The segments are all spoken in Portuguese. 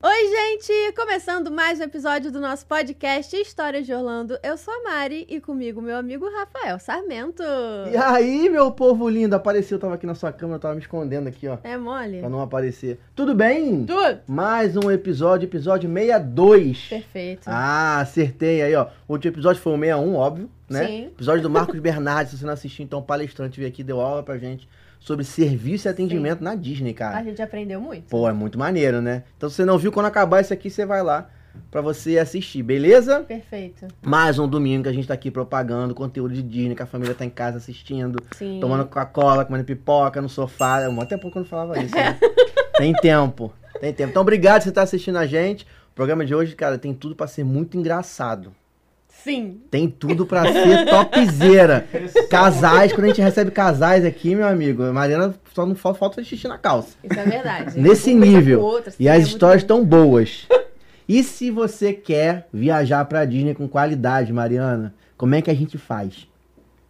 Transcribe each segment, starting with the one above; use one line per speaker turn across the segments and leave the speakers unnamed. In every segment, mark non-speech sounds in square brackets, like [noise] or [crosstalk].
Oi, gente! Começando mais um episódio do nosso podcast Histórias de Orlando. Eu sou a Mari e comigo meu amigo Rafael Sarmento.
E aí, meu povo lindo, apareceu, eu tava aqui na sua câmera, eu tava me escondendo aqui, ó,
É mole?
pra não aparecer. Tudo bem?
Tudo!
Mais um episódio, episódio 62.
Perfeito.
Ah, acertei aí, ó. O último episódio foi o 61, óbvio, né?
Sim.
Episódio do Marcos [laughs] Bernardes, se você não assistiu, então o palestrante veio aqui, deu aula pra gente sobre serviço e atendimento na Disney, cara.
A gente aprendeu muito.
Pô, é muito maneiro, né? Então se você não viu, quando acabar isso aqui, você vai lá pra você assistir, beleza?
Perfeito.
Mais um domingo que a gente tá aqui propagando conteúdo de Disney, que a família tá em casa assistindo,
Sim.
tomando Coca-Cola, comendo pipoca no sofá. É um até pouco que eu não falava isso,
[laughs]
né? tem tempo, tem tempo. Então, obrigado você estar assistindo a gente. O programa de hoje, cara, tem tudo pra ser muito engraçado.
Sim.
Tem tudo pra
[laughs]
ser topzera. Casais, quando a gente recebe casais aqui, meu amigo, a Mariana só não falta, falta xixi na calça.
Isso é
[laughs]
verdade.
Nesse
Um beijo
nível.
pro outro, assim,
E
é
as
muito
histórias
bom.
tão boas. E se você quer viajar pra Disney com qualidade, Mariana, como é que a gente faz?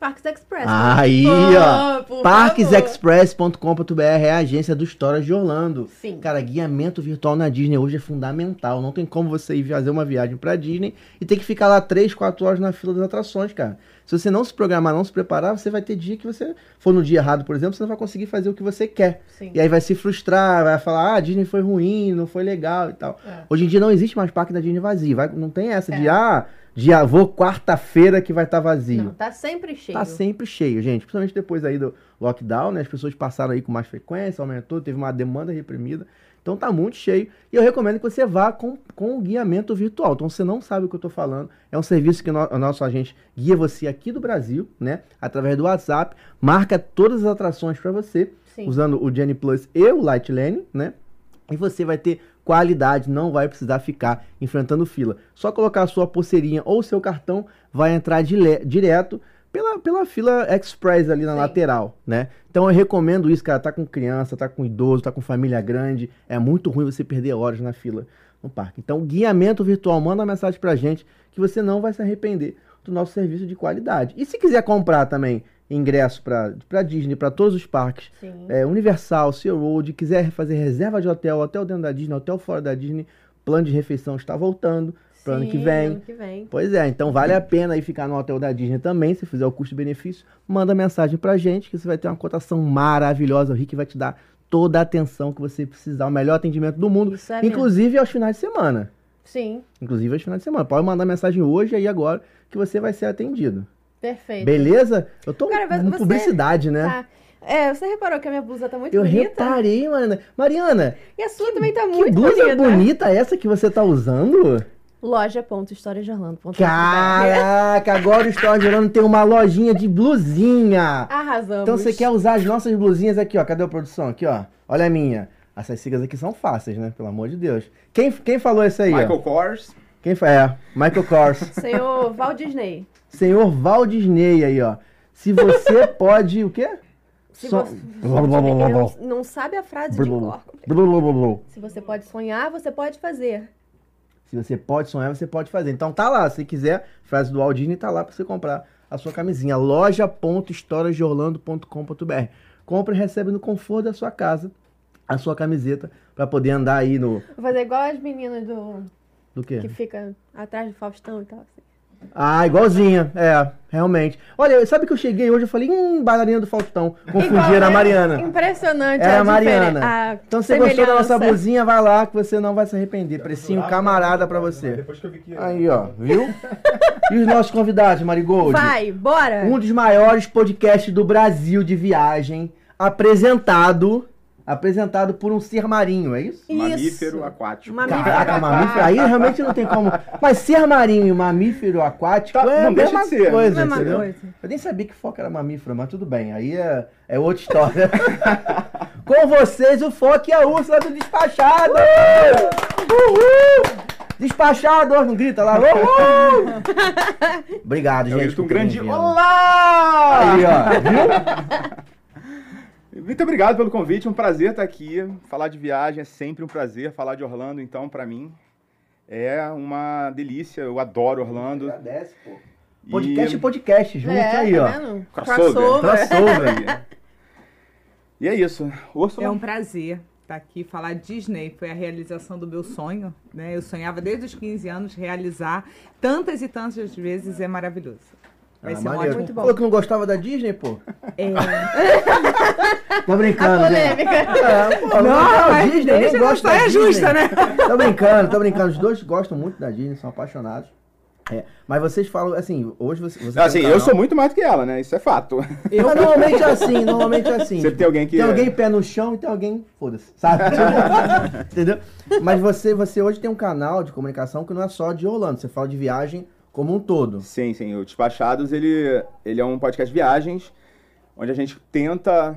Parques Express.
Aí,
ó.
Parquesexpress.com.br é a agência do Histórias de Orlando.
Sim.
Cara, guiamento virtual na Disney hoje é fundamental. Não tem como você ir fazer uma viagem pra Disney e ter que ficar lá 3, 4 horas na fila das atrações, cara. Se você não se programar, não se preparar, você vai ter dia que você for no dia errado, por exemplo, você não vai conseguir fazer o que você quer.
Sim.
E aí vai se frustrar, vai falar, ah, a Disney foi ruim, não foi legal e tal.
É.
Hoje em dia não existe mais parque da Disney vazio. Vai, não tem essa de, ah, dia vou quarta-feira que vai estar vazio.
Não, tá sempre cheio.
Tá sempre cheio, gente. Principalmente depois aí do lockdown, né? As pessoas passaram aí com mais frequência, aumentou, teve uma demanda reprimida. Então tá muito cheio. E eu recomendo que você vá com, com o guiamento virtual. Então você não sabe o que eu tô falando. É um serviço que no, o nosso agente guia você aqui do Brasil, né? Através do WhatsApp, marca todas as atrações para você
Sim.
usando o Genie Plus e o Light Lane, né? E você vai ter qualidade, não vai precisar ficar enfrentando fila. Só colocar a sua pulseirinha ou seu cartão vai entrar dile- direto pela, pela fila express ali na
Sim.
lateral, né? Então eu recomendo isso, cara. Tá com criança, tá com idoso, tá com família grande. É muito ruim você perder horas na fila no parque. Então, guiamento virtual, manda uma mensagem pra gente que você não vai se arrepender do nosso serviço de qualidade. E se quiser comprar também ingresso pra pra Disney, pra todos os parques,
Sim.
é, Universal, SeaWorld, quiser fazer reserva de hotel, hotel dentro da Disney, hotel fora da Disney, plano de refeição está voltando pro ano
Sim,
que vem.
Ano que vem.
Pois é, então vale a pena aí ficar no hotel da Disney também, se fizer o custo-benefício, manda mensagem pra gente que você vai ter uma cotação maravilhosa, o Rick vai te dar toda a atenção que você precisar, o melhor atendimento do mundo,
Isso é mesmo.
inclusive aos finais de semana.
Sim,
Inclusive aos finais de semana. Pode mandar mensagem hoje aí agora que você vai ser atendido.
perfeito.
Beleza? Eu tô
Cara, mas
com
você-
publicidade, né?
Tá. É, você reparou que a minha blusa tá muito
Eu
bonita?
reparei, Mariana. Mariana,
E a sua também tá
Que
muito
blusa
bonita.
bonita né? essa que você tá usando?
Loja.historiasdeorlando.com.br.
Caraca, agora o Store Girando tem uma lojinha de blusinha.
Arrasamos.
Então você quer usar as nossas blusinhas aqui, ó. Cadê a produção? Aqui, ó. Olha a minha. Essas siglas aqui são fáceis, né? Pelo amor de Deus. Quem, quem falou isso aí,
Michael
ó?
Kors.
Quem fa- É, Michael [laughs] Kors.
Senhor Walt Disney.
Senhor Walt Disney aí, ó. Se você pode... O quê?
Se
Só-
você
Blá, blá, blá, blá, blá.
não, não sabe a frase
Blá,
de
blá, [laughs]
cor.
blá. Blá, blá, blá, blá.
Se você pode sonhar, você pode fazer.
Se você pode sonhar, você pode fazer. Então tá lá, se quiser, frase do Walt Disney tá lá pra você comprar a sua camisinha. loja.historiasdeorlando.com.br Compra e recebe no conforto da sua casa a sua camiseta pra poder andar aí no
Vou fazer igual as meninas do
do
que
quê?
fica atrás do Faustão e tal. assim.
Ah, igualzinha. É, realmente. Olha, sabe que eu cheguei hoje eu falei, hum, bailarina do Faustão. Confundi,
né?
era a Mariana.
é Impressionante.
Era a
a
Mariana.
diferen- a
Então se você gostou da nossa
semelhança.
blusinha, vai lá que você não vai se arrepender. Precinho camarada pra você.
né? Depois que eu vi que.
Aí, ó,
[laughs]
viu? E os nossos convidados, Marigold?
Vai,
É.
bora.
Um dos maiores podcasts do Brasil de viagem, apresentado apresentado por um ser marinho, é isso?
Mamífero aquático.
Mamífero.
Caraca, um mamífero, aí realmente não tem como. Mas ser marinho e um mamífero aquático
Tá,
é a
não deixa
mesma
de ser, né?
coisa,
Não é uma
entendeu?
coisa.
Eu nem sabia que foca era mamífero, mas tudo bem, aí é, é outra história. [laughs] Com vocês, o foco e a Úrsula do Despachado!
Uh!
Uhul! Despachado! Não grita lá, uhul! Obrigado,
Eu
gente.
grito um
por terem
grande
vindo.
Olá!
Aí, ó, viu?
Muito obrigado pelo convite, é um prazer estar aqui. Falar de viagem é sempre um prazer. Falar de Orlando, então, pra mim, é uma delícia. Eu adoro Orlando.
Agradece, pô.
E-
Podcast e podcast, junto
É,
aí,
tá
ó.
vendo?
Crossover.
Crossover.
E é isso. Ursula,
É um prazer estar aqui falar Disney. Foi a realização do meu sonho. Né? Eu sonhava desde os 15 anos realizar tantas e tantas vezes. É maravilhoso. Vai
Ah,
ser
maneiro.
um ótimo.
Muito bom.
Falou que não gostava da Disney, pô? Tô
A
brincando, gente.
polêmica.
É, pô, não,
mas
Disney,
desde
nem gosta
a nossa
da
é
Disney.
justa, né?
Tô brincando, tô brincando. Os dois gostam muito da Disney, são apaixonados. É, mas vocês falam, assim, hoje você... você tem um
assim, eu
canal-
sou muito mais do que ela, né? Isso é fato.
Mas normalmente é assim, normalmente é assim.
Sempre tem alguém que-
Tem alguém pé no chão e tem alguém... Foda-se,
[laughs]
sabe? Entendeu? Mas você, você hoje tem um canal de comunicação que não é só de Orlando. Você fala de viagem como um todo.
Sim, sim. O Despachados, ele, ele é um podcast de viagens, onde a gente tenta...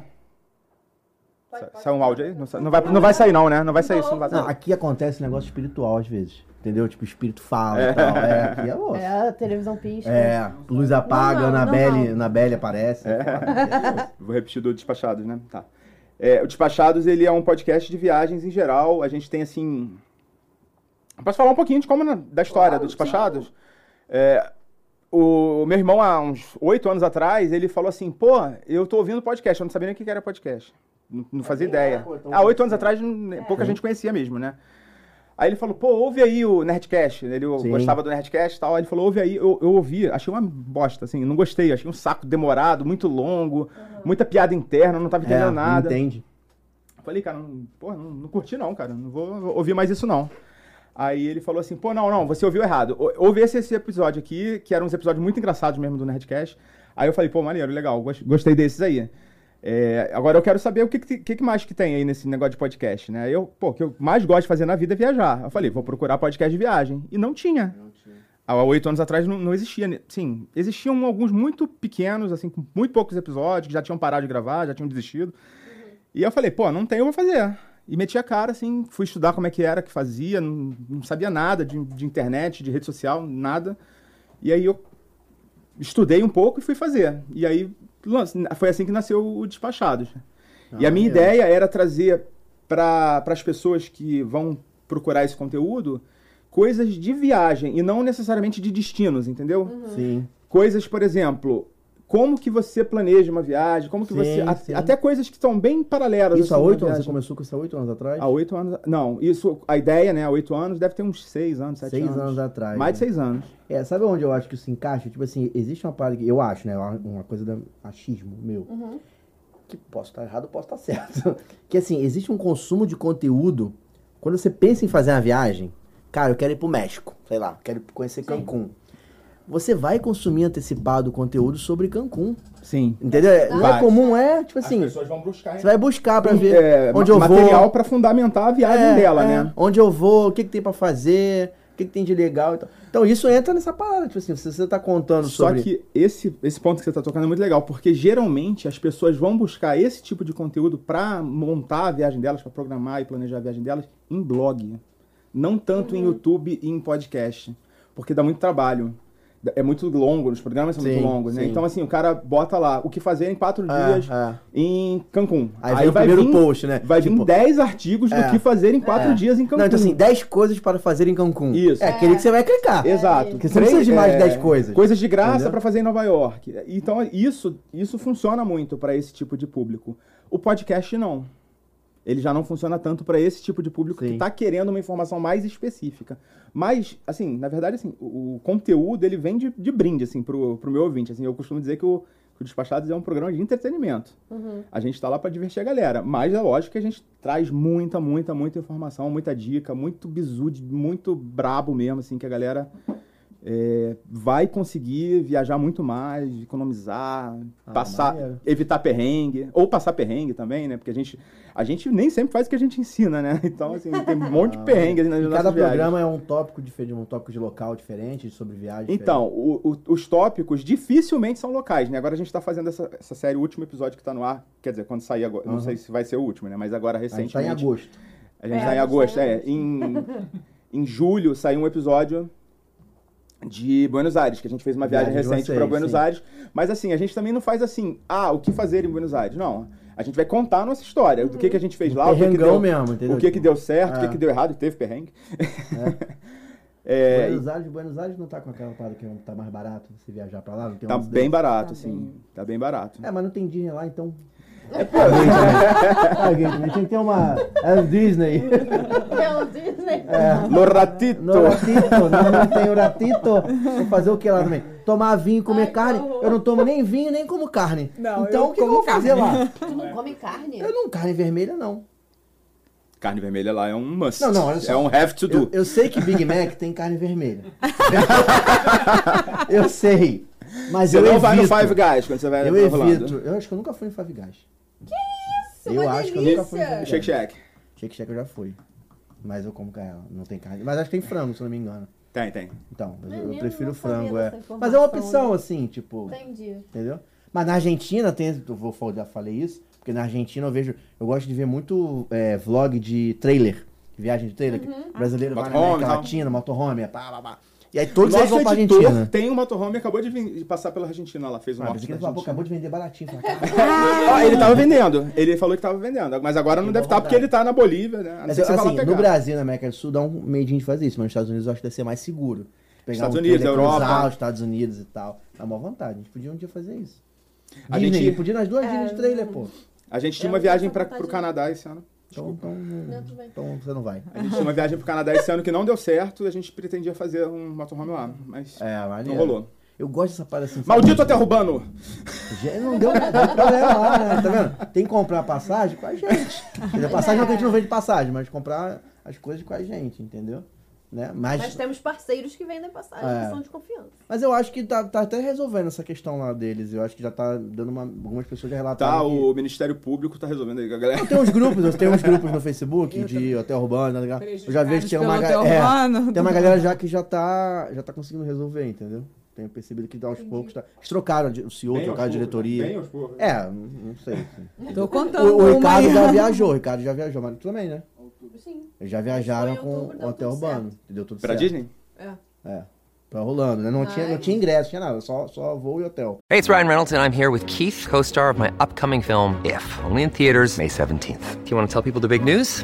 Sa- Saiu um áudio aí? Não, sa- não vai, não vai sair não, né? Não vai sair isso. Não vai
Não,
sair.
aqui acontece negócio espiritual às vezes. Entendeu? Tipo, o espírito fala e tal. É, aqui é osso.
É,
É,
a televisão pisca.
luz apaga,
Normal,
Anabelle,
normal.
Anabelle aparece.
É,
É,
Vou repetir do Despachados, né? Tá. É, o Despachados, ele é um podcast de viagens em geral. A gente tem, assim... Posso falar um pouquinho de como, na- da história do Despachados? É, o, o meu irmão, há uns oito anos atrás, ele falou assim, pô, eu tô ouvindo podcast. Eu não sabia nem o que que era podcast. Não, não fazia ideia.
pô, então- É.
há oito anos atrás, não- pouca gente conhecia mesmo, né? Aí ele falou, pô, ouve aí o Nerdcast. Ele eu
Sim.
gostava do Nerdcast e tal. Aí ele falou, ouve aí. Eu, eu ouvi, achei uma bosta, assim. Não gostei, achei um saco demorado, muito longo, muita piada interna, não tava entendendo
É,
nada.
Não entende.
Falei, cara, não, porra, não, não curti não, cara. Não vou vou ouvir mais isso não. Aí ele falou assim, pô, não, não, você ouviu errado. O- Ouve esse, esse episódio aqui, que eram uns episódios muito engraçados mesmo do Nerdcast. Aí eu falei, pô, maneiro, legal, gos- gostei desses aí. É, agora eu quero saber o que, que, que que mais que tem aí nesse negócio de podcast, né? Eu, pô, o que eu mais gosto de fazer na vida é viajar. Eu falei, vou procurar podcast de viagem. E não tinha. Há oito anos atrás não, não existia. né? Sim, existiam alguns muito pequenos, assim, com muito poucos episódios, que já tinham parado de gravar, já tinham desistido. E eu falei, pô, não tem, eu vou fazer. E meti a cara, assim, fui estudar como é que era, que fazia, não, não sabia nada de, de internet, de rede social, nada. E aí eu estudei um pouco e fui fazer. E aí lan- foi assim que nasceu o Despachados. e a minha
maneiro.
ideia era trazer para as pessoas que vão procurar esse conteúdo coisas de viagem e não necessariamente de destinos, entendeu?
Sim.
coisas, por exemplo, como que você planeja uma viagem, como que
Sim,
você. a-
sim.
Até coisas que estão bem paralelas.
Isso há
assim,
oito
na
anos? Você
viagem.
começou com isso há oito anos atrás?
Há oito anos. Não, isso, a ideia, né? Há oito anos, deve ter uns seis anos, sete
Seis
anos.
anos atrás,
Mais de
né?
seis anos.
É, sabe onde eu acho que isso encaixa? Tipo assim, existe uma parada que eu acho, né? Uma uma coisa da achismo meu. Que posso estar errado, posso estar [laughs] certo. que assim, existe um consumo de conteúdo. Quando você pensa em fazer uma viagem, cara, eu quero ir pro México, sei lá, quero conhecer Cancún. Você vai consumir antecipado conteúdo sobre Cancún.
Sim.
Entendeu? Não é
Vai.
comum, é, tipo assim, você
vão buscar,
vai buscar pra ver
É,
onde eu vou.
material para fundamentar a viagem
É,
dela,
é.
né?
Onde eu vou, o que, que tem pra fazer, o que, que tem de legal e tal. Então isso entra nessa parada, tipo assim, se você tá contando
Só
sobre.
que esse, esse ponto que você está tocando é muito legal, porque geralmente as pessoas vão buscar esse tipo de conteúdo para montar a viagem delas, para programar e planejar a viagem delas, em blog. Não tanto em YouTube e em podcast, porque dá muito trabalho. Dá- É muito longo, os programas são
Sim,
muito longos, né?
sim.
Então, assim, o cara bota lá o que fazer em quatro
É,
dias
é.
em Cancún.
Aí, vem o primeiro post, né?
Vai ah. vir 10 artigos
É.
do que fazer em quatro
É.
dias em Cancún.
Não, então assim, 10 coisas para fazer em Cancún.
Isso.
É aquele que você vai clicar.
Exato.
Porque você não precisa de mais de
é,
10 coisas.
Coisas de graça
Entendeu?
pra fazer em Nova York. Então, isso, isso funciona muito pra esse tipo de público. O podcast não. Ele já não funciona tanto para esse tipo de público que
Sim.
tá querendo uma informação mais específica. Mas, assim, na verdade, assim, o, o conteúdo ele vem de, de brinde, assim, pro, pro meu ouvinte. Assim, eu costumo dizer que o, que o Despachados é um programa de entretenimento.
Uhum.
A gente tá lá pra divertir a galera. Mas é lógico que a gente traz muita, muita, muita informação, muita dica, muito bizu, de- muito brabo mesmo, assim, que a galera é, vai conseguir viajar muito mais, economizar,
Ah,
passar,
maneiro.
evitar perrengue, ou passar perrengue também, né? Porque a gente, a gente nem sempre faz o que a gente ensina, né? [laughs] Então, assim, tem um monte de perrengue assim, nas
E Ah,
nossas
cada
viagens.
programa é um tópico diferente, um tópico de local diferente, sobre viagem.
Então, o- o- os tópicos dificilmente são locais, né? Agora a gente tá fazendo essa, essa série, o último episódio que tá no ar, quer dizer, quando sair agora, não
Aham.
sei se vai ser o último, né? Mas agora
diferente. a gente
recentemente.
tá em agosto.
A gente
É,
tá em
a gente
agosto,
tá em
é. Em, em julho saiu um episódio de Buenos Aires, que a gente fez uma viagem,
Viagem de
recente
vocês,
para Buenos
sim.
Aires. Mas assim, a gente também não faz assim, ah, o que fazer em Buenos Aires. Não. A gente vai contar a nossa história, do que, que a gente fez lá, o que, que
Um Perrengão
deu,
mesmo, entendeu?
o que, que deu certo, o que,
É.
que deu errado, teve perrengue. [laughs]
É. Buenos Aires, Buenos Aires não tá com aquela parada que tá mais barato você viajar pra lá? Não tem
Tá
umas
bem barato,
Tá
assim.
bem.
Tá bem barato.
É, mas não tem Disney lá, então. É, alguém também. Tinha que ter uma. É o Disney.
Pelo É Disney.
[laughs]
É.
No ratito!
No ratito, não, não tem o ratito. Vou fazer o que lá também? Tomar vinho e comer
Ai, que
carne.
horror.
Eu não tomo nem vinho, nem como carne.
Não,
então
eu
o que eu
como
vou fazer lá?
Tu não come carne?
Eu não, carne vermelha não.
Carne vermelha lá é um must.
Não, não, olha só.
É um have to do.
Eu, eu sei que Big Mac tem carne vermelha. [laughs] eu sei. Mas
Você
eu
não
evito.
vai no Five Guys quando você vai
eu
pra né? Orlando.
evito. Eu acho que eu nunca fui no Five Guys.
Isso, é
eu
uma
acho que eu
delícia.
nunca fui no Five Guys.
Shake Shack.
Shake Shack eu já fui. Mas eu como carne. Não tem carne. Mas acho que tem frango, se eu não me engano.
Tem, tem.
Então, eu- eu,
Menino,
prefiro
não sabia
frango, é.
dessa
Mas é uma
informação, né?
opção, assim, tipo.
Entendi.
Entendeu? Mas na Argentina tem. Eu vou, fal- já falei isso, porque na Argentina eu vejo. Eu gosto de ver muito é, vlog de trailer. de Viagem de trailer. que
Uhum. Ah.
Brasileiro vai na
Motorhome,
América
tal.
Latina, motorhome, pá, pá, pá. E aí todos eles
Nosso
vão pra
editor
Argentina.
tem um motorhome e acabou de, vir- de passar pela Argentina. Ela fez um
Ah,
motorhome.
pensei que ele falou, pô, acabou de vender baratinho.
[laughs]
Eu falei, "Caralho".
Ah, ele tava vendendo. Ele falou que tava vendendo. Mas agora não
Que
deve
boa
estar porque
vontade.
ele tá na Bolívia, né? A não
Mas,
ser que você vá lá
assim, no
pegar.
Brasil, na América do Sul, dá um meio de fazer isso, mas nos Estados Unidos eu acho que deve ser mais seguro. Pegar
Estados
um
Unidos,
trailer, cruzar
Europa.
os Estados Unidos e tal. Dá uma vontade. A gente podia um dia fazer isso.
A
Disney,
gente-
podia nas
É,
duas Disney de trailer, pô.
A gente tinha
Eu
uma
não tenho
viagem
essa
pra,
vontade,
pro
não.
Canadá esse ano.
Então, então,
Não, tudo bem.
então você não vai.
A gente tinha uma viagem pro Canadá esse ano que não deu certo. A gente pretendia fazer um motorhome lá. Mas
É,
não
maneiro.
rolou.
Eu gosto dessa parada assim. sabe?
Maldito até roubando!
Gente, Não deu, não deu problema lá, né? Tá vendo? Tem que comprar passagem com a gente. Quer dizer, passagem não que a gente não vende passagem, mas comprar as coisas com a gente, entendeu? Né?
Mas
Mas,
temos parceiros que vendem passagem,
É.
que são de confiança.
mas eu acho que tá, tá até resolvendo essa questão lá deles. Eu acho que já tá dando uma. Algumas pessoas já relataram.
Tá,
que-
o Ministério Público tá resolvendo aí, galera.
Tem uns grupos, eu tenho uns grupos no Facebook de hotel urbano, né, legal? Eu já vejo que tem uma,
Prejudicados
ga-
pelo hotel urbano.
é, tem uma galera já que já tá, já tá conseguindo resolver, entendeu? Tenho percebido que aos poucos tá. Eles trocaram de- o CEO, trocaram a diretoria.
Bem aos poucos.
É, não- não sei. assim.
Tô
O, o
contando. uma
Ricardo
aí.
já viajou, o Ricardo já viajou, mas tu também, né?
Sim.
Eles já viajaram
Mas foi em outubro,
com o
deu
hotel
tudo certo.
urbano. Deu tudo
[laughs] Pra
certo.
Disney?
É.
É. Tá rolando, né? Não, tinha,
Ai.
não tinha ingresso, tinha nada, só, só voo e hotel.
Hey, it's Ryan Reynolds, and I'm here with Keith, co star of my upcoming film, If, only in theaters, May 17th. Do you want to tell people the big news?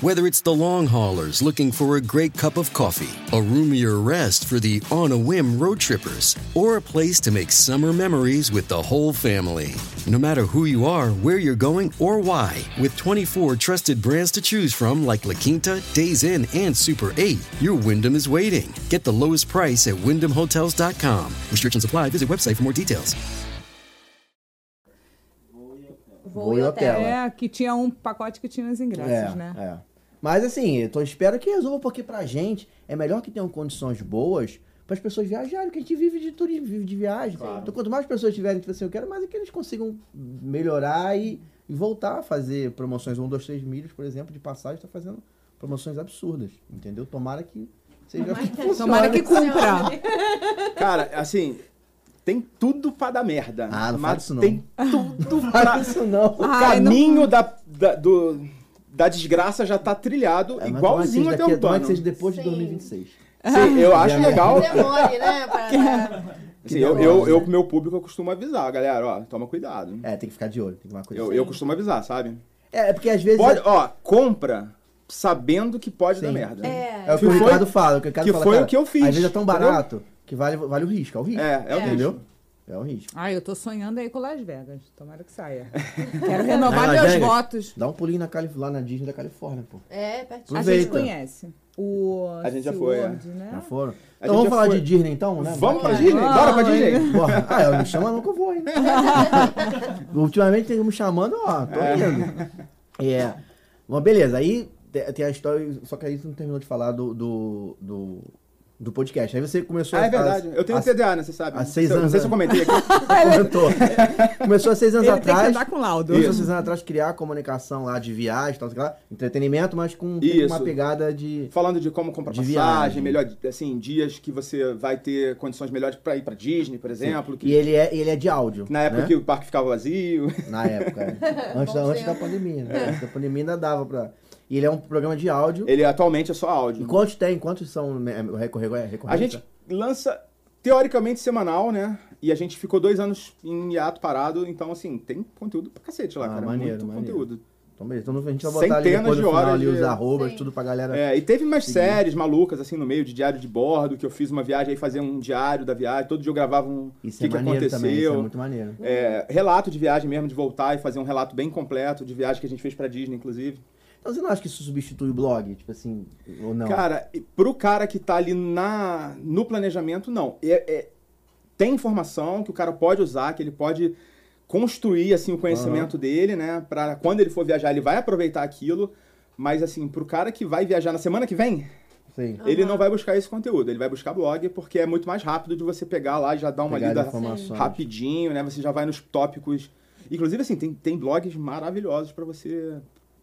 Whether it's the long haulers looking for a great cup of coffee, a roomier rest for the on a whim road trippers, or a place to make summer memories with the whole family. No matter who you are, where you're going, or why, with 24 trusted brands to choose from like La Quinta, Days Inn, and Super 8, your Wyndham is waiting. Get the lowest price at WyndhamHotels.com. Restrictions apply. Visit website for more details.
Voo e hotel.
É, que tinha um pacote que tinha os ingressos, né?
é. Mas assim, eu tô, espero que resolva, porque pra gente é melhor que tenham condições boas para as pessoas viajarem, porque a gente vive de turismo, vive de viagem. Então, quanto mais pessoas tiverem, tipo assim, eu quero mais é que eles consigam melhorar e, e voltar a fazer promoções. Um, dois, três milhas, por exemplo, de passagem, tá fazendo promoções absurdas, entendeu? Tomara que seja assim que funcione.
Tomara
[laughs]
que cumpra.
Cara, assim, tem tudo pra dar merda.
Ah, não
mas
fala isso não. [laughs]
Tem tudo pra.
Ah,
Para isso não.
O
Ai,
caminho da, da- do, da desgraça já tá trilhado,
É, mas
igualzinho
tomara que
até um
seja daqui-
o
Tomara que
plano.
seja depois
Sim.
de 2026.
Sim, eu acho legal.
Demore, [laughs] né? Pra, pra-
Sim, eu, eu,
né?
eu, pro meu público, eu costumo avisar, galera, ó, toma cuidado.
É, tem que ficar de olho, tem que tomar coisa.
Eu, eu costumo avisar, sabe?
É, é porque às vezes.
Pode, ó, compra sabendo que pode dar
Sim.
merda.
É.
É o que,
Que
o
foi-
Ricardo fala. O que, o Ricardo
que
fala,
foi o
cara,
que eu fiz,
Às vezes é tão
entendeu?
barato que vale, vale o risco. É o risco.
É, é o
Entendeu?
risco.
É o risco.
Ah, eu tô sonhando aí com Las Vegas. Tomara que saia. Quero renovar
Vai lá,
meus
Vegas.
votos.
Dá um pulinho na Calif lá na Disney da Califórnia, pô.
É,
A
pertinho.
Aproveita.
gente conhece. O
A gente já foi, é.
SeaWorld,
Já
né?
foram?
A
Então
gente
vamos
já
falar
foi.
de Disney então, né?
Vamos pra
Vai que-
Disney? Bora pra
Vamos,
[laughs]
Disney?
Porra. Ah, eu me chama não que eu
[laughs]
vou, hein? Ultimamente tem me chamando, ó, tô indo. É. Mas beleza, aí te- tem a história, só que aí você não terminou de falar do, do, do, do podcast. Aí você começou
Ah,
a-
é verdade. Eu tenho
a-
TDA, né? Você sabe.
há seis
Não sei- Não sei
anos, é-
se eu comentei
[laughs]
aqui.
[laughs]
comentou. Começou há seis anos
Ele tem que
atrás.
andar com laudo.
Começou há seis anos atrás criar a comunicação lá de viagem, tal, sei lá, entretenimento, mas com tem uma
Isso.
pegada de.
Falando de como comprar
De viagem.
passagem, melhor, assim, dias que você vai ter condições melhores pra ir pra Disney, por exemplo. que-
E ele é, ele é de áudio.
Na época
né?
que o parque ficava vazio. [laughs]
Na época,
[laughs]
é. antes, da,
Bom
antes da
tempo.
pandemia,
É.
né? Antes da pandemia ainda dava pra. E ele é um programa de áudio.
Ele atualmente é só
E
áudio.
quantos tem? Quantos são né, recorre- recorrentes?
A gente lança teoricamente semanal, né? E a gente ficou dois anos em hiato parado, então assim, tem conteúdo pra cacete lá,
Ah,
cara.
maneiro,
Muito
maneiro.
conteúdo.
Então, beleza. Então, a gente vai botar ali
Centenas
depois
de
no final
horas
ali
de-
os arrobas,
Sim.
tudo pra galera.
É, e teve umas séries malucas, assim, no meio, de diário de bordo, que eu fiz uma viagem, aí fazia um diário da viagem, todo dia eu gravava um o
Isso
que,
é
que
maneiro
aconteceu.
também, isso é muito maneiro.
É, relato de viagem mesmo, de voltar e fazer um relato bem completo de viagem que a gente fez pra Disney, inclusive.
Então você não acha que isso substitui o blog? Tipo assim, ou não?
Cara, e pro cara que tá ali na, no planejamento, não. É- é- tem informação que o cara pode usar, que ele pode construir assim o conhecimento dele, né? Pra quando ele for viajar, ele vai aproveitar aquilo. Mas assim, pro cara que vai viajar na semana que vem,
Sim.
ele não vai buscar esse conteúdo, ele vai buscar blog, porque é muito mais rápido de você pegar lá e já dar uma
Pegar as
lida
informações.
rapidinho, né? Você já vai nos tópicos. Inclusive, assim, tem, tem blogs maravilhosos pra você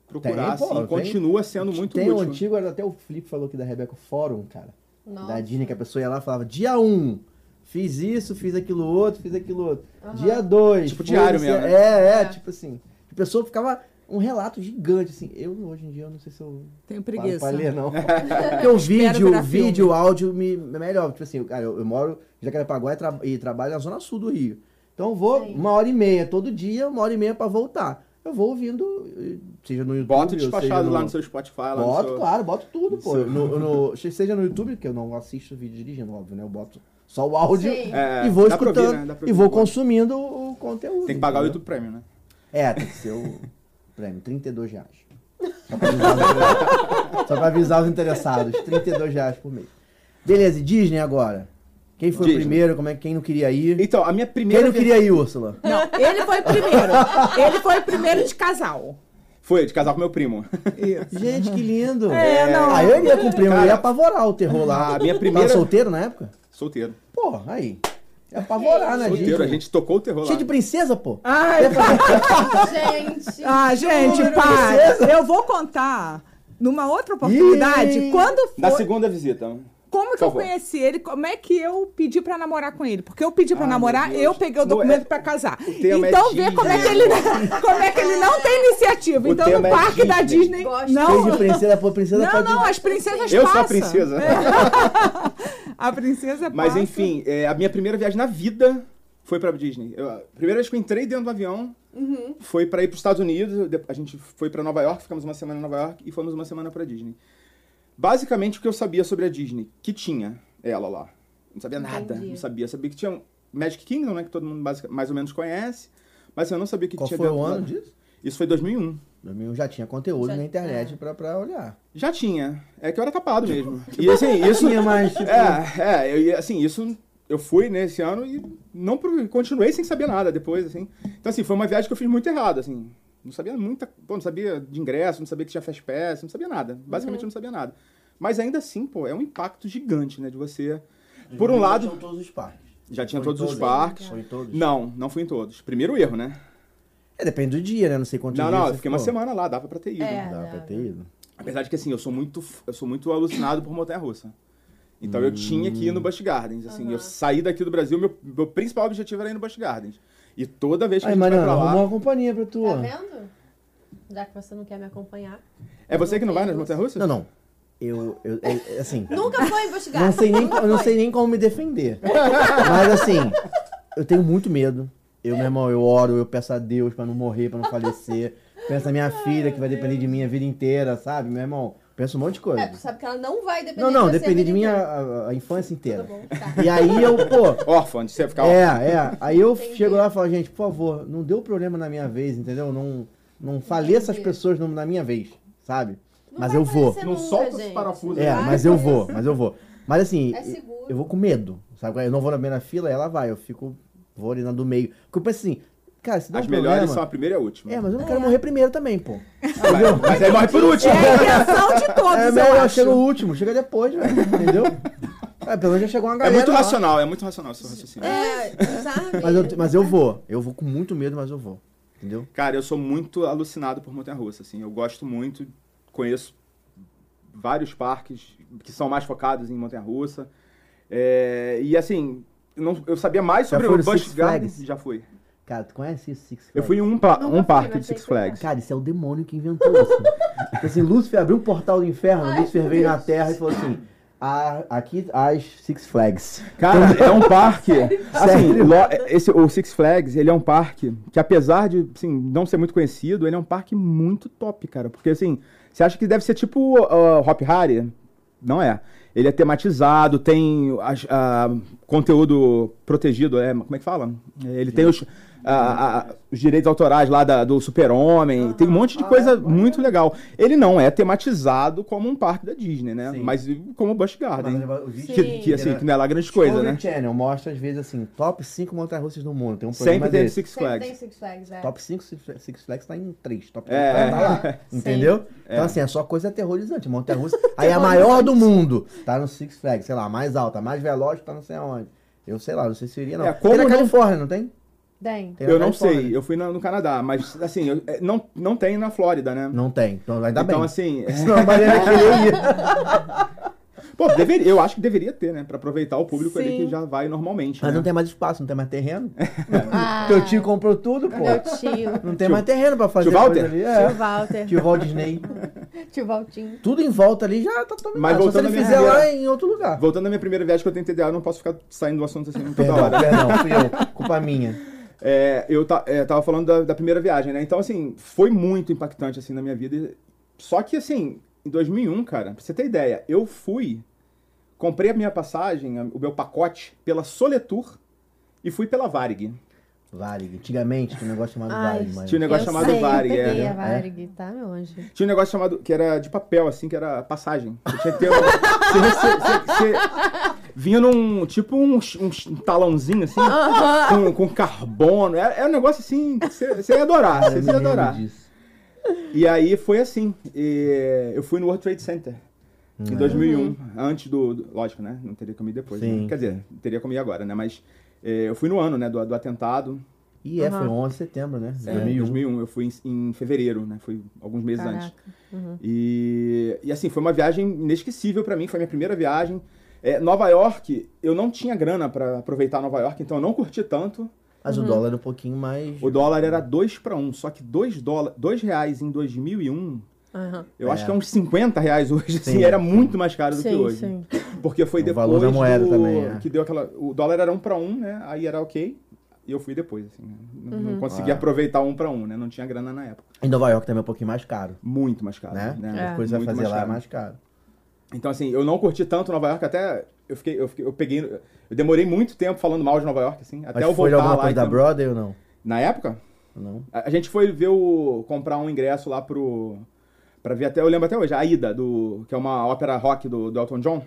procurar,
Tem, pô,
assim,
tem.
continua sendo muito
Tem o
útil.
antigo, era até o Flip falou que da Rebeca Fórum, cara.
Nossa. Ah,
Da Disney, que é a pessoa ia lá e falava, dia 1, um, fiz isso, fiz aquilo outro, fiz aquilo outro. Dia 2.
Tipo diário mesmo, né?
É, é,
É.
tipo assim. A pessoa ficava um relato gigante, assim. Eu, hoje em dia, eu não sei se eu...
Tenho
paro
preguiça.
Pra ler,
[laughs]
não. Porque o vídeo,
virar
vídeo,
filme.
áudio me é melhor. Tipo assim, cara, eu, eu moro em Jacarepaguá e, tra- e trabalho na zona sul do Rio. Então eu vou uma hora e meia todo dia, uma hora e meia pra voltar. Eu vou ouvindo, eh, seja no YouTube,
Bota
ou
despachado
seja
lá
no-
no seu Spotify, lá no
Boto,
seu...
claro, boto tudo, pô.
Isso.
No,
[laughs]
no- seja no YouTube, que eu não assisto vídeo dirigindo, óbvio, né? Eu boto só o áudio
Sim.
É,
e vou
dá pra
escutando
ouvir, né? Dá pra
e
ouvir.
vou consumindo o conteúdo.
Tem que pagar o
entendeu?
YouTube Premium, né?
É, tem que ser
[laughs]
o prêmio, 32 reais. Só pra avisar
[laughs]
os- Só pra avisar os interessados, 32 reais por mês. Beleza, e Disney agora? Quem foi
Disney.
o primeiro? Como é, que- quem não queria ir?
Então, a minha
Quem
primeira...
não queria ir, Úrsula?
Não, ele foi
[laughs]
o primeiro. Ele foi o primeiro de casal.
Foi, de casar com meu primo.
Gente, que lindo! É, não. Aí eu ia com o primo, eu ia
Cara,
apavorar o terror lá.
a minha primeira-
Tava solteiro na época?
[laughs] Solteiro.
Porra, aí. É apavorar, né,
Solteiro,
gente?
a gente tocou o terror lá.
Cheio de princesa, pô.
Ai,
Gente.
ah, gente, para. Eu vou contar numa outra oportunidade.
Ih.
Quando foi,
Na segunda visita.
como que
Por
eu
favor.
conheci ele? Como é que eu pedi pra namorar com ele? Porque eu pedi pra
Ai,
namorar,
meu Deus.
eu peguei o
Não,
documento
é-
pra casar.
o tema é
Então vê como é que
Disney.
ele como é que ele não tem iniciativa.
O
então no
tema é
parque da
Disney.
Disney,
Gosto.
não.
Cheio de princesa, pô, princesa
Não,
pode...
não, as princesas
Eu sou
passam.
a princesa.
É.
A princesa
Mas
passa.
enfim, é, a minha primeira viagem na vida foi pra Disney. Eu- a primeira vez que eu entrei dentro do avião foi pra ir pros Estados Unidos. de- A gente foi pra Nova York, ficamos uma semana em Nova York e fomos uma semana pra Disney. Basicamente o que eu sabia sobre a Disney, que tinha ela lá. Não sabia nada,
Entendi.
não sabia. Sabia que tinha um Magic Kingdom, né, que todo mundo basic- mais ou menos conhece, mas assim, eu não sabia o que
Qual
tinha
foi o
dentro da-
ano disso?
Isso foi 2001.
Eu já tinha conteúdo na internet pra, pra olhar.
Já tinha. É que eu era tapado mesmo. E
[laughs]
assim, isso.
Tipo, Tinha, mas, tipo-
É, é, eu, ia- assim, isso. Eu fui nesse ano e não pro- continuei sem saber nada depois, assim. Então, assim, foi uma viagem que eu fiz muito errada, assim. Não sabia muita. Pô, não sabia de ingresso, não sabia que tinha fast pass, não sabia nada.
Uhum.
Basicamente, eu não sabia nada. Mas ainda assim, pô, é um impacto gigante, né, de você. Por um lado.
São todos os parques.
Já tinha
Foi em
todos
todos?
os parques.
Foi em todos?
Não, não fui em todos. Primeiro erro, né?
É, depende do dia, né? Não sei quantos
Não,
dias
não,
você
eu fiquei uma
ficou.
semana lá, dava pra ter ido. né?
É.
Dá pra ter ido.
Apesar de que, assim, eu sou muito, f- eu sou muito alucinado por montanha-russa. Então, eu tinha que ir no Busch Gardens, assim. Eu saí daqui do Brasil, meu, meu principal objetivo era ir no Busch Gardens. E toda vez que
Aí,
a gente vai
Mariana,
pra lá...
arrumou uma companhia pra tu.
Tá
ó.
vendo? Já que você não quer me acompanhar.
É você que não vai nas montanhas russas?
Não, não. Eu, eu, eu- assim.
Nunca foi investigar.
Não sei nem,
Nunca
eu não
foi.
sei nem como me defender. Mas assim, eu tenho muito medo. Eu, meu irmão, eu oro, eu peço a Deus pra não morrer, pra não falecer. Penso na minha filha que vai depender de mim a vida inteira, sabe? Meu irmão, penso um monte de coisa.
É, tu sabe que ela não vai depender
não, não,
de você.
depender de mim a,
menina.
a- a infância inteira.
Tá bom, tá.
E aí eu,
[laughs]
pô,
Órfã, de você ficar órfã.
é, é. Aí eu
Entendi.
chego lá e falo, gente, por favor, não deu problema na minha vez, entendeu? Não, não faleça as
Entendi.
pessoas no- na minha vez, sabe?
Não
ah, mas
vai
eu vou.
aparecer
Não
nunca,
solta os
gente.
parafusos. né?
É,
Vai
mas eu
aparecer.
vou, mas eu vou. Mas assim,
É seguro.
eu vou com medo, sabe? Eu não vou na primeira fila, ela vai, eu fico, vou ali na do meio. Porque eu penso assim, cara, se dá
As
um
melhores
problema...
são a primeira e a última.
É, mas eu não quero morrer primeiro também, pô.
mas, mas aí morre por último.
É a intenção de
Ah,
todos,
É
eu
melhor,
acho.
chega o último, chega depois, velho,
[laughs]
entendeu? É, pelo menos já chegou uma
É
galera
muito
lá.
racional, é muito racional esse raciocínio.
É, sabe?
Mas eu, mas eu vou, eu vou com muito medo, mas eu vou, entendeu?
Cara, eu sou muito alucinado por montanha-russa, assim. Eu gosto muito, conheço vários parques que são mais focados em montanha-russa. É, e assim, eu não- eu sabia mais
Já
sobre
foi
o
no
Busch
Six Flags?
Gardens. Já fui.
Cara, tu conhece isso, Six Flags?
Eu fui em um, pa-
Nunca
um
fui,
parque
mas
de Six
sei que é.
Flags.
Cara, isso é o demônio que inventou isso. Tipo assim, Lúcifer abriu um portal do inferno,
Ai,
Lúcifer
meu
veio na
Deus.
Terra e falou assim: "Ah, aqui as Six Flags.
Cara, é um parque. Assim,
Então, [laughs] Sério?
lo- esse, o Six Flags, ele é um parque que, apesar de assim, não ser muito conhecido, ele é um parque muito top, cara. Porque, assim, você acha que deve ser tipo ah, Hop Harry? Não é. Ele é tematizado, tem as- ah, conteúdo protegido, é, como é que fala? Ele tem os, ah, ah, os direitos autorais lá da- do Super-Homem, tem um
Ah,
monte de
é?
coisa muito legal. Ele não é tematizado como um parque da Disney, né?
Sim.
Mas como o Busch Garden.
O vídeo
Que,
Sim.
que, assim, que não é lá grande coisa, né?
Discovery Channel mostra às vezes assim: top 5 montanhas russas do mundo. Tem um programa
Sempre tem
desse.
Six
Sempre tem
Flags.
Six Flags, é.
Top 5 Six Six Flags tá em 3. Top 5 tá
É.
[laughs] lá.
Sim.
Entendeu? Então, assim, é só coisa aterrorizante. Montanha
[laughs]
russa. Aí é a maior do mundo tá no Six Flags, sei lá, a mais alta, a mais veloz tá não sei aonde. Eu sei lá, não sei se seria, não.
É,
Tem
como
na
não-
Califórnia, não tem?
Tem.
Tem na
Eu não
Califórnia.
sei, eu fui na- no Canadá, mas assim, eu- é, não, não tem na Flórida, né?
Não tem. Então, ainda
então,
bem.
assim. é-
[laughs] Senão a
[laughs]
Mariana queria ir.
Pô, deveria, eu acho que deveria ter, né? Pra aproveitar o público ali
Sim.
que já vai normalmente.
Mas
né?
não tem mais espaço, não tem mais terreno.
Ah,
Teu tio comprou tudo, pô.
Meu tio.
Não tem
Tio-
mais terreno pra fazer.
Tio Walter?
coisa ali.
Tio
É.
Walter.
Tio Walt Disney.
Tio Valtinho.
Tudo em volta ali já tá tomando.
Mas
Só se ele
voltando à minha
fizer
primeira-
lá é em outro lugar.
Voltando à minha primeira viagem que eu tenho TDA, eu não posso ficar saindo do assunto assim toda
Perdão,
hora.
perdão, fui eu.
[laughs]
Culpa minha.
É, eu ta- é, tava falando da, da primeira viagem, né? Então, assim, foi muito impactante, assim, na minha vida. Só que, assim, em 2001, cara, pra você ter ideia, eu fui, comprei a minha passagem, a- o meu pacote, pela Soletour e fui pela Varig.
Varig. Antigamente tinha um negócio chamado
Ai,
Varig, mano.
Tinha um negócio
Eu
chamado
sei, eu
Varig, é.
peguei a
É.
Varig, tá, meu anjo?
Tinha um negócio chamado, que era de papel, assim, que era passagem. Você tinha que ter um, você, você- você- você- vinha num, tipo, um, um talãozinho, assim, com, com carbono. Era, era um negócio, assim, que você, você ia adorar,
Cara, eu
você
me
ia
lembro
adorar.
disso.
E aí foi assim. e eu fui no World Trade Center. Em 2001, antes do, do- Lógico, né? Não teria como ir depois.
Sim.
né? Quer dizer, teria como ir agora, né? Mas eh, eu fui no ano, né? Do, do atentado.
E é, foi
Aham.
11 de setembro, né?
É,
2001.
2001. Eu fui em, em fevereiro, né? Fui alguns meses antes.
Caraca.
E, e assim, foi uma viagem inesquecível pra mim, foi minha primeira viagem. É, Nova York, eu não tinha grana pra aproveitar Nova York, então eu não curti tanto.
Mas
Uhum.
o dólar era um pouquinho mais.
O dólar era 2 para 1, só que 2 dola- dois um reais em 2001,
Aham.
eu
É.
acho que é uns 50 reais hoje, assim,
Sim,
era
sim.
muito mais caro do que
Sim,
hoje.
sim.
Porque foi
O
depois
valor da moeda
do-
também, é.
que deu aquela... O dólar era 1 para 1, né? Aí era ok, e eu fui depois, assim. né? Não, não
Uhum.
É.
consegui aproveitar 1 para 1, né? Não tinha grana na época.
Em Nova York também é um pouquinho mais caro,
Muito mais caro,
né?
né?
As coisas a
Muito
fazer lá é
caro.
mais caro.
Então, assim, eu não curti tanto Nova York, até eu fiquei, eu fiquei- eu peguei, eu demorei muito tempo falando mal de Nova York, assim, até
Mas
eu
foi
voltar
alguma
lá. então.
coisa
e
da
tam-
Broadway ou não?
Na época,
Não.
a, a gente foi ver o, comprar um ingresso lá pro, pra ver até, eu lembro até hoje, a Ida, do, que é uma ópera rock do, do Elton John.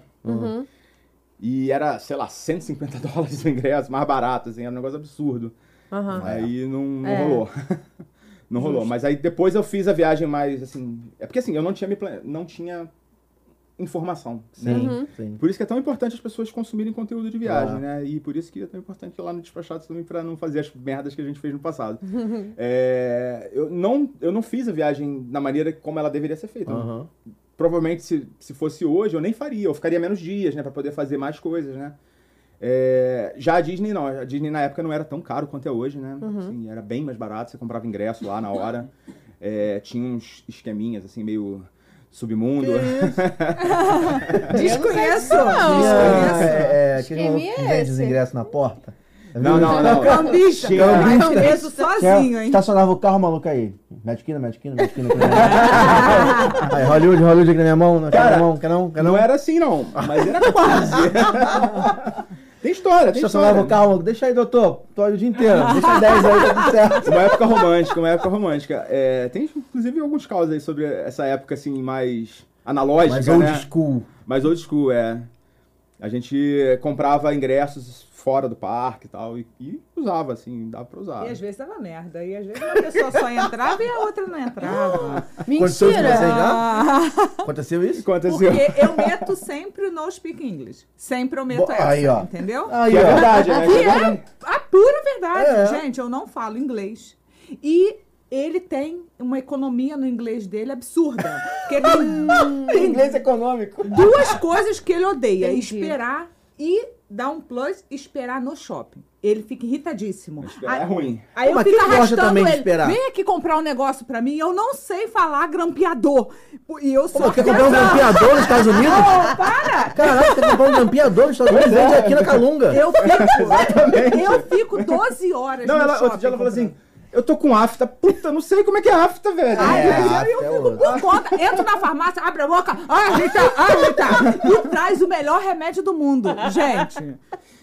E era, sei lá, 150 [laughs] dólares o ingresso, mais barato, assim, era um negócio absurdo.
Ah.
Aham.
Aí não, não
É.
rolou. [laughs] não rolou. Mas aí depois eu fiz a viagem mais, assim... É porque, assim, eu não tinha me plane... não tinha informação. né?
Sim,
Uhum.
sim.
Por isso que é tão importante as pessoas consumirem conteúdo de viagem,
Ah.
né? E por isso que é tão importante ir lá no Despachados também pra não fazer as merdas que a gente fez no passado. É, eu, não, eu não fiz a viagem da maneira como ela deveria ser feita.
Aham.
Provavelmente, se, se fosse hoje, eu nem faria. Eu ficaria menos dias, né? Pra poder fazer mais coisas, né? É, já a Disney, não. A Disney, na época, não era tão caro quanto é hoje, né? Assim, era bem mais barato. Você comprava ingresso lá na hora. é, tinha uns esqueminhas, assim, meio submundo.
Desconheço.
É, é, é, que
Esquema
não
é
vende os
esse?
ingressos na porta.
[laughs] Não, não, não.
Cambista.
Tinha-
Cambista sozinho, hein?
Estacionava o carro, maluco aí. Mediquina, mediquina, mediquina. aqui na minha mão. aí, Hollywood, Hollywood aqui na minha mão. Cara, na minha mão, quer não, quer não.
Não era assim, não. Mas
[laughs]
era quase. tem história, tem
Estacionava
história.
o carro, maluco. Deixa aí, doutor. Tô aí o dia inteiro. Deixa 10 aí, tá tudo certo.
Uma época romântica, uma época romântica. É, tem, inclusive, alguns casos aí sobre essa época, assim, mais analógica,
Mas
né?
old school.
Mas old school, é. A gente comprava ingressos fora do parque e tal, e, e usava, assim, dava pra usar.
E
Ah.
às vezes dava merda. E às vezes uma pessoa só entrava e a outra não entrava.
Aconteceu isso com vocês
Mentira!
já?
Ah, [laughs]
Aconteceu isso?
Aconteceu.
porque eu meto sempre no speak English. Sempre eu meto
Bo-
essa,
aí, ó.
é entendeu?
Aí,
Que é
ó.
verdade, né?
E é a pura verdade,
É.
gente. Eu não falo inglês. E ele tem uma economia no inglês dele absurda.
[laughs]
Porque ele tem
é Inglês econômico.
duas coisas que ele odeia:
Entendi.
esperar e dar um plus, esperar no shopping. Ele fica irritadíssimo.
Esperar é
Aí-
ruim.
Aí eu
Mas
fico
quem gosta
arrastando
também de
ele.
esperar?
Vem aqui comprar um negócio pra mim. Eu não sei falar grampeador. E eu sou.
Pô, quer comprar um
artesã.
grampeador nos Estados Unidos?
Não, para!
Caraca, quer comprar um grampeador nos Estados Unidos? Vende aqui na Calunga.
Eu
[laughs]
fico, eu fico 12 horas
[laughs] Não,
no
ela, outro
shopping
dia ela falou assim,
comprando. Ah,
eu tô com afta. Puta, não sei como é que é afta, velho.
Ai,
É,
"Ah,
mas eu,
até
eu fico por conta. Entro na farmácia, abre a boca, "Ah, ajeita, ajeita. E traz o melhor remédio do mundo. Gente,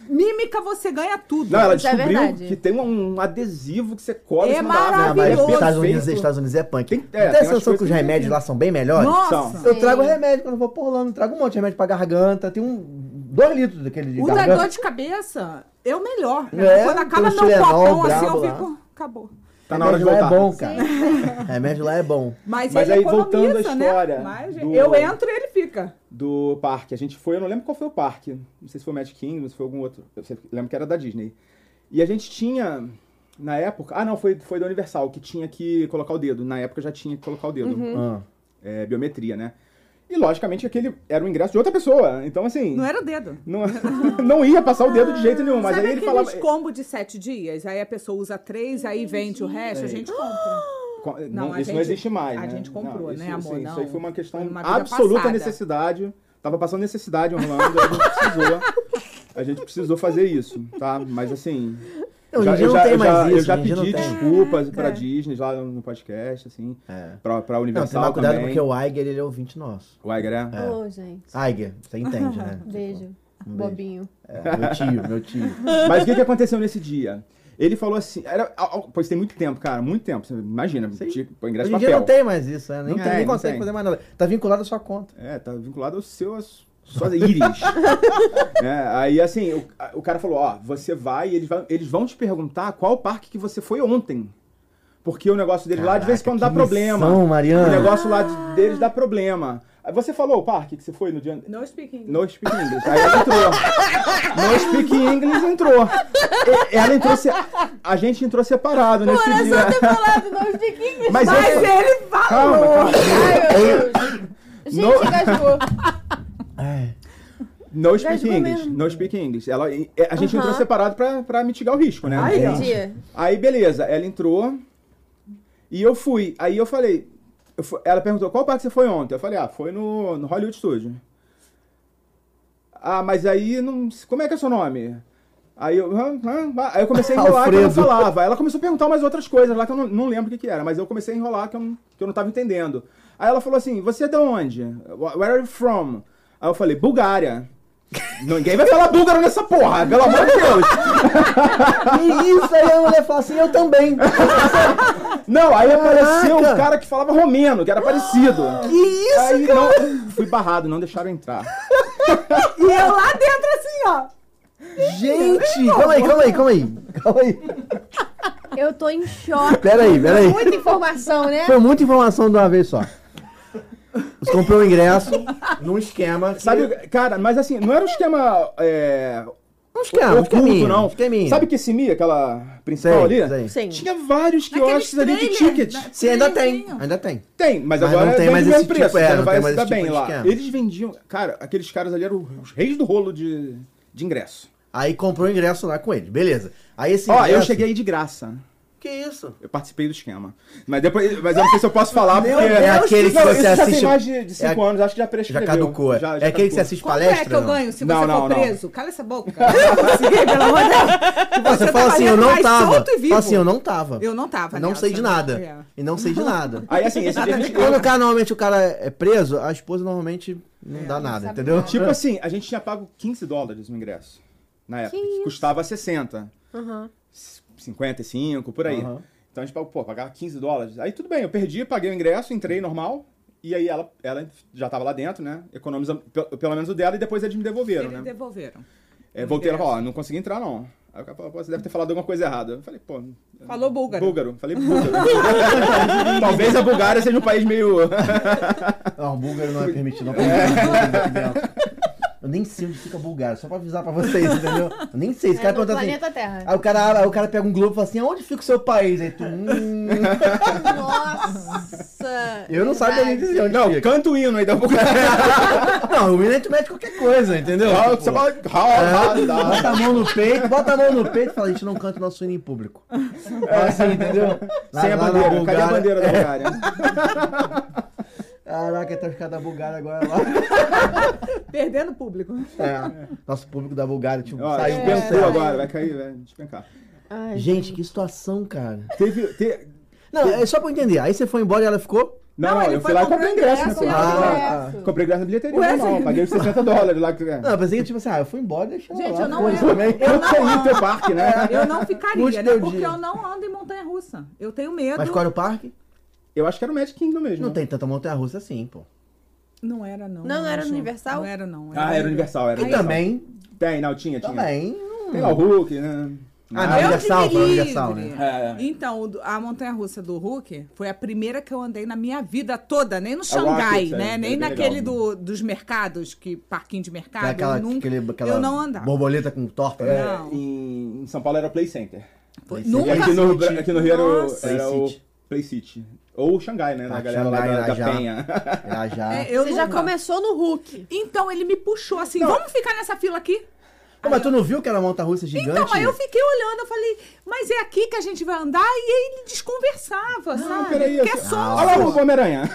mímica você ganha tudo.
Não, ela
Isso é
descobriu
verdade.
que tem um, um adesivo que você cola.
É
em cima da árvore.
Ah, mas
maravilhoso.
os Estados Unidos,
Perfeito.
Estados Unidos é punk.
Tem-
Tem, tem
é, tem
a
umas
sensação
coisas
que os
que-
remédios lá são bem melhores?
Nossa!
Eu trago remédio quando eu vou pra Orlando. Trago um monte de remédio pra garganta. Tem um... Dois litros daquele de
O da
garganta.
dor de cabeça é o melhor.
então, tá É,
Quando acaba
tem
meu
o Tylenol
copão assim,
brabo
eu
lá.
fico. Acabou.
Tá na hora de
Remédio lá
voltar.
é bom, cara. [laughs] Remédio lá é bom.
Mas,
Mas
ele
aí,
economiza,
voltando à história
né? Mas
do-
eu entro e ele fica.
do parque. A gente foi, eu não lembro qual foi o parque. Não sei se foi o Magic Kingdom, se foi algum outro. Eu sei- lembro que era da Disney. E a gente tinha, na época... Ah, não, foi, foi da Universal, que tinha que colocar o dedo. Na época já tinha que colocar o dedo.
Ah.
É, biometria, né? E, logicamente, aquele era o ingresso de outra pessoa. Então, assim...
Não era o dedo.
Não, [laughs] não ia passar o dedo de jeito nenhum. Mas
Sabe
aí ele
aqueles
falava...
combo de sete dias? Aí a pessoa usa três, aí vende o resto, a gente compra.
Co- eh,
Não,
não,
a
isso não
gente-
existe mais.
a
né?
gente comprou,
Não,
né,
isso,
amor?
sim, Isso aí
Não,
foi uma questão
foi uma vida
absoluta
passada.
necessidade. Tava passando necessidade em Orlando, a gente precisou. A gente precisou fazer isso, tá? Mas assim.
Hoje em dia não tem mais
Eu
isso,
já
hoje em dia
pedi
não tem.
desculpas
É.
pra Disney lá no podcast, assim.
É. Não,
Pra, pra
tem que
Universal
tomar cuidado
também.
porque o Iger, ele é ouvinte nosso.
O Iger, né?
Ô, gente.
Iger, você entende, né? [laughs]
Beijo.
Ah, Um beijo.
Bobinho.
É, meu tio, meu tio.
Mas o que, que aconteceu nesse dia? Ele falou assim. Era, ah, ah, pois tem muito tempo, cara, muito tempo. Você imagina, tipo, ingresso
Hoje
de
em dia
papel.
não tem mais isso, né? Nem,
Não
tem, nem
tem, não
consegue
tem.
fazer mais nada. Tá vinculado à sua conta.
É, tá vinculado ao seu, às
[laughs]
suas íris. É, aí, assim, o, a- o cara falou, ó, você vai e eles, vão- eles vão te perguntar qual parque que você foi ontem. Porque o negócio deles lá, de vez em quando, dá
que
problema.
missão, Mariana.
O negócio lá de- deles dá problema. Aí Você falou o parque que você foi no dia...
[gasps] No speaking.
No Speak English. Aí ela entrou. No Speak English entrou. E- Ela entrou... Se... A gente entrou separado nesse dia.
Falando não speak English.
Mas,
Mas
eu...
ele
Calma,
falou!
calma.
Ai, meu Deus. Gente, tipo,
No-
engasgou. [laughs]
É.
No speak
Gasgou
English.
mesmo.
No speak English. Ela, e- é, a gente entrou separado pra, pra mitigar o risco, né?
Ai,
Gente.
Tia,
Aí, beleza. Ela entrou e eu fui. Aí eu falei... eu fu- ela perguntou, qual parte você foi ontem? Eu falei, ah, foi no, no Hollywood Studio. Ah, mas aí, não, como é que é seu nome? Aí eu, hã, hã, hã? Aí eu comecei a enrolar que ela
Alfredo.
falava. Ela começou a perguntar umas outras coisas lá que eu não, não lembro o que, que era, mas eu comecei a enrolar que eu, não- que eu não tava entendendo. Aí ela falou assim: Você é de onde? Wh- Where are you from? Aí eu falei: Bulgária. [laughs] Ninguém vai falar búlgaro nessa porra, pelo amor de Deus.
E isso aí a mulher fala assim, eu [laughs] também.
Não, aí apareceu um
Caraca.
cara que falava romeno, que
[gasps]
era parecido.
Que isso?
Aí não, fui barrado, não deixaram entrar.
E eu lá dentro assim, ó.
Gente, calma aí, calma aí, calma aí. Calma aí.
eu tô em choque.
Pera aí, pera aí.
Muita informação, né?
Foi muita informação de uma vez só. Você comprou o ingresso num esquema. que-
Sabe, cara, mas assim, não era um esquema. É,
Um esquema, um
oculto,
esqueminha.
não.
um esqueminha.
Sabe que esse Mi, aquela
Sei,
principal ali?
sei.
Sim.
Tinha vários quiosques ali de ticket.
Sim, ainda tem, ainda tem.
Tem, mas,
Mas
agora
não tem
vende
mais
o mesmo
esse tipo,
preço.
é,
então
não
vai
tem
se
mais
dar
esse tipo
bem
de
lá.
esquema.
Eles vendiam. Cara, aqueles caras ali eram os reis do rolo de, de ingresso.
Aí comprou o ingresso lá com ele, beleza. Aí esse
Ó, eu
ingresso-
cheguei aí de graça.
Que isso?
Eu participei do esquema. Mas depois. Mas eu não sei se eu posso falar, porque.
Deus, É aquele que
Não,
você
isso já
assiste-
tem mais de, de cinco
é a-
anos, acho que já
Já
prescreveu.
caducou. é.
Já- já
é aquele que você
caducou.
assiste
Quanto
palestra?
é que eu
não?
ganho se
Não,
você
não,
for
não.
preso? Cala essa
[laughs]
boca. Não é possível, pelo amor de Deus.
Você, fala assim, eu
valendo
não
tá mais
tava.
solto e vivo.
Fala assim, eu não tava.
Eu não tava
Não
nessa,
sei de
né?
nada.
É.
E não sei de nada.
Aí assim, esse dia a gente-
Quando o cara, normalmente, o cara é preso, a esposa normalmente
É,
não dá nada, entendeu?
Tipo assim, a gente tinha pago 15 dólares no ingresso. Na época. Que custava 60.
Aham.
c- 55, por aí.
Aham.
Então a gente pagou, pô, pagava 15 dólares. Aí tudo bem, eu perdi, paguei o ingresso, entrei normal. E aí ela, ela já tava lá dentro, né? Economizamos pe- pelo menos o dela e depois eles me devolveram,
Eles
né?
devolveram.
É, voltei e ela falou, ó, não consegui entrar não. Aí o cara falou, pô, você deve ter falado alguma coisa errada. Eu falei, pô.
Falou búlgaro.
Búlgaro. Falei búlgaro. [laughs] Talvez a Bulgária seja um país meio.
Não, búlgaro não é permitido. Não é permitido eu nem sei onde fica búlgaro, só pra avisar pra vocês, entendeu? Eu nem sei. Esse
É
cara
no
pergunta assim.
planeta Terra.
Aí o cara, aí o cara pega um globo e fala assim: onde fica o seu país? Aí tu. Hum,
Nossa!
[laughs] eu não sabia nem dizer onde
não,
fica.
canta o hino aí da Bulgária.
[laughs] [laughs] Não, o Willian tu mete qualquer coisa, entendeu?
Ó,
Tipo,
você fala, ó, ó, dá.
Bota a mão no peito, bota a mão no peito e fala, a gente não canta o nosso hino em público. Fala assim, entendeu? Lá-
Sem a
lá na
bandeira. Cadê a
Bulgária-
bandeira
[laughs]
da Bulgária?
Caraca, até ficar é da Bulgária agora lá.
Perdendo público.
É. Nosso público da Bulgária, tipo,
Ó,
saiu do
despencou
céu.
agora, vai cair, vai despencar.
Ai,
Gente, que situação, cara.
Teve. te-
Não, é só pra eu entender. Aí você foi embora e ela ficou.
Não,
Não,
não,
ele
eu
foi
fui lá e
comprar
comprei ingresso,
ingresso,
né?
olha
pô?
o
Ah,
ingresso.
Comprei ingresso na bilheteria
Ué,
normal,
você-
paguei os 60 dólares lá. é.
Não, eu pensei que, tipo assim, ah, eu fui embora e deixei ela
Gente,
lá.
eu não
foda-se
lembro.
também.
Eu
[laughs]
não
caí no
amo.
teu parque, né?
Eu não
Muito
ficaria, né?
teu
Porque
dia.
eu não ando em montanha russa. Eu tenho medo.
Mas qual era o parque?
Eu acho que era o Magic Kingdom mesmo. né?
Não tem tanta montanha-russa assim, pô.
Não era, não.
Não, não era
acho.
Universal?
Não era, não.
Ah, era Universal, era
E
Universal.
também,
Tem, não, tinha, tinha.
também...
Tem lá o Hulk, né?
Ah, não, Universal, foi
Eu tive
Universal,
livre.
né?
É.
Então, o do- a montanha-russa do Hulk foi a primeira que eu andei na minha vida toda, nem no Xangai,
Rocket, é,
né?
é
nem
bem
naquele
legal.
do- dos mercados, que parquinho de mercado,
Tem Aquela,
eu nunca,
aquele, aquela
eu não andava.
borboleta com torta, né?
Não.
é, Em, em São Paulo era o Play Center.
Foi-
Esse
E
nunca
aqui no, aqui no Rio era, o,
Nossa.
era o
Play City.
Play City. Ou o Xangai, né? na
Ah,
galera
Xangai,
lá da, da
Irajá.
Penha.
Já, já.
É, eu
Você já
nunca.
começou no Hulk.
Então ele me puxou assim, vamos ficar nessa fila aqui?
Pô, mas tu não viu que era monta-russa gigante?
Então, aí eu fiquei olhando, eu falei, mas é aqui que a gente vai andar? E aí ele desconversava, sabe?
peraí,
Porque é
eu- Ah,
só
Olha lá o Homem-Aranha.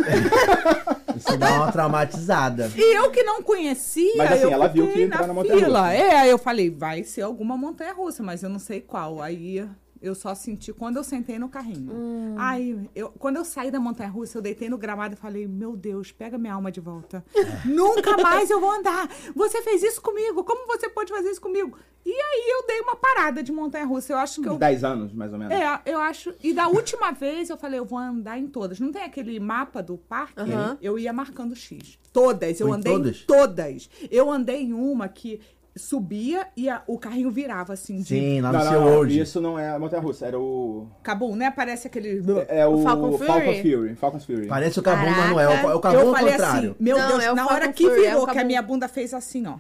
Isso dá uma traumatizada.
E eu que não conhecia,
Mas, assim,
eu
ela viu
fiquei
que entrava na montanha
fila.
russa.
É, aí eu falei, vai ser alguma montanha russa, mas eu não sei qual. Aí eu só senti quando eu sentei no carrinho. Aí, eu, quando eu saí da montanha russa, eu deitei no gramado e falei, meu Deus, pega minha alma de volta.
[laughs]
Nunca mais eu vou andar. Você fez isso comigo. Como você pode fazer isso comigo? E aí eu dei uma parada de montanha russa. Eu acho que eu
10 anos, mais ou menos.
é, eu acho. E da última vez eu falei, eu vou andar em todas. Não tem aquele mapa do parque?
Aham.
Eu ia marcando X. Todas. Eu
Foi em
andei
todas?
em todas. Eu andei em uma que subia e a- o carrinho virava assim de
Sim, lá no
Não,
seu
não, não,
World.
isso não é a Montanha Russa, era o.
Cabum, né? Parece aquele.
É o,
Falcon
Falcon,
Fury?
Fury. Falcon's Fury.
Parece o Cabum, mas não
Caraca.
é. É o
eu
Cabum ao
falei
contrário.
assim, meu
Não,
Deus,
é o
na
Falcon
hora que
Fury, é o
virou, que a
Cabum.
minha bunda fez assim, ó.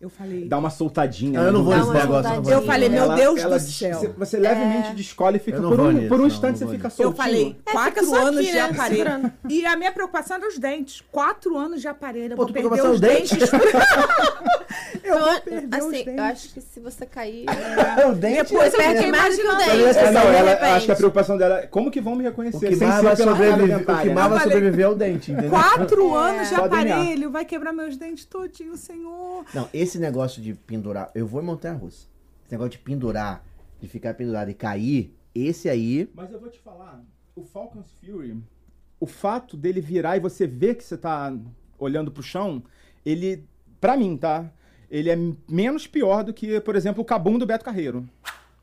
Eu falei.
Dá uma soltadinha.
Ah, eu
né?
não vou
Dá
nesse
uma
negócio. eu não vou
Eu
nesse
falei,
negócio.
meu Deus
ela-
do céu. É.
Você, você levemente descola e fica.
Eu não
Por
vou
um,
nisso,
por um
não,
instante
não
você
vou
fica soltinho.
Eu falei,
É, fica
quatro
só
anos
aqui,
de
né,
aparelho.
segurando.
E a minha preocupação era os dentes. Quatro anos de aparelho. Eu
Pô,
vou
tu vai
perder
passar
os
o dente?
dentes. eu vou perder os
assim,
dentes.
eu acho que se você cair.
O dente
Depois eu
é-
fiquei
Perde mais do que o
imaginando.
dente.
É, não,
de
ela,
repente.
acho que a preocupação dela é como que vão me
O
reconhecer
que
sem
mais
ser
vai
pela
sobreviver,
dentária,
o que
né?
mais vai
falei-
sobreviver é o dente, entendeu?
Quatro anos de
Só DNA.
aparelho. Vai quebrar meus dentes todinho, senhor.
Não, esse negócio de pendurar, eu vou em montanha russa. Esse negócio de pendurar, de ficar pendurado e cair, esse aí.
Mas eu vou te falar, o Falcon's Fury, o fato dele virar e você ver que você tá olhando pro chão, ele, pra mim, tá? Ele é menos pior do que, por exemplo, o Cabum do Beto Carreiro.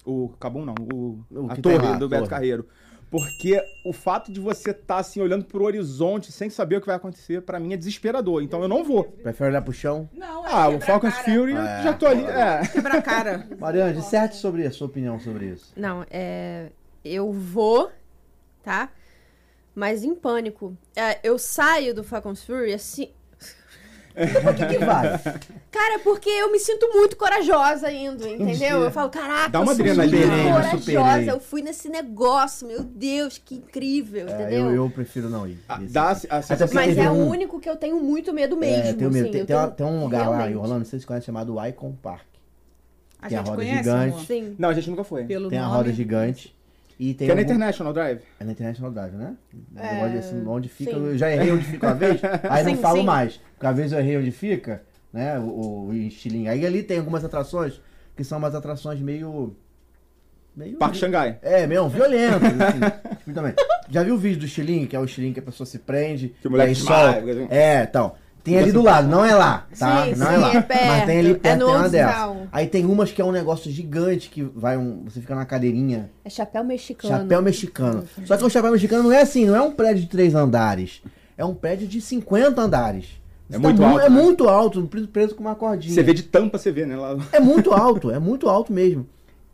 O Cabum não, o,
O
a
que tá
torre
tem lá, a
do Beto
torre.
Carreiro. Porque o fato de você estar tá, assim olhando pro horizonte sem saber o que vai acontecer, pra mim é desesperador. Então eu não vou.
Prefere olhar pro chão?
Não, é
Ah, o
quebrar
Falcon's
cara.
Fury, eu já tô ali. É.
Quebrar a cara.
Mariana, disserte sobre isso, sua opinião sobre isso.
Não, é. Eu vou, tá? Mas em pânico. É, eu saio do Falcon's Fury assim.
Por que, que vai?
Cara, é porque eu me sinto muito corajosa indo, entendeu? Eu falo, caraca,
Dá uma
eu sou
adrenalina,
muito
né? Eu
corajosa.
superei.
Eu fui nesse negócio, meu Deus, que incrível,
É,
entendeu?
eu, eu prefiro não ir.
Ah,
Esse-
dá a- a
Até porque
Mas
teve
é o
um-
único que eu tenho muito medo
É,
mesmo.
tem, um-
assim,
tem,
eu
tem uma-
tenho-
tem um lugar lá em
realmente.
Orlando, vocês conhecem, chamado Icon Park.
A
Tem a
gente
roda
conhece,
gigante.
amor?
Sim.
Não, a gente nunca foi.
Pelo
Tem a
nome.
roda gigante. E tem
Que é na
algum-
International Drive.
É na International Drive, né? O
É,
negócio desse, onde fica.
sim.
Eu já errei onde fica uma vez, aí
Sim,
não falo
sim.
mais. Porque às vezes eu errei onde fica, né? O, o estilingue. Aí ali tem algumas atrações que são umas atrações meio. meio
Parque Xangai.
É, meio violento,
[laughs]
assim. Tipo, também. Já viu o vídeo do estilingue, que é o estilingue que a pessoa se prende.
Que o moleque
e aí
esmaga,
solta?
assim.
É, então. Tem ali do lado, não é lá, tá?
Sim,
não
sim,
é lá.
é perto.
Mas tem
É
ali perto, tem
no
uma
outro
dessa.
town.
Aí tem umas que é um negócio gigante que vai um. Você fica na cadeirinha.
É chapéu mexicano.
Chapéu mexicano. Só que o chapéu mexicano não é assim, não é um prédio de três andares. É um prédio de 50 andares.
É muito
mu-
alto,
É
né?
muito alto, preso, preso com uma cordinha.
Você vê de tampa, você vê, né? Lá...
É muito alto, é muito alto mesmo.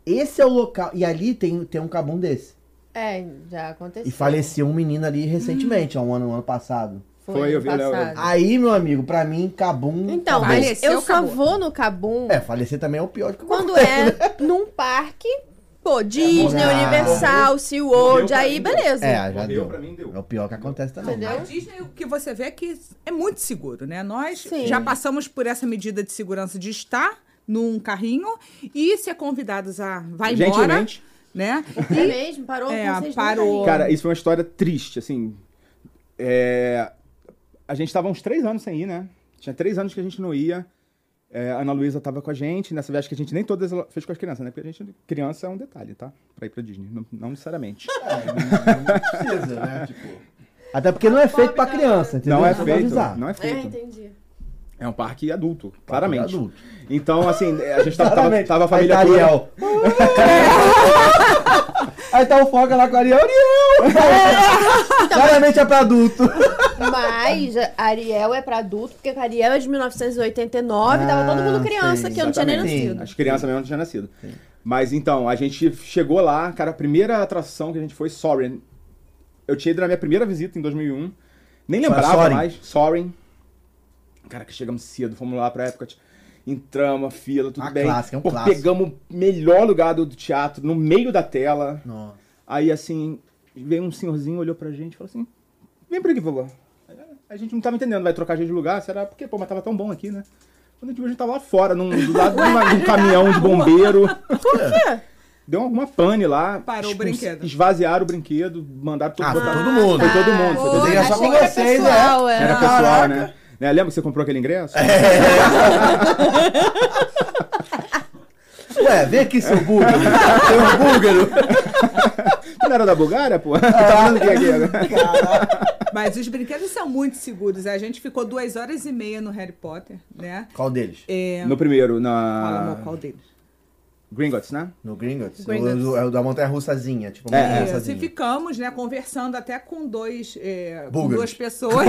Esse é o local. E ali tem, tem um cabum desse.
É, já aconteceu.
E faleceu um menino ali recentemente, há um ano, um ano passado.
Foi,
no
eu vi, eu- eu-
passado.
Aí, meu amigo, pra mim, cabum.
Então,
acabou.
mas eu
Faleceu,
só
acabou.
vou no Cabum
É, falecer também é o pior de que
quando
acontece, né?
é num parque, pô, Disney,
Ah,
Universal, SeaWorld,
pra
aí
mim.
beleza.
É, já
Morreu,
deu.
pra mim, deu.
É o pior que acontece também.
Entendeu?
A Disney, o que você vê é que é muito seguro, né? Nós
Sim.
já passamos por essa medida de segurança de estar num carrinho e ser convidados a vai embora,
Gentilmente.
né?
É mesmo? Parou
É,
vocês
parou.
parou.
Cara, isso foi uma história triste, assim. É, A gente tava uns três anos sem ir, né? Tinha três anos que a gente não ia. É, a Ana Luísa tava com a gente. Nessa viagem que a gente nem todas ela fez com as crianças, né? Porque a gente... Criança é um detalhe, tá? Pra ir pra Disney. Não, não necessariamente.
É, precisa, né? Tipo... Até porque não é feito pra criança, entendeu?
Ah, não é
Só pra
feito.
avisar.
Não é
É,
feito.
entendi.
É um parque adulto, claramente.
adulto.
Então, assim, é, a gente tava, tava,
Claramente.
tava a
Aí
família
tá
toda. [laughs]
Ariel. Aí tá o Foca lá com a Ariel. Ariel!
Então,
Claramente é pra adulto.
Mas a Ariel é pra adulto, porque a Ariel é de 1989, tava todo mundo
Ah,
criança,
sim,
que eu não tinha nem
exatamente.
nascido.
As crianças mesmo não tinham nascido. Mas então, a gente chegou lá, cara, a primeira atração que a gente foi, Soren. Eu tinha ido na minha primeira visita em 2001. Nem
Foi a
lembrava
Soarin'?
mais. Soren. Caraca, chegamos cedo, fomos lá pra Epcot. Entramos, fila, tudo
Uma
bem.
clássica, é um
Pô,
clássico.
Pegamos o melhor lugar do do teatro, no meio da tela.
Nossa.
Aí, assim, veio um senhorzinho, olhou pra gente e falou assim: Vem pra aqui, por favor. A gente não tava entendendo, vai trocar a gente de lugar? Será? Porque, pô, mas tava tão bom aqui, né? Quando a gente viu, a gente tava lá fora, num, do lado de, uma- de um caminhão
[laughs]
de bombeiro.
Por quê?
Deu alguma pane lá.
Parou o brinquedo.
Esvaziaram o brinquedo, mandaram todo
Ah, foi
botar-
todo mundo.
Foi todo
Ah,
mundo. foi
Eu
todo
diria
mundo.
só
achei
com
que era
vocês,
pessoal,
né?
é.
[laughs] Era pessoal, né? né? Lembra que você comprou
[laughs]
aquele ingresso?
É, Ué, vem aqui, seu búlgaro. seu búlgaro.
[laughs] Tu não era da Bulgária,
Ah.
pô? [laughs] tá vendo o que é aqui agora?
[laughs] Mas os brinquedos são muito seguros. A gente ficou duas horas e meia no Harry Potter, né?
Qual deles?
É,
No Ah. primeiro,
Fala meu
na.
qual deles.
Gringotts, né?
No Gringotts?
Gringotts.
O, o- é o da montanha russazinha. Tipo,
É,
montanha
é.
Isso, e
russazinha.
assim ficamos, né, conversando até com dois, é, com
Búlgaros.
duas
[laughs]
pessoas.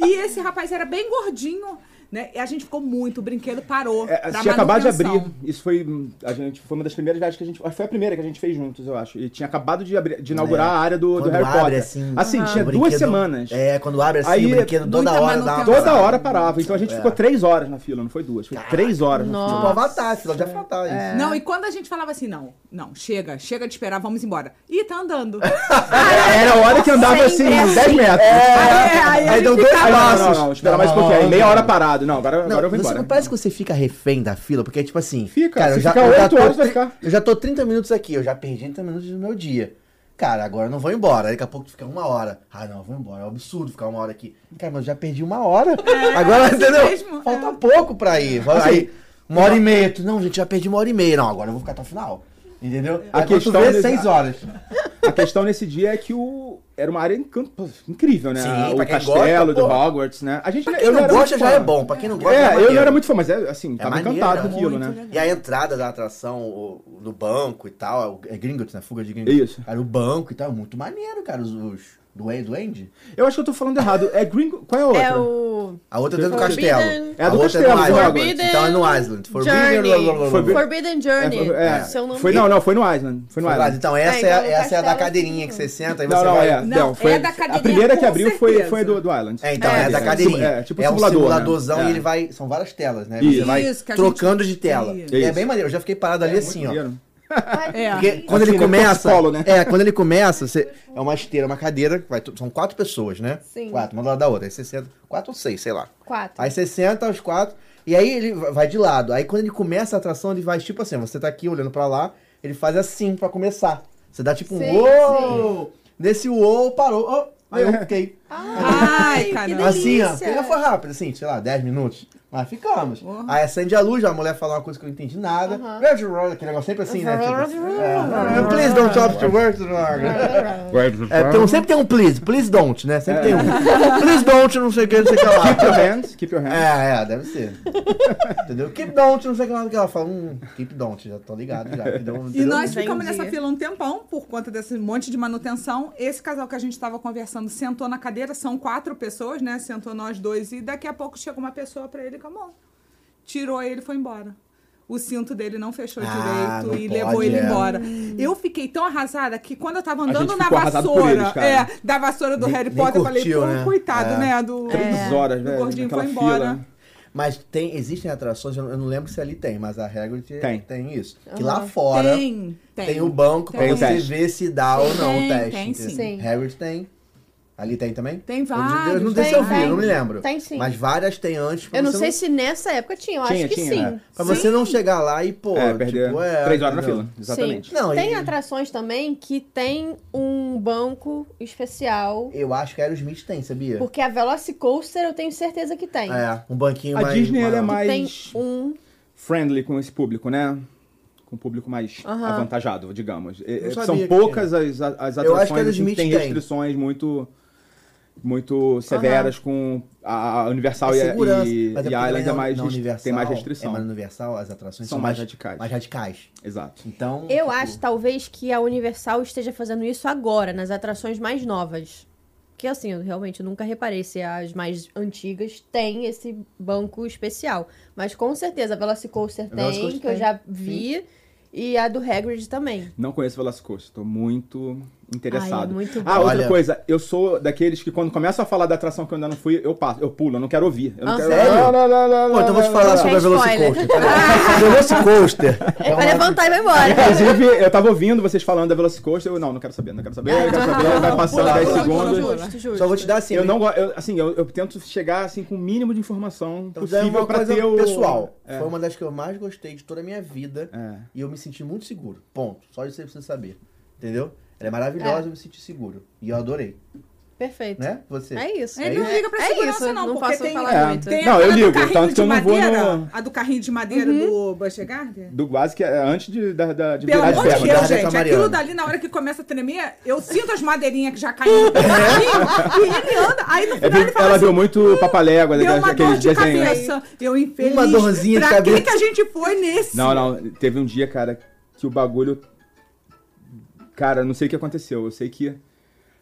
e esse rapaz era bem gordinho, né? E a gente ficou muito, o brinquedo parou.
É,
pra
tinha acabado de
manutenção.
abrir. Isso foi. hum, A gente, foi uma das primeiras viagens que a gente. acho que Foi a primeira que a gente fez juntos, eu acho. E tinha acabado de, abrir, de inaugurar
É.
a área do, do
Quando
Harry
abre,
Potter.
assim, o
tinha duas
brinquedo-
semanas.
É, quando abre assim,
Aí,
o brinquedo É. toda
muita
hora dá uma
manutenção.
Toda
passada.
hora parava. Então a gente ficou três horas na fila, não foi duas. Foi três horas na
Tipo,
fila.
avatar, filho de avatar.
É.
isso.
É. Não, e quando a gente falava assim, não, não, chega, chega de esperar, vamos embora. Ih, tá
[laughs]
andando.
Era a hora que andava assim,
Sempre assim.
10 metros.
É.
aí a gente
deu dois
Aí, não, não,
passos.
não, não, espera mais um pouquinho. Aí, meia hora parado. Não, agora,
Não,
agora eu vou
você
embora.
não parece que você fica refém da fila, porque tipo assim.
Fica,
Cara,
se
eu já,
ficar
eu já
oito
tô,
horas, vai
tri-
ficar.
Eu já tô 30 minutos aqui, eu já perdi 30 minutos do meu dia. Cara, agora eu não vou embora. Daqui a pouco tu fica uma hora. Ah, não, eu vou embora. É um absurdo ficar uma hora aqui. Cara, mas eu já perdi uma hora.
É,
agora,
assim
entendeu?
mesmo,
Falta pouco pra ir. Vai-
Assim,
aí, uma hora e meia. Tu, não, gente, já perdi uma hora e meia. Não, agora eu vou ficar até o final. Entendeu?
A
Aí quando tu
questão é
vê,
desse-
seis horas.
[laughs] A questão nesse dia é que o. Era uma área encan- pô, incrível, né?
Sim, pra
o
quem
castelo
gosta,
do
pô.
Hogwarts, né? A gente
Pra quem não
era
gosta
muito
já
fã.
é bom. Pra quem não gosta
É, eu não
maneiro.
era muito fã, mas é, assim,
É
tava
maneiro,
encantado com
né?
aquilo,
Muito
né?
E a entrada da atração o- no banco e tal, é Gringotts, né? Fuga de Gringotts.
Isso.
Cara, o banco e tal, é muito maneiro, cara, os, os duende, duende.
Eu acho que eu tô falando errado. É Gringo. Qual é a outra?
É o.
A outra é dentro do
Forbidden-
castelo.
É a do
a outra
castelo,
é no Island.
Forbidden
Então é no Island.
Journey.
blá, blá, blá, blá, blá.
Forbi-
Forbidden Journey.
É, é.
Se eu não
Foi,
me-
não, não, foi no Island. Foi no
Foi lá.
Island.
Então essa,
É,
é,
então no
essa é a da
castelo-
cadeirinha que você senta e você
Não, não,
vai...
é.
Não,
Não, foi
é da
a
cadeirinha,
primeira que
com
abriu foi,
certeza.
foi do, do Island.
É, então, é, a da cadeirinha.
É, tipo
é um
simulador, né?
simuladorzão
É.
e ele vai. São várias telas, né?
Isso.
Você vai
Isso, que a gente-
trocando de tela.
Isso.
E é bem maneiro. Eu já fiquei parado ali assim, ó.
Maneiro.
É.
Porque
Ah,
quando
Assim,
ele
né?
começa.
Torcicolo, né?
É, quando ele começa, você- é uma esteira, uma cadeira, que vai to- são quatro pessoas, né?
Sim.
Quatro, uma do lado da outra. Aí você senta. Quatro ou seis, sei lá.
Quatro.
Aí você senta os quatro, e aí ele va- vai de lado. Aí quando ele começa a atração, ele vai tipo assim: você tá aqui olhando pra lá, ele faz assim pra começar. Você dá tipo um
Sim,
uou! Nesse uou, parou. ó,
[laughs]
aí eu fiquei.
Ai,
que
caramba.
assim, ó.
delícia.
Já foi rápido, assim, sei lá, 10 minutos. Mas ficamos. Aí acende a luz, a mulher fala uma coisa que eu não entendi nada. Aquele negócio sempre assim, né? Tipo, é, please don't talk to words. É, tem um- sempre tem um please, please don't, né? Sempre tem um. Please don't, não sei o que, não sei o que lá.
Ah, Keep your hands, keep your hands.
É, é, deve ser. entendeu? Keep don't, não sei o que lá que ela fala. Hum, keep don't, já tô ligado já. Keep don't,
E
entendeu?
nós ficamos
Entendi.
nessa fila um tempão por conta desse monte de manutenção. Esse casal que a gente estava conversando sentou na cadeira, são quatro pessoas, né? Sentou nós dois e daqui a pouco chegou uma pessoa pra ele com a mão. Tirou ele e foi embora. O cinto dele não fechou
Ah,
direito
não pode,
e levou ele
é.
embora. Eu fiquei tão arrasada que quando eu tava andando
gente
na
ficou arrasado por
vassoura,
eles, cara.
é, da vassoura do
Nem-
Harry
nem
Potter, eu
curtiu,
falei, pô,
né?
coitado,
É.
né? Do,
Três horas,
do
velho,
gordinho
naquela
foi embora.
fila.
Mas tem, existem atrações, eu não- eu não lembro se ali tem, mas a Hagrid tem,
Tem.
tem isso. Que lá fora tem,
Tem, tem.
o banco
Tem
pra
o
você
teste.
ver se dá ou não
Tem,
o teste.
tem
entendeu?
sim.
Sim.
Hagrid tem. Ali tem também?
Tem
Eu não- Eu
vários,
não sei se eu
tem,
vi, eu não
tem.
me lembro.
Tem sim.
Mas várias tem antes. pra
Eu não
você
sei se nessa época tinha, eu
Tinha,
acho que
tinha,
sim.
né?
Pra você não chegar lá e, pô,
É, perder
tipo, é,
três horas na
entendeu?
fila. Exatamente.
Sim.
Não,
tem
e-
atrações também que tem um banco especial.
Eu acho que a Aerosmith tem, sabia?
Porque a Velocicoaster eu tenho certeza que tem.
É, um banquinho
A
mais...
Disney ela é
maior.
mais
Tem um.
friendly com esse público, né? Com o público mais
Aham.
avantajado, digamos. E-
Eu
e-
sabia
São
que
poucas as, as
Eu acho que a
atrações assim, que
Smith
têm
tem.
restrições muito, muito severas com a a Universal
É
e a-
segurança.
e,
mas é
e a
porque
Island é
na-
mais,
na
restri- tem
Universal-
mais
É,
restrição.
mas na Universal as atrações
São mais radicais.
Mais radicais.
Exato.
Então...
Eu
tipo,
acho, talvez, que a Universal esteja fazendo isso agora, nas atrações mais novas. Que assim, eu realmente nunca reparei se as mais antigas têm esse banco especial. Mas com certeza a Velocicoaster tem,
Velocicoaster
que eu
tem.
já vi. E a do Hagrid também.
Não conheço Velascoz, estou muito
Ai,
interessado.
é muito bom.
ah, outra
Olha.
coisa, eu sou daqueles que quando começa a falar da atração que eu ainda não fui, eu passo, eu pulo, eu não quero ouvir. Eu não
Ah,
quero...
sério?
Não, não, não, não,
Pô, então eu vou te
não,
falar
não.
sobre a
spoiler.
Velocicoaster. A Velocicoaster.
É pra
Então,
levantar e vai
É
embora.
Inclusive, eu tava ouvindo vocês falando da Velocicoaster, eu não, não quero saber, não quero saber, não quero saber, vai passando
pula,
10
pula, pula,
segundos.
Justo, justo.
Só vou te dar assim...
Eu não gosto, eu- assim, eu, eu tento chegar assim com o mínimo de informação
Então, daí é
possível
uma
pra
coisa
ter o
pessoal.
É,
Foi uma das que eu mais gostei de toda a minha vida.
É.
E eu me senti muito seguro. Ponto. Só isso aí pra você saber. Entendeu? Ela é maravilhosa, eu me senti seguro. E eu adorei.
Perfeito.
Né? Você.
É isso.
Ele não
É
liga pra
É
segurança,
isso,
não,
não
porque
posso
tem,
falar
é,
muito.
tem
Não, eu
aquela do
ligo,
carrinho
tanto
de
que eu não vou
madeira,
[laughs] no-
A do carrinho de madeira
Uhum.
do Busch Garden?
do quase que é antes de, da, da- de
Pelo
virar de tá
amor de
perna.
Deus,
Garden com a
gente.
Mariana.
Aquilo dali, na hora que começa a tremer, eu sinto as madeirinhas que já caíram do carrinho. e ele anda. Aí no
É,
final
viu-
ele fala
ela
assim,
viu muito papalégua
deu
daqueles
uma dor
daqueles
de
desenhos.
assim,
cabeça. Eu infeliz.
Uma dorzinha de
pra que
cabeça.
que a gente foi nesse?
Não, não, teve um dia, cara, que o bagulho. Cara, não sei o que aconteceu. Eu sei que.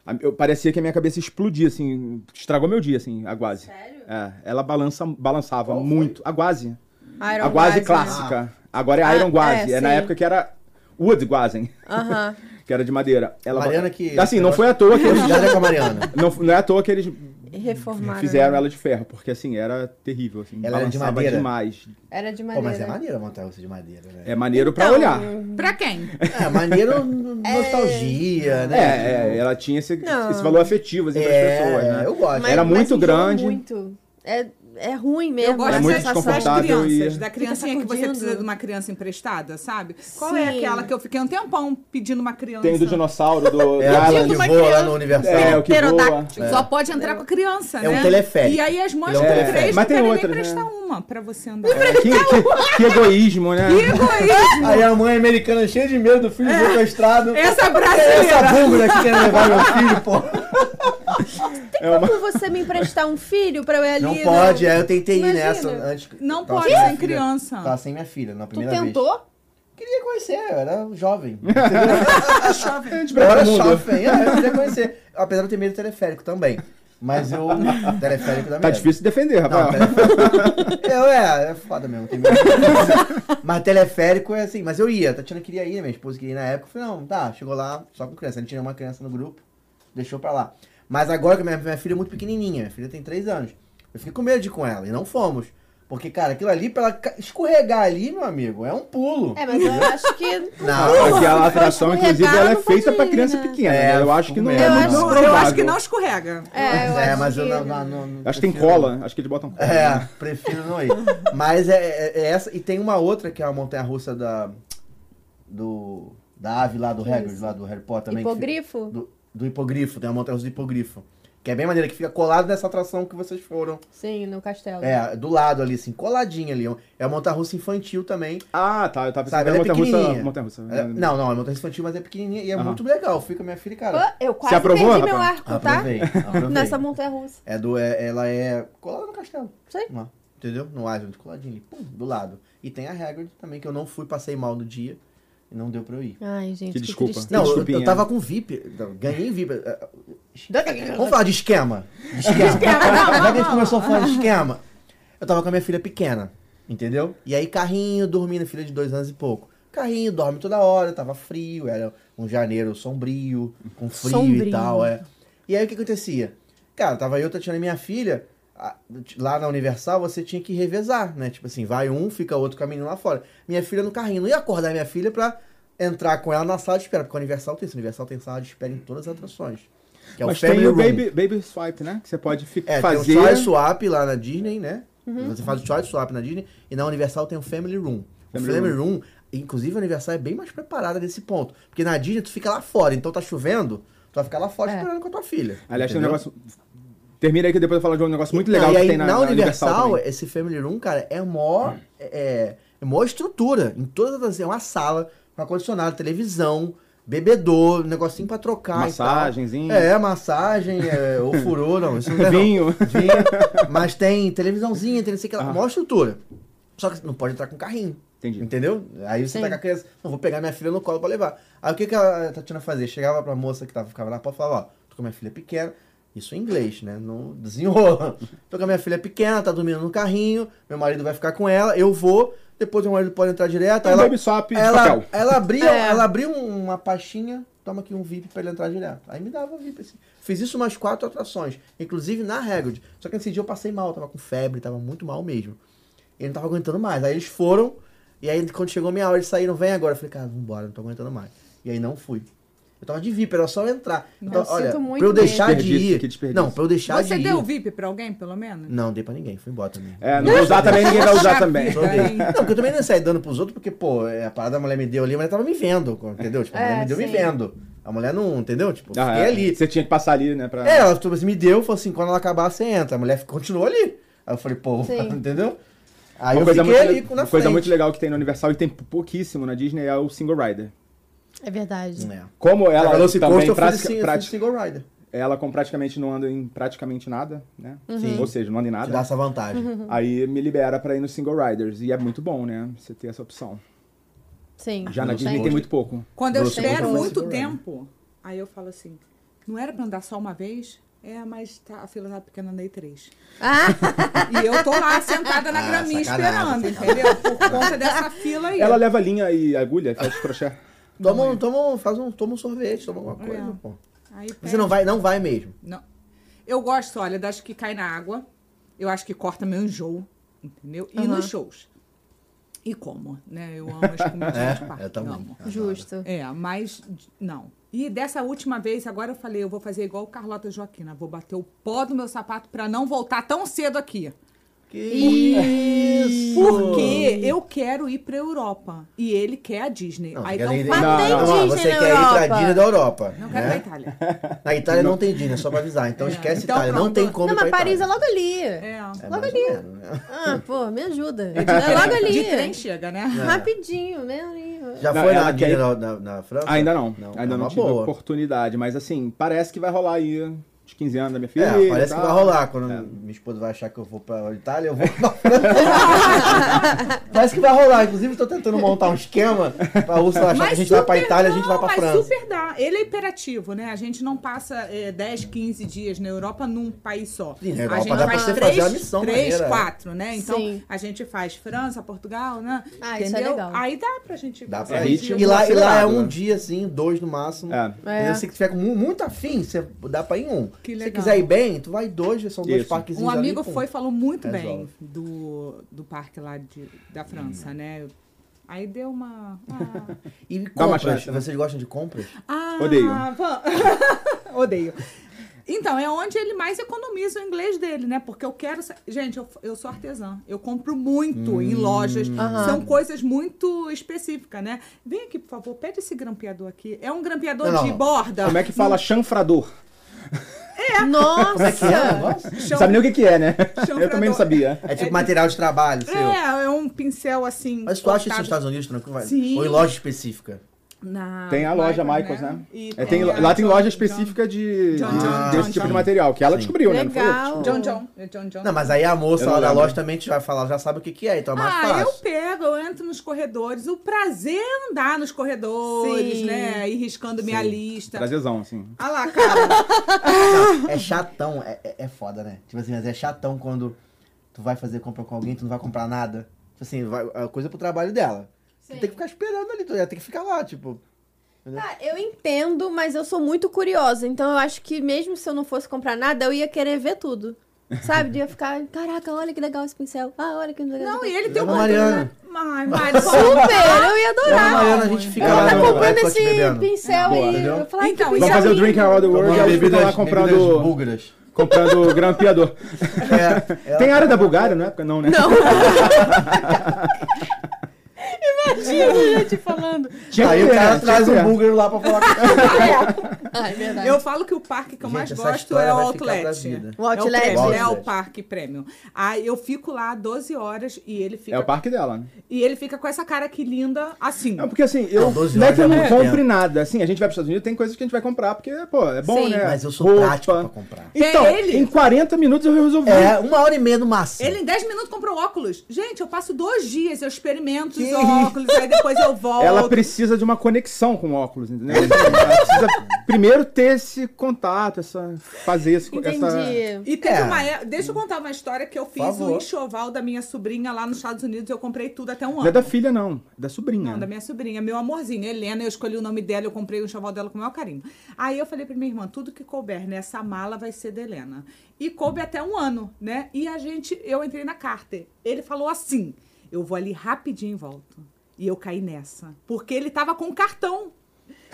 a- Eu parecia que a minha cabeça explodia, assim. Estragou meu dia, assim, a Guazi. Sério? É, ela balança, balançava muito. A Guazi.
Iron né?
A Guazi
Oh, Guazi.
clássica. Agora é a
Ah,
Iron Guazi.
é,
É, na
sim.
época que era Wood Guazen,
Aham.
[laughs] que era de madeira. Ela
Mariana que-
Assim, não foi à toa
[laughs]
que eles.
Cuidado com a Mariana.
Não, não é à toa que eles
Reformaram.
fizeram ela de ferro, porque assim, era terrível. Assim,
Ela era de
balançava
madeira?
demais.
Era de
Pô,
maneira.
mas é maneiro montar você de madeira, né?
É maneiro
Então,
pra olhar.
Pra quem?
É,
[laughs]
maneiro no- nostalgia, né?
É, é, ela tinha esse, esse valor afetivo assim, pras
É,
pessoas, né?
eu gosto.
Era
mas
muito
enjoa
grande.
muito. É, é ruim mesmo.
Eu gosto
É
a
muito
dessas-
sensação.
das
desconfortável e-
crianças, da criancinha que você
sacudindo.
precisa de uma criança emprestada, sabe? Qual é
Sim.
aquela que eu fiquei um tempão pedindo uma criança?
Tem o do dinossauro, do
É,
do
a
Alan.
que
uma
voa lá
criança.
no Universal.
É, o que voa.
Pterodáctilo.
Só pode entrar com a criança,
É
né?
um teleférico.
E aí as mães
Ele é um
com
teleférico.
três não
Mas tem
querem nem
outras, né?
prestar uma pra você andar.
É, que, que- que egoísmo, né?
Egoísmo!
Aí a mãe americana cheia de medo do filho
É.
sequestrado.
Essa
É essa
brasileira!
búlgara que quer levar meu filho,
[laughs]
pô.
É uma-
Como você me emprestar um filho pra eu ir ali?
Não pode, é, eu tentei ir
Imagina.
nessa antes. que-
Não
Tava
pode
minha
sem
filha-
criança.
Tava sem minha filha, na
Tu
primeira vez.
tentou?
Queria conhecer, eu era
[laughs]
jovem.
Jovem.
Eu era jovem, é, eu queria conhecer. Apesar de eu ter medo do teleférico também. Mas
[laughs]
eu. teleférico da
Tá difícil defender,
Não,
rapaz.
teleférico. eu é, é foda mesmo. Tem medo. mas teleférico é assim, mas eu ia, a Tatiana queria ir, né, minha esposa queria ir na época. Eu falei, não, tá, chegou lá só com criança. A gente tinha uma criança no grupo, deixou pra lá. Mas agora que minha, minha filha é muito pequenininha, minha filha tem 3 anos. Eu fiquei com medo de ir com ela e não fomos. Porque, cara, aquilo ali, pra ela ca- escorregar ali, meu amigo, é um pulo.
É, mas eu acho que.
[laughs] Não,
se
Aquela
for
um
atração, inclusive,
escorregar,
ela é
não pode
feita pra
ir,
criança
né?
pequena.
É,
né? Eu acho que não
eu
é. muito
acho-
provável.
Eu acho que não escorrega.
É, eu
é,
acho
mas
que...
eu não, não, não- não
Acho que tem
prefiro-
cola, acho que eles botam cola. né?
É, prefiro não ir. Mas é, é- é essa. E tem uma outra que é a montanha russa da. do da ave lá do Hagrid, lá do Harry Potter também. que fica-
Hipogrifo?
do, do hipogrifo, tem uma montanha russa do hipogrifo. Que é bem maneira, que fica colado nessa atração que vocês foram.
Sim, no castelo.
É, do lado ali, assim, coladinha ali. É uma montanha russa infantil também.
Ah, tá. Eu tava pensando
Sabe,
que
ela é
era
pequenininha.
montanha-russa. Montanha-russa. né?
É, não, não, é montanha infantil, mas é pequenininha e é
Aham.
muito legal. Fica minha filha, e, cara.
Ah, Eu quase
aprovou,
perdi meu
rapaz?
arco, tá?
Aprovei, aprovei.
Nessa montanha russa.
É do, é- ela é colada no castelo.
Sei.
Lá, entendeu? No Island, coladinho ali, pum, do lado. E tem a Hagrid também, que eu não fui, passei mal no dia e não deu pra eu ir.
Ai, gente, que
Que desculpa.
tristeza.
Não, eu,
desculpinha.
eu tava com VIP. não, Ganhei VIP. eh, eh, Vamos falar de esquema. De esquema. Já que a gente começou a falar de esquema, eu tava com a minha filha pequena, entendeu? E aí carrinho, dormindo, filha de dois anos e pouco. Carrinho, dorme toda hora, tava frio, era um janeiro sombrio, com frio
Sombrio.
e tal, é. E aí o que acontecia? Cara, tava eu, Tatiana e minha filha, a- lá na Universal você tinha que revezar, né? Tipo assim, vai um, fica outro com a menina lá fora. Minha filha no carrinho, não ia acordar minha filha pra entrar com ela na sala de espera, porque a Universal tem isso, a Universal tem sala de espera em todas as atrações. Que é
Mas
o Family
tem o
Room.
baby, baby Swipe, né? Que você pode fi-
É,
fazer...
tem o Choice Swap lá na Disney, né? Você faz o Choice Swap na Disney e na Universal tem o Family Room.
Family
o Family Room. inclusive a Universal é bem mais preparada nesse ponto. Porque na Disney tu fica lá fora, então tá chovendo, tu vai ficar lá fora
É.
esperando com a tua filha.
Aliás, tem um
entendeu?
negócio... Termina aí que depois eu falo de um negócio muito legal
Não, e
que
aí,
tem na, na Universal, também.
esse Family Room, cara, é mó, é, é mó estrutura. Em todas as... É uma sala, com ar-condicionado, televisão, bebedouro, negocinho pra trocar e
Massagenzinho.
tal. É, massagem, é, ou furô, não. Isso não tem, não.
[laughs] Vinho.
é- Vinho. Mas tem televisãozinha, tem não sei o que lá. Mó estrutura. Só que não pode entrar com carrinho.
Ah. Entendi.
Entendeu? Aí você
Sim.
tá com a criança, não, vou pegar minha filha no colo pra levar. Aí o que, que a Tatiana fazia? Chegava pra moça que tava, ficava na porta e falava, ó, tô com a minha filha pequena, isso em inglês, né? Não
[laughs]
desenrola. Tô com a minha filha pequena, tá dormindo no carrinho, meu marido vai ficar com ela, eu vou, depois meu marido pode entrar direto.
Tem
aí
um
ela,
baby swap de
ela,
papel.
ela abria,
É.
ela abria um, uma pastinha, toma aqui um VIP pra ele entrar direto. Aí me dava VIP assim. Fiz isso umas quatro atrações, inclusive na Hagrid. Só que nesse dia eu passei mal, tava com febre, tava muito mal mesmo. E não tava aguentando mais. Aí eles foram, e aí quando chegou minha hora, eles saíram, vem agora. Eu falei, cara, vambora, não tô aguentando mais. E aí não fui. Eu tava de VIP, era só eu entrar. Então,
sinto
olha,
muito
pra eu
mesmo.
deixar de
Desperdício,
ir.
que desperdício.
Não, pra eu deixar
Você
de
deu
ir.
VIP pra alguém, pelo menos?
Não, dei pra ninguém, fui embora também.
[laughs] É, não vou usar também, ninguém vai usar também.
Só dei. Não, porque eu também não saí dando pros outros, porque, pô, é, a parada a mulher me deu ali, mas ela tava me vendo, entendeu? Tipo, a
É,
mulher me deu me
sim.
vendo. A mulher não, entendeu? Tipo, eu
Ah,
fiquei
é.
ali.
Você tinha que passar ali, né? Pra...
É, ela tipo, assim, me deu, falou assim, quando ela acabar, você entra. A mulher ficou- continuou ali. Aí eu falei, pô, [laughs]
Sim.
entendeu? Aí
Uma
eu
coisa,
fiquei
muito,
ali
le-
na
uma coisa
frente.
muito legal que tem na Universal e tem pouquíssimo na Disney é o Single Rider.
É verdade.
É.
Como ela
Ela falou assim,
também
eu
pratica-
fiz assim, eu fiz
pratica-
single rider.
ela com praticamente não anda em praticamente nada, né?
Sim.
Ou seja, não anda em
Te dá
nada.
essa vantagem.
Uhum.
Aí me libera pra ir no Single Riders. E é muito bom, né? Você ter essa opção.
Sim.
Já na
Sim.
Disney tem muito pouco.
Quando eu
Grosso
espero
modo,
muito
grosso modo.
tempo, aí eu falo assim, não era pra andar só uma vez? É, mas tá- a fila tá pequena, andei três. [laughs] E eu tô lá sentada na
Ah,
graminha
sacanagem,
esperando, entendeu? Por conta dessa fila aí.
Ela leva linha e agulha, faz crochê.
Toma, um- toma, um- faz um, toma um sorvete, toma alguma coisa,
É.
pô.
Aí
Você
pega-
não vai, não vai mesmo.
Não. Eu gosto, olha, das que cai na água. Eu acho que corta meu enjoo, entendeu? E nos shows. E como, né? Eu amo as comidinhas de parque.
É, eu também.
amo.
Justo.
É, mas d- não. E dessa última vez, agora eu falei, eu vou fazer igual o Carlota Joaquina, vou bater o pó do meu sapato pra não voltar tão cedo aqui.
Que isso!
Porque eu quero ir pra Europa e ele quer a Disney.
Não,
Aí
quer
dá um
dizer-
papo.
Mas tem
não, não,
Disney
você
na
quer ir pra
Europa.
Disney da Europa.
Não
né?
quero ir pra Itália.
Na Itália não, tem Disney, é só pra avisar. Então esquece
Então
Itália, não
pronto.
tem como
Não,
ir pra
mas Paris é
Itália.
logo ali.
É.
Logo
mais
ali.
ou menos, né?
Ah, pô,
[laughs]
me ajuda. É logo ali.
De trem chega,
É.
né?
Rapidinho, meio ali.
Já
Não,
foi é, na,
ela quer
Disney
ir-
na, na- na França?
Ainda não.
é
Ainda não
uma
tive
boa.
oportunidade. Mas assim, parece que vai rolar aí os 15 anos da minha filha.
É,
e
parece que
tal.
vai rolar. Quando
É.
minha esposa vai achar que eu vou pra Itália, eu vou pra
[laughs]
França. parece que vai rolar. Inclusive, tô tentando montar um esquema pra Ursula achar que a gente vai pra
super
Itália, a gente
não,
vai pra
mas
França.
super dá. Ele é imperativo, né? A gente não passa é, 10, 15 dias na Europa num país só.
Sim, na
a
Europa
gente
dá pra
faz
você
três,
fazer a missão
três,
maneira, é.
quatro, né? Então
Sim.
a gente faz França, Portugal, né?
Ah,
Entendeu?
isso é legal.
Aí dá pra gente
Dá
fazer um
pra
É
ir.
ritmo
E lá, e lá é
acelerado,
um
né?
dia, assim, dois no máximo.
É.
Entendeu? Se tiver com mu- muito afim, você dá pra ir um.
Que
Se
legal.
quiser ir bem, tu vai dois, são dois
Isso.
parquezinhos
Um amigo
ali, pum.
foi e falou muito
Resolve. Hum.
bem do, do parque lá de, da França, né? Aí deu uma. ah.
E
uma
compras,
chance, né?
vocês gostam de compras?
Ah,
Odeio.
vam- Ah, [laughs] Odeio. Então, é onde ele mais economiza o inglês dele, né? Porque eu quero. sa- Gente, eu, eu sou artesã. Eu compro muito em
Hum.
lojas. São coisas muito específicas, né? Vem aqui, por favor, pede esse grampeador aqui. É um grampeador
Não,
de
não.
borda.
Como é
[laughs]
que fala chanfrador?
Ah.
Nossa!
Chão-
Não sabe nem o que, que é, né?
Chanfrador.
Eu também não sabia.
É tipo material de trabalho, seu.
É, é um pincel assim.
Mas tu acha isso
cortado.
nos Estados Unidos tranquilo?
Sim.
Ou em loja específica?
Na-
Tem a loja Michaels, né?
E
É, tem-
a
lá tem loja
John-
específica de,
John- John-
de- desse
John-
tipo de
John.
material, que ela descobriu, né? Não foi eu que
Legal.
John John. É John John.
Não, mas aí a moça
Eu não
lá da
lembro.
loja também te vai falar, já sabe o que, que é, então é mais
Ah, eu
fácil.
pego, eu entro nos corredores. O prazer é andar nos corredores,
Sim.
né? Ir riscando minha lista.
Prazerzão, assim.
Ah lá, cara.
[laughs] É chatão, é, é, é foda, né? Tipo assim, mas é chatão quando tu vai fazer compra com alguém, tu não vai comprar nada. Tipo assim, vai, a coisa é pro trabalho dela. Tu tem que ficar esperando ali, tu tem que ficar lá, tipo.
Cara, Ah, eu entendo, mas eu sou muito curiosa. Então eu acho que mesmo se eu não fosse comprar nada, eu ia querer ver tudo. Sabe? Eu ia ficar, caraca, olha que legal esse pincel. Ah, olha que legal.
Não, é e ele tem
é Dona
uma
Mariana.
Ai, Mari,
Super! Eu ia adorar.
Mariana, a gente fica
Tá. Ela
lá
tá
no
comprando
Epcot
esse
bebendo.
pincel
Boa,
aí.
entendeu?
Eu falei,
Então,
que
Vamos fazer o
pincel
drink
lindo.
around the world e
Tomando
ela ficou lá
bebidas, bebidas
comprando,
búlgaras.
comprando o grampeador.
[laughs] É,
Tem área da Bulgária, não é? Porque Não, né? Não.
[laughs] Imagina, gente, falando.
Tinha
Aí
que
o
ter,
cara
né?
traz
Tinha que
um
ter.
búlgaro lá pra falar com
Ai, verdade.
Eu falo que o parque que eu
Gente,
mais
essa
gosto
história
é o
vai ficar pra
Outlet.
vida.
O Outlet.
É o, prêmio, é o
Outlet.
parque prêmio. Aí eu fico lá 12 horas e ele fica
É o parque dela, né?
e ele fica com essa cara que linda
É um
assim.
Não, porque assim, eu.
Não, 12
Não é que eu
horas é
não
muito
compre
tempo.
nada. Assim, a gente vai pros Estados Unidos, tem coisas que a gente vai comprar, porque, pô, é bom,
Sim.
né?
Mas eu sou prático pra comprar.
Então,
É ele?
em 40 minutos eu resolvi.
É, uma hora e meia no máximo.
Ele em 10 minutos comprou óculos. Gente, eu passo dois dias, eu experimento os óculos, aí depois
[laughs]
eu volto.
Ela precisa de uma conexão com o óculos, entendeu?
[laughs]
Ela precisa primeiro ter esse contato, essa, fazer esse, essa.
Entendi.
E teve
É.
uma. é- Deixa eu contar uma história que eu fiz o
favor.
enxoval da minha sobrinha lá nos Estados Unidos. Eu comprei tudo até um
Não é
ano.
da filha, não. É da sobrinha.
Não, da minha sobrinha, meu amorzinho, Helena, eu escolhi o nome dela, eu comprei o enxoval dela com o maior carinho. Aí eu falei pra minha irmã, tudo que couber nessa mala vai ser da Helena. E coube até um ano, né? E a gente, eu entrei na Carter. Ele falou assim, eu vou ali rapidinho e volto. E eu caí nessa. Porque ele tava com cartão.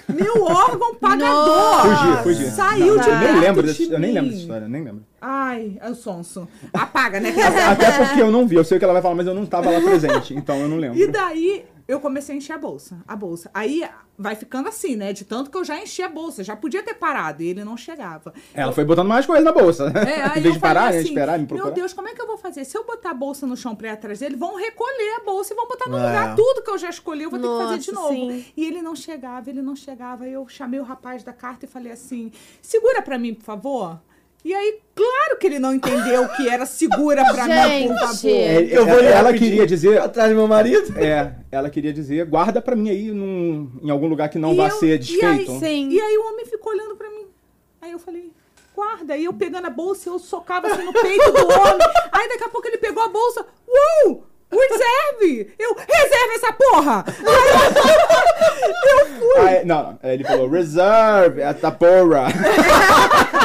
Meu órgão pagador!
Fugi, fugi.
Ah, Saiu de
Eu nem
perto
lembro
de
dessa, eu nem
mim.
lembro dessa história, nem lembro.
Ai, é o sonso. Apaga, né? Casa?
Até porque eu não vi, eu sei o que ela vai falar, mas eu não tava lá presente, então eu não [laughs]
[laughs]
lembro.
E daí eu comecei a encher a bolsa, a bolsa. Aí vai ficando assim, né? De tanto que eu já enchi a bolsa, já podia ter parado e ele não
[laughs]
chegava.
Ela foi botando mais coisa na bolsa. né?
É, aí
[laughs] em vez de
eu falei
parar, né,
assim,
esperar, me procurar.
Meu Deus, como é que eu vou fazer? Se eu botar a bolsa no chão pra ir atrás dele, vão recolher a bolsa e vão botar no
É.
lugar tudo que eu já escolhi, eu vou ter que fazer de
Nossa,
novo.
sim.
E ele não chegava, ele não chegava. Aí eu chamei o rapaz da carta e falei assim: segura pra mim, por favor. E aí, claro que ele não entendeu que era segura pra mim, por favor.
Gente.
É,
Eu vou
ela,
ler
ela
rapidinho.
queria dizer.
Atrás do meu marido.
É, ela queria dizer, guarda pra mim aí num- em algum lugar que não
E
vá
eu-
ser desfeito.
E aí,
Sim.
e aí o homem ficou olhando pra mim. Aí eu falei, guarda. E eu pegando a bolsa, eu socava assim no peito do homem. Aí daqui a pouco ele pegou a bolsa. Uou! Reserve! Eu, reserve essa porra! [laughs]
Aí- Ah, é, não, não, ele falou, reserve essa porra. [laughs]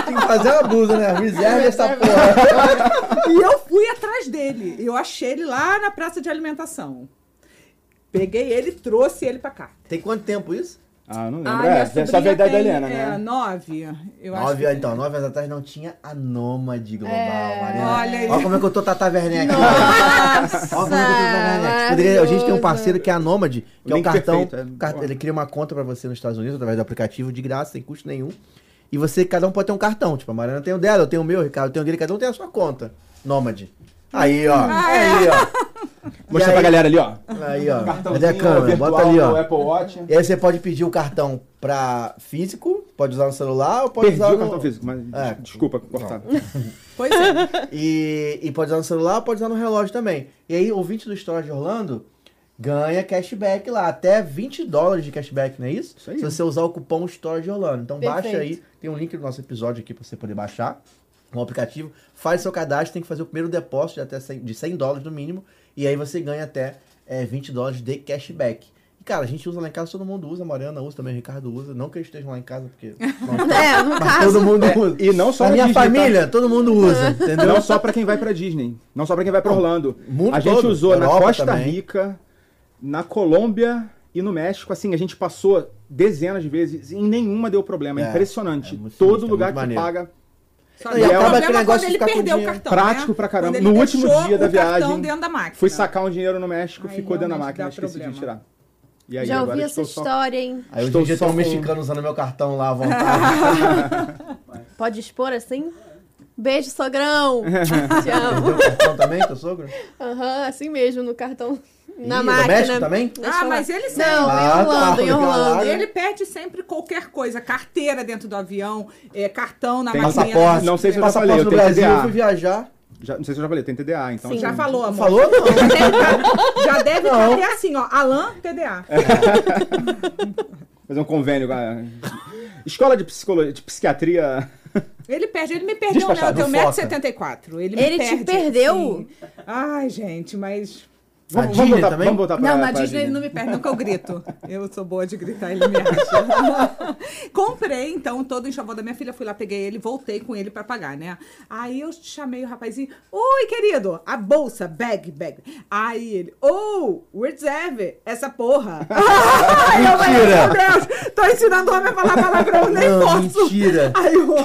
Tem que fazer uma blusa, né? Reserva essa porra.
E eu fui atrás dele. Eu achei ele lá na praça de alimentação. Peguei ele, trouxe ele pra cá.
Tem quanto tempo isso?
Ah, não lembro.
Ah,
é,
minha
essa é a
sobrinha
verdade da
tem,
Helena,
É,
né?
nove. Eu acho
Nove,
que-
então, nove anos atrás não tinha a Nômade Global, Mariana.
olha aí.
como é que eu tô Tata Werneck. Nossa, Olha como é que eu tô Tata Werneck. Poderia- a gente tem um parceiro que é a Nômade, que é um
Link
cartão.
perfeito, é.
car- ele cria uma conta pra você nos Estados Unidos através do aplicativo de graça, sem custo nenhum. E você, cada um pode ter um cartão. Tipo, a Mariana tem o dela, eu tenho o meu, o Ricardo tem o dele, cada um tem a sua conta. Nômade. Aí, ó.
é. Ah,
Aí, ó.
Mostrar
E
pra
aí-
galera ali, ó.
Aí, ó. Cadê a
Cartãozinho
câmera?
virtual
Bota ali,
do
ó.
Apple Watch.
E aí você pode pedir o cartão pra físico, pode usar no celular ou pode
Perdi
usar
o
no...
cartão físico, mas
É.
desculpa cortar.
Pois é.
E, e pode usar no celular, pode usar no relógio também. E aí, ouvinte do História de Orlando ganha cashback lá, até 20 dólares de cashback, não é isso?
Isso aí.
Se você usar o cupom História de Orlando. Então
Perfeito.
baixa aí, tem um link do nosso episódio aqui pra você poder baixar um aplicativo. Faz seu cadastro, tem que fazer o primeiro depósito de até 100, de 100 dólares no mínimo, e aí você ganha até é, 20 dólares de cashback. E, cara, a gente usa lá em casa, todo mundo usa, a Mariana usa também, o Ricardo usa. Não que eles estejam lá em casa,
[laughs]
porque...
É,
tá
[laughs] no
Mas todo
caso.
mundo usa.
e não só
Na
no
minha
Disney, tá?
família, todo mundo
[laughs]
usa, entendeu?
Não só pra quem vai pra Disney, não só pra quem vai pra Orlando.
mundo
a gente
todo,
usou na
Europa
Costa
também.
Rica, na Colômbia e no México. Assim, a gente passou dezenas de vezes e em nenhuma deu problema. É
É,
impressionante.
é muito
Todo
sinistro, é
lugar
muito
que
maneiro.
paga
Só
E
que
é
o
um-
problema
Acaba
é
aquele
quando
negócio de
ele
ficar com
perdeu o
dinheiro.
cartão.
Prático
né?
pra caramba.
Quando ele
No último
deixou
dia da
o cartão
viagem,
dentro da máquina.
fui sacar um dinheiro no México,
Aí
ficou dentro da
realmente
máquina,
dá
esqueci de
problema.
tirar. E aí,
Já
agora
ouvi essa
estou só-
história, hein?
Aí hoje
Estou
em dia
só
tem um
com-
mexicano usando meu cartão lá à vontade.
Pode expor assim? Beijo,
[laughs]
sogrão! Te
Ele
amo.
deu cartão também, teu sogro?
Aham, assim mesmo, no cartão. Na
Ih,
máquina.
Do México também?
Deixa
Ah,
eu
mas
lá.
ele sempre.
Não,
Ah,
em Orlando,
tá,
em
legal.
Orlando.
Ele perde sempre qualquer coisa. Carteira dentro do avião, eh, cartão na né?
Tem
maquinha.
passaporte. Não sei se eu já falei,
Passaporte
eu
do
tenho
Brasil, eu
TDA.
fui viajar.
Já, não sei se eu já falei, eu tenho TDA, então.
Sim.
tipo,
Já falou, amor.
Falou? Não.
Já deve ter assim, ó. Alan, TDA.
Fazer um convênio com a. [laughs] Escola de psicologia, de psiquiatria.
Ele perde, ele me perdeu, né? Eu
Despachado,
tenho
não foca.
1,74m. Ele, me
Ele te
perde,
perdeu?
sim. Ai, gente, mas.
Vamos,
Disney
vamos voltar,
também?
vamos voltar pra
não, na
pra
Disney ele não me perde, nunca eu grito. Eu sou boa de gritar, ele me acha. [laughs] Comprei, então, todo o enxoval da minha filha, fui lá, peguei ele, voltei com ele pra pagar, né? Aí eu chamei o rapazinho, oi, querido, a bolsa, bag, bag. Aí ele, oh, reserve, essa porra. [laughs] Aí eu falei,
Mentira.
meu Deus, tô ensinando o homem a falar palavrão, nem
Não,
posso.
mentira.
Aí eu...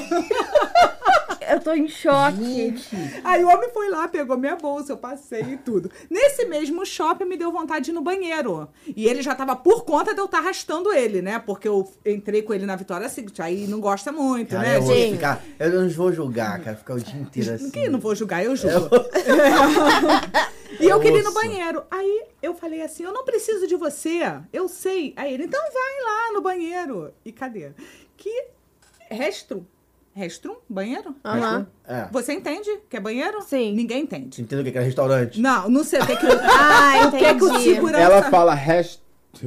Eu tô em choque.
Aí o homem foi lá, pegou minha bolsa, eu passei e tudo. Nesse mesmo shopping me deu vontade de ir no banheiro. E ele já tava por conta de eu estar arrastando ele, né? Porque eu entrei com ele na Vitória Secret, aí não gosta muito,
Cara, é
né,
eu vou
Sim.
ficar. Eu não vou julgar, cara. Ficar o dia inteiro assim.
Quem não vou julgar, eu julgo. [laughs] e eu queria ir no banheiro. Aí eu falei assim: eu não preciso de você, eu sei. Aí ele, então vai lá no banheiro. E cadê? Que restroom. Restroom? Banheiro?
Aham.
É.
Você entende que é banheiro?
Sim.
Ninguém entende.
Entendeu o que é que é restaurante?
Não, não sei o que é que
Ah,
o que é que o
entendi.
segurança...
Ela fala hash.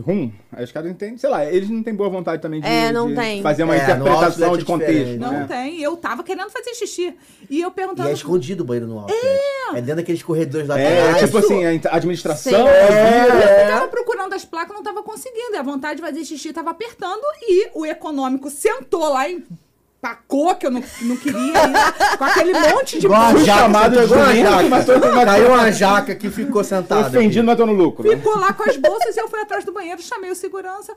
Hum, aí os caras entendem, sei lá, eles não têm boa vontade também de,
É, não
de
tem.
fazer uma
É, no
interpretação
outlet é
de contexto.
diferente,
Não
né?
tem. Eu tava querendo fazer xixi. E eu
E
perguntando...
é escondido o banheiro no alto. É. dentro daqueles corredores lá
É,
atrás.
tipo assim, a in- administração, é
É,
Sim.
vira,
Eu tava procurando as placas, não tava conseguindo. E a vontade de fazer xixi tava apertando. E o econômico sentou lá e pacou, que eu não, não queria. e com aquele monte de...
Igual a
Fui
jaca,
chamado
você
de
pegou uma
jumento,
jaca.
mas todo mundo-
Caiu uma jaca que ficou sentada. aqui.
ofendido, mas tô no lucro. né?
Ficou lá com as bolsas e eu fui atrás do banheiro, chamei o segurança.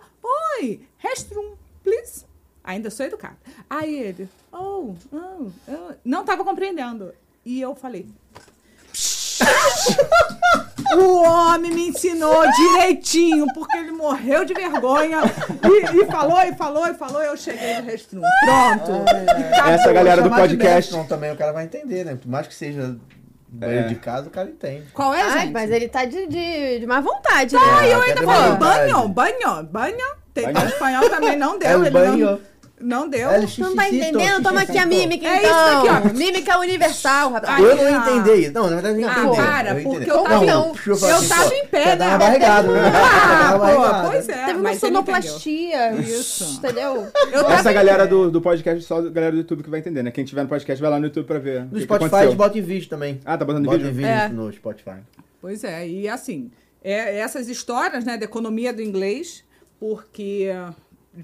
Oi, restroom, please. Ainda sou educada. Aí ele, oh, oh, oh. não tava compreendendo. E eu falei. O homem me ensinou direitinho, porque ele morreu de vergonha. E, e falou, e falou, e falou, eu cheguei no restroom. Pronto. E acabou.
Essa galera do
Chamar de
podcast.
Madison também, o cara vai entender, né? Por mais que seja banheiro de casa, o cara entende.
Qual é,
Ai,
gente?
mas ele tá de, de, de má vontade,
Ah,
né?
eu
até
ainda
tem
falei,
vontade.
banho, banho, banho. Tentei
Banho.
espanhol também, não
É o
deu. ele
banho. É
Não, não deu.
Ela xixi,
Não tá
xixi,
entendendo?
xixi,
Toma aqui a
xixi.
mímica,
É
então.
isso aqui, ó.
Mímica universal, rapaz.
Eu não ia entender isso. Não, na verdade, eu ia
Ah,
entender.
para,
ia
porque
entender.
eu tava-
Não, deixa falar
eu
assim,
tava
pô,
em pé,
já
né?
dava barrigado, [laughs] né? Já
Ah,
dava
pô,
barrigado.
pois é.
Teve uma
mas ele entendeu.
sonoplastia. Isso. Entendeu? Eu
Essa galera do, do podcast, só a galera do YouTube que vai entender, né? Quem tiver no podcast, vai lá no YouTube pra ver. o
No
que
Spotify
aconteceu.
eles botam em vídeo também.
Ah, tá botando em
Botam
vídeo?
em vídeo
É.
no Spotify.
Pois é, e assim, é, essas histórias, né, da economia do inglês, porque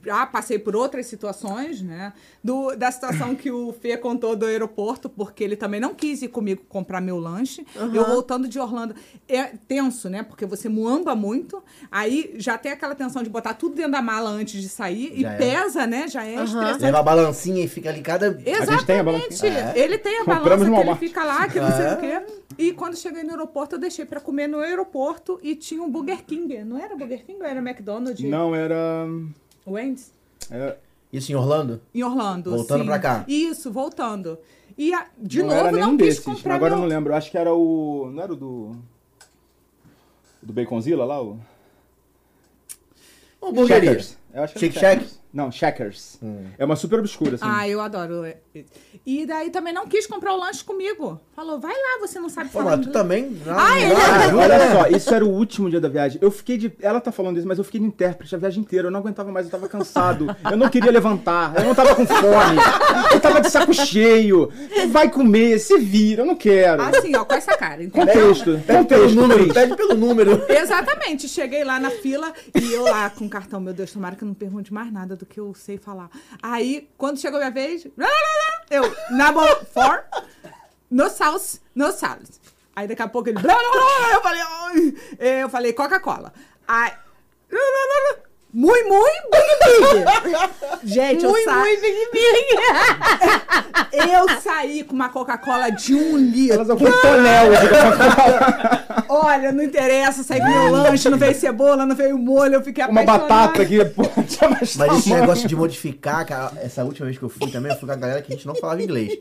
já passei por outras situações, né, do, da situação que o Fê contou do aeroporto, porque ele também não quis ir comigo comprar meu lanche, eu voltando de Orlando. É tenso, né, porque você muamba muito, aí já tem aquela tensão de botar tudo dentro da mala antes de sair,
Já
e
é.
pesa, né, já é estressante.
Leva a balancinha e fica ali cada...
É, A gente tem a balança?
Exatamente. Ele tem a
É? Compramos
balança
no
que ele
Walmart. É.
fica lá, que não sei o quê. E quando cheguei no aeroporto, eu deixei pra comer no aeroporto e tinha um Burger King. Não era Burger King? Era McDonald's?
É, Não, era. é,
Wendy's?
era-
Isso em assim, Orlando?
Em Orlando,
Voltando
sim.
pra cá.
Isso, voltando. E, a- de
não
novo,
era nenhum
não quis
desses.
comprar
Agora eu
meu-
não lembro. Acho que era o. Não era o do. Do Baconzilla lá? O.
Uma hamburgueria.
Checkers. Eu acho que é era
Shake
Checkers.
Shack?
Não, Checkers.
Hum.
É uma super obscura, assim.
Ah, eu adoro. E daí também não quis comprar o lanche comigo. Falou, vai lá, você não sabe
Pô,
falar
mas tu
tá-
inglês.
também...
Ah, ele-
Cara,
ajuda,
olha
né?
só, isso era o último dia da viagem. Eu fiquei de. Ela tá falando isso, mas eu fiquei de intérprete a viagem inteira. Eu não aguentava mais, eu tava cansado. Eu não queria levantar, eu não tava com fome. Eu tava de saco cheio. Vai comer, se vira, eu não quero.
Assim, ó, com essa cara.
é
entendeu?
Contexto,
Pede pelo
contexto,
número,
Cris.
pede pelo número.
Exatamente. Cheguei lá na fila e eu lá com o cartão, meu Deus, tomara que eu não pergunte mais nada do que eu sei falar. Aí, quando chegou a minha vez, eu, number four, no sauce, no salad. Aí daqui a pouco ele, eu falei, "Ai", eu falei, Coca-Cola. Aí, Mui, mui, big, big. Gente, eu,
Muito,
sa...
muito big big.
[laughs] eu saí com uma Coca-Cola de um litro.
Elas algum tonel de
Olha, não interessa, saí com meu lanche, não veio cebola, não veio molho, eu fiquei
uma
apaixonada.
batata que pô, [laughs] tinha mais
Mas esse
tamanho.
negócio de modificar, cara, essa última vez que eu fui também, eu fui com a galera que a gente não falava inglês.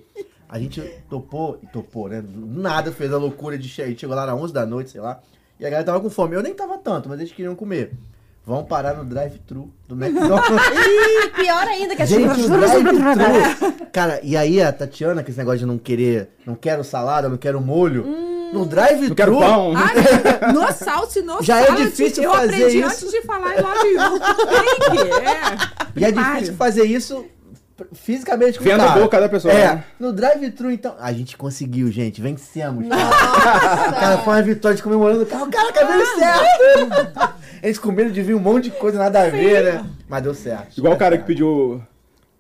A gente topou, e topou, né? Do nada fez a loucura de chegar, chegou lá na 11 da noite, sei lá. E a galera tava com fome. Eu nem tava tanto, mas eles queriam comer. Vão parar no drive-thru do McDonald's.
Ih, é pior ainda que a
Gente,
gente.
o drive-thru. Cara, e aí a Tatiana, com esse negócio de não querer, não quero salada, não quero molho. No drive-thru.
Não quero pão.
Ah, no salto, no
Já é
salad,
difícil
eu
fazer
aprendi
isso.
antes de falar em love you. Tem que, é.
E é
Prepare.
difícil fazer isso pr- fisicamente com o
Vendo a
cara.
boca da pessoa,
É.
né?
No drive-thru, então. A gente conseguiu, gente. Vencemos. cara, foi uma vitória de comemorando o carro. Cara, cabelo certo. Eles com medo de vir um monte de coisa, nada a ver, né? Mas deu certo.
Igual o cara que pediu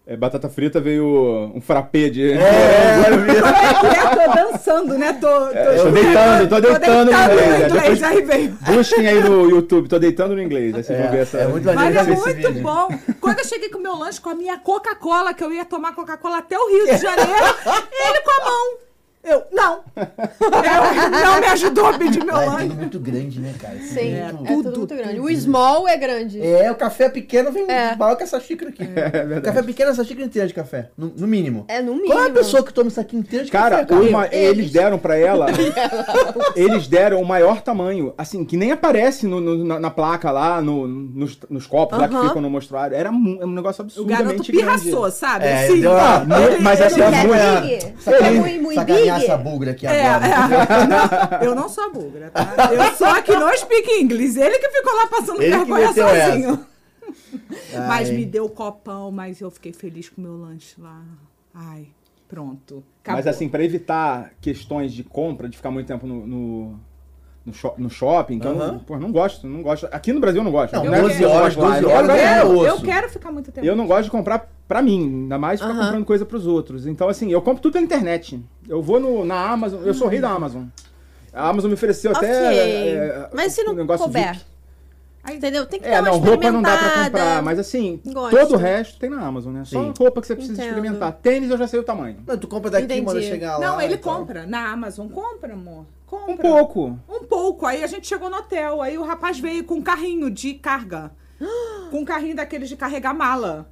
é, batata frita, veio um frappé de.
É, eu vi.
Tá
Eu tô dançando, né? Tô, tô,
É, eu tô deitando, tô deitando no
no
inglês, é,
inglês,
depois-
aí veio.
Busquem aí no YouTube, tô deitando no inglês. Aí vocês vão ver essa.
é muito maneiro.
Mas
já
é
vi esse
muito
vídeo.
bom. Quando eu cheguei com o meu lanche, com a minha Coca-Cola, que eu ia tomar Coca-Cola até o Rio de Janeiro, ele com a mão. Eu, não. Eu- não me ajudou a pedir meu
Mas é
lanche.
tudo muito grande, né, cara? Isso é
Sim, é
muito-
tudo muito grande. O small é grande.
É, o café pequeno vem
É.
maior que essa xícara aqui.
verdade.
café pequeno é essa xícara inteira de café. No, no mínimo.
É, no
Qual é a
mínimo. É,
pessoa que toma isso aqui inteiro de
Cara,
café? cara?
uma- eles
Eles.
deram pra ela. eles deram o maior tamanho. Assim, que nem aparece no- no- na, na placa lá, no- nos, nos copos lá que
Aham.
ficam no mostruário. Era mu- é um negócio
O garoto
absurdamente
pirraçou,
grande.
sabe?
É,
assim.
deu uma-
Mas- Mas essa é a
Quer
mu- é-
big? Só quer muito, muito
Sacanear essa
big?
bugra aqui
É,
agora.
é. Não, eu não sou bugra, tá? Eu sou a que não speak inglês. Ele que ficou lá passando
Ele que
vergonha
meteu
sozinho. Mas
Ai.
me deu o copão, mas eu fiquei feliz com o meu lanche lá. Ai, pronto. Acabou.
Mas assim, pra evitar questões de compra, de ficar muito tempo no. no- no sho- no shopping, que eu não,
Aham.
pô, não gosto, não gosto. Aqui no Brasil eu não gosto.
Não,
Não é
12
que eu
horas,
gosto lá,
12
eu
horas
gosto
é
lá.
osso.
eu quero ficar muito tempo.
Eu não gosto de comprar pra mim, ainda mais ficar comprando coisa pros outros. Então, assim, eu compro tudo pela internet. Eu vou no, na Amazon, eu sou rei da Amazon. A Amazon me ofereceu
Ok.
tá até. é,
Mas se
um
não couber. Entendeu? Tem que
É,
dar uma
não, roupa não dá pra comprar,
experimentada.
mas assim,
Gosto.
todo o resto tem na Amazon, né? Só
Sim.
roupa que você precisa
Entendo.
experimentar. Tênis eu já sei o tamanho.
Não, tu compra daqui,
Entendi.
manda chegar lá. então.
Não, ele
e tal.
compra. Na Amazon, compra, amor. Compra.
Um pouco.
Um pouco. Aí a gente chegou no hotel. Aí o rapaz veio com um carrinho de carga. Com um carrinho daqueles de carregar mala.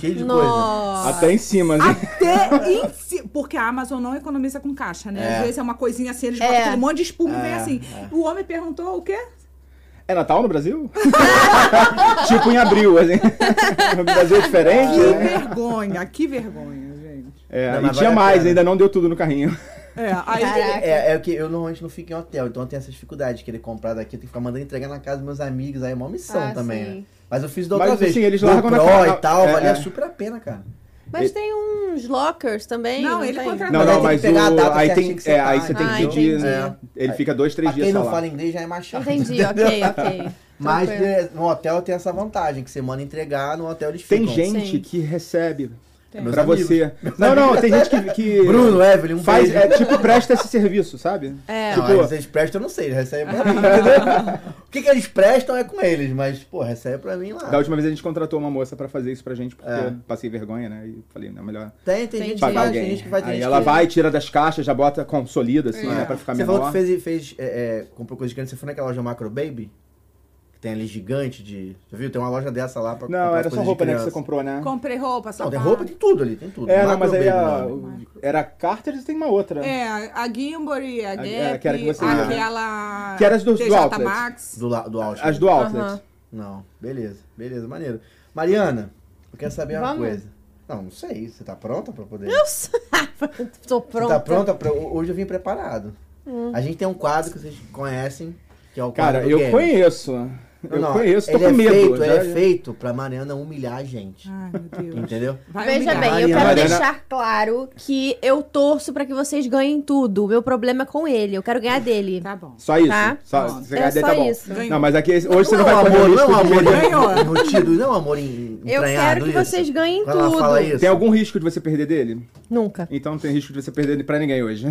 Cheio é tipo de
Nossa. Ah.
Até em cima, né?
Até em si. Porque a Amazon não economiza com caixa, né? Às vezes é uma coisinha assim, eles botam
É.
aquele um monte de espuma e vem assim. O homem perguntou o quê?
É Natal no Brasil? [laughs] tipo em abril, assim. [laughs] no Brasil é diferente,
Que
né?
vergonha, que vergonha, gente.
É,
Não,
e
mas
tinha
vale a
mais,
pena.
ainda não deu tudo no carrinho.
É, aí
coisa. É, é o que eu normalmente não fico em hotel, então eu tenho essa dificuldade de querer comprar daqui, eu tenho que ficar mandando entregar na casa dos meus amigos, aí é uma missão
Ah,
também,
sim.
né? Mas eu fiz da outra
Mas,
vez.
assim, eles
Do
largam na
Pro
cara-
e tal,
é,
valia
é.
super a pena, cara.
Mas tem uns lockers também.
Não, ele
tem?
contratou.
Não, não,
Mas
mas
aí tem que pegar a
o.
data
Aí
certinha
tem,
que você
é,
tá,
aí você
né?
tem
Ah,
que pedir.
entendi.
né? Ele fica dois, três
É. Pra
dias
quem
só
não
lá.
fala inglês já é mais chato.
Entendi, ok, ok.
[laughs] Mas
Tranquilo.
né, no hotel tem essa vantagem, que você manda entregar, no hotel eles
Tem
ficam.
gente
Sim.
que recebe né?
Meus
pra
amigos.
você. Não, não, tem gente que.
[laughs]
que
Bruno, Evelyn, um
faz,
beijo.
é, tipo, presta esse serviço, sabe?
É.
Não,
Tipo-
vocês prestam, eu não sei, recebe pra mim, entendeu? O que, que eles prestam é com eles, mas, pô, recebe pra mim lá.
Da última vez a gente contratou uma moça pra fazer isso pra gente, porque
É.
passei vergonha, né? E falei, não, é melhor
Tem, tem gente que
pagar
vai, tem
alguém.
gente que vai, tem
Aí
gente
ela
que-
vai, tira das caixas, já bota consolida, assim,
É.
né? Pra ficar
Você
menor.
falou que fez, fez é, é, comprou coisa grande. Você foi naquela loja Macro Baby? Que tem ali gigante de. Já viu? Tem uma loja dessa lá pra
Não,
comprar
era só
coisa de
roupa, né, que
criança.
você comprou, né?
comprei roupa,
Não,
sapato.
tem roupa, tem tudo ali, tem tudo.
É, não, mas aí a,
Baby, né? não.
o- era a Carter e tem uma outra.
É, a Gimbury, a Gap,
é, que era que você ia.
aquela...
Que era as do- do
TJ
outlet.
Maxx.
Do, la- do Outlet.
As do Outlet.
Aham.
Não, beleza, beleza, maneiro. Mariana, eu quero saber uma
Vamos.
coisa. Não, não sei. Você tá pronta pra poder.
Nossa,
Você
[laughs] Tô pronta. Hum.
tá pronta? Pra... Hoje eu vim preparado. A gente tem um quadro que vocês conhecem, que é o quadro.
Cara,
do
eu
game.
conheço.
Não,
eu
não,
conheço, tô
ele
com
é
medo.
Feito,
já-
ele é feito pra Mariana humilhar a gente.
Ai, meu Deus.
Entendeu?
Vai
Veja
humilhar.
bem, eu
Mariana.
quero
Mariana.
deixar claro que eu torço pra que vocês ganhem tudo. O meu problema é com ele, eu quero ganhar dele.
Tá bom.
Só isso.
Tá.
Só,
Pronto.
você
É
ganhar daí
só
tá bom.
isso.
Não, mas aqui hoje você não,
é
vai
um
correr
amor,
o
não é um
risco de-
amor
ganhou.
embutido, não é um amor em-
Eu
entranhado
quero que
isso.
vocês ganhem
Quando ela fala
tudo.
isso,
Tem algum risco de você perder dele?
Nunca.
Então não tem risco de você
[laughs]
perder pra ninguém hoje.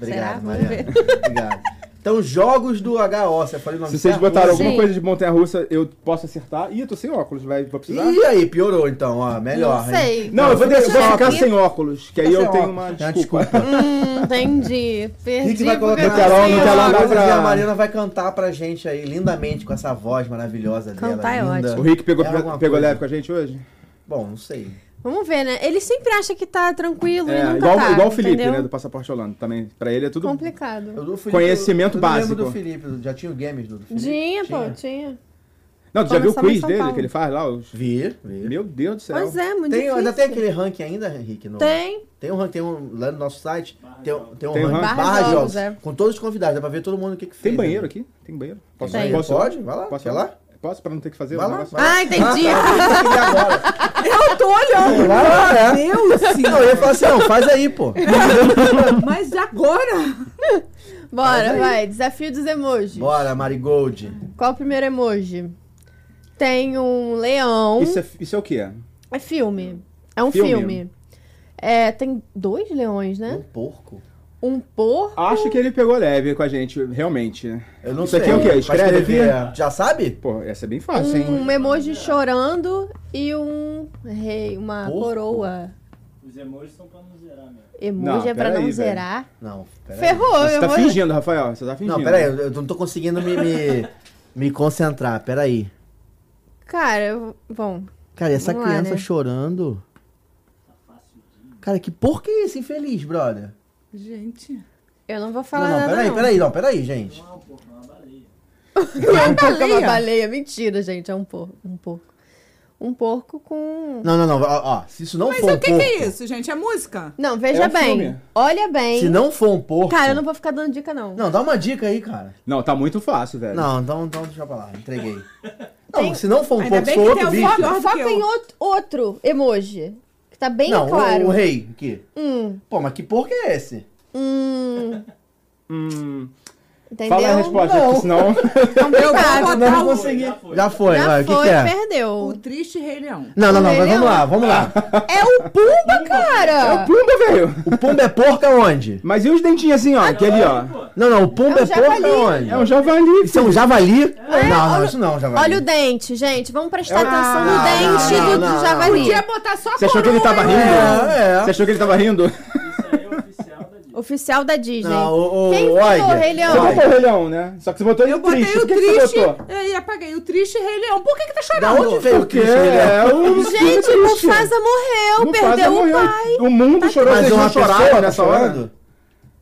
Obrigado,
Será? [laughs]
Mariana. Obrigado. Então, jogos do HO, você falou o nome
Se vocês
certo?
botaram alguma
Sim.
coisa de montanha-russa, eu posso acertar. Ih, eu tô sem óculos, vai, vou precisar?
Ih, tá aí, piorou então, ó, melhor.
Não
hein?
sei.
Não, eu vou, de- vou
Aqui?
ficar sem óculos, que aí eu tenho uma
Tem uma
desculpa.
[laughs] Hum, entendi. Perdi.
Rick vai colocar
porque
No
não
telão, no
sei
telão
o
dá
nome.
pra-
E a Marina vai cantar pra gente aí, lindamente, com essa voz maravilhosa dela.
Cantar é
linda.
O Rick pegou,
É alguma
pegou
coisa.
leve com a gente hoje?
Bom, não sei.
Vamos ver, né? Ele sempre acha que tá tranquilo e nunca
É, igual,
tá,
igual o Felipe,
entendeu?
né, do Passaporte Holanda também. Pra ele é tudo...
Complicado.
Eu do Felipe-
Conhecimento
eu não lembro
básico.
do Felipe, do- já tinha o games do do Felipe.
Dinha, pô, tinha.
Não, tu já viu o
Começamos em
quiz
São
dele
Paulo.
que ele faz lá? Os...
Vi, vi.
Meu Deus do céu.
Pois é, muito
Tem, ainda
difícil.
tem aquele ranking ainda, Henrique? no-
Tem.
Tem um ranking, tem um, lá no nosso site, tem, um- tem um
Tem
ranking.
ranking.
Barra,
Barra
jogos,
jogos, é.
com todos os convidados, dá pra ver todo mundo o que que fez.
Tem banheiro
né?
aqui? Tem banheiro? Posso,
Tem.
posso
Pode? Vai lá,
Posso
quer lá?
Posso, pra não ter que fazer
Vai
o
lá,
negócio?
vai lá.
Ah, entendi.
um
Eu tô olhando.
Claro, né?
Meu Deus,
Não, eu ia falar assim, não, faz aí, pô.
mas agora?
Bora, vai. Desafio dos emojis.
Bora, Marigold.
Qual o primeiro emoji? Tem um leão.
Isso é, isso é o quê?
É filme. É um
Filme.
filme. É, tem dois leões, né?
Um porco.
Hum.
Um porco.
Acho que ele pegou leve com a gente, realmente.
Eu não
Isso
sei.
aqui é o quê?
Vai
Escreve
escrever.
aqui?
Já sabe?
Pô, essa é bem fácil, hein?
um emoji chorando e um rei, uma
Porco?
coroa.
Os emojis são pra não zerar né? mesmo.
Emoji
Não,
é pra não
peraí, velho.
zerar.
Não, peraí.
Ferrou,
Você tá
emoji.
fingindo, Rafael. Você tá fingindo.
Não, peraí, eu eu não tô conseguindo me, me, [laughs] me concentrar, peraí.
Cara, eu- bom.
Cara, e essa
Vamos lá,
criança
né?
chorando. Cara, que porco é esse infeliz, brother?
Gente,
Eu não vou
Não,
falar
não,
nada.
peraí,
não.
peraí, não, peraí, gente.
É um porco, é uma baleia. Mentira, gente. É um porco. Um porco. Um porco com.
Não, não, não, ó, ó, se isso não
mas
for
o
um
que,
porco,
que é isso, gente? É música?
Não, veja
É um
bem.
filme.
Olha bem.
se não for um porco...
Cara, eu não vou ficar dando dica, não.
Não, dá uma dica aí, cara.
Não, tá muito fácil, velho.
Não, então, então deixa pra lá, entreguei. Não, se não for um
Ainda
porco, se
bem
for
que
outro
tem
bicho...
alguma
Foca,
pior do
foca
que eu.
em outro, outro emoji. Que tá bem
é Não, o-
claro.
o, rei, aqui.
Hum,
Pô, mas que porco é esse? [laughs]
hum,
Hum,
entendeu? tá
fala a resposta, porque senão... [laughs]
Complicado.
Eu não consegui. Já foi,
Já
vai, o que
foi,
que é?
O
perdeu.
Triste Rei Leão.
Não, não, não,
Rei
mas vamos
Leão.
lá, vamos
[laughs]
lá.
É o Pumba,
É
cara!
Pumba, é velho!
O Pumba é porco aonde?
Mas e os dentinhos assim, ó? Que ali, ó.
Não, não, o Pumba
É
é,
um javali.
porco aonde?
É um javali.
Isso é um javali? não, não, isso não é um javali.
Olha o dente, gente. Vamos prestar atenção
não,
no dente
não, não,
do, do
não.
javali.
Podia botar só um
Você achou que ele
coroa,
tava
hein?
rindo?
É,
Você
é.
achou que ele tava rindo?
Oficial da Disney.
Não, o, o,
Quem botou o Rei
Você
Leão?
botou o Rei Leão, né? Só que você botou ele
Eu botei
triste.
o
Por que que
triste
você botou?
e apaguei o triste Rei Leão. Por que que tá
Da
chorando?
onde veio o
Porque
Cristo? Ele é-
é o...
Gente, o Mufasa morreu,
Mufasa
perdeu
é morreu.
o pai. Tá
O mundo chorou,
Mas
vocês
uma
não
pessoa
choraram
tá
nessa hora?
chorando?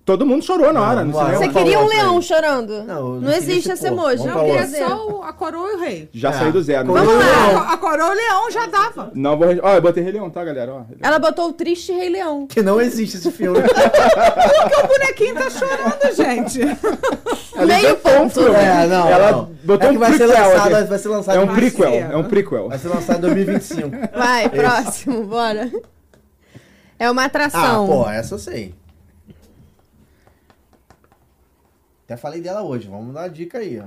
Todo mundo chorou na hora, não
vamos lá.
sei
Você
Vamos
queria
pra
um
outra
leão
aí.
chorando?
Não, eu
Não,
não queria esse
existe
porco.
esse emoji.
Vamos
Não,
pra
que é
outra.
Cadê?
só o- a coroa e o
um-
rei.
Já saí do zero. né?
Vamos lá.
A, a coroa e o leão já dava.
Não vou. Ó, eu botei Rei Leão, tá, galera? Ó.
Ela botou o triste Rei Leão.
Que não existe esse
[laughs]
filme.
Porque o bonequinho tá chorando, gente.
Meio ponto. né?
é, não.
um Ela
não.
botou
é que
um
vai ser
prequel
lançado,
aqui.
vai ser lançado.
É um
em-
pri-
prequel,
ser.
é um prequel.
Vai ser lançado em 2025.
Vai, próximo, bora. É uma
Ah,
atração.
pô, essa eu sei. Até falei dela hoje, vamos dar a dica aí, ó.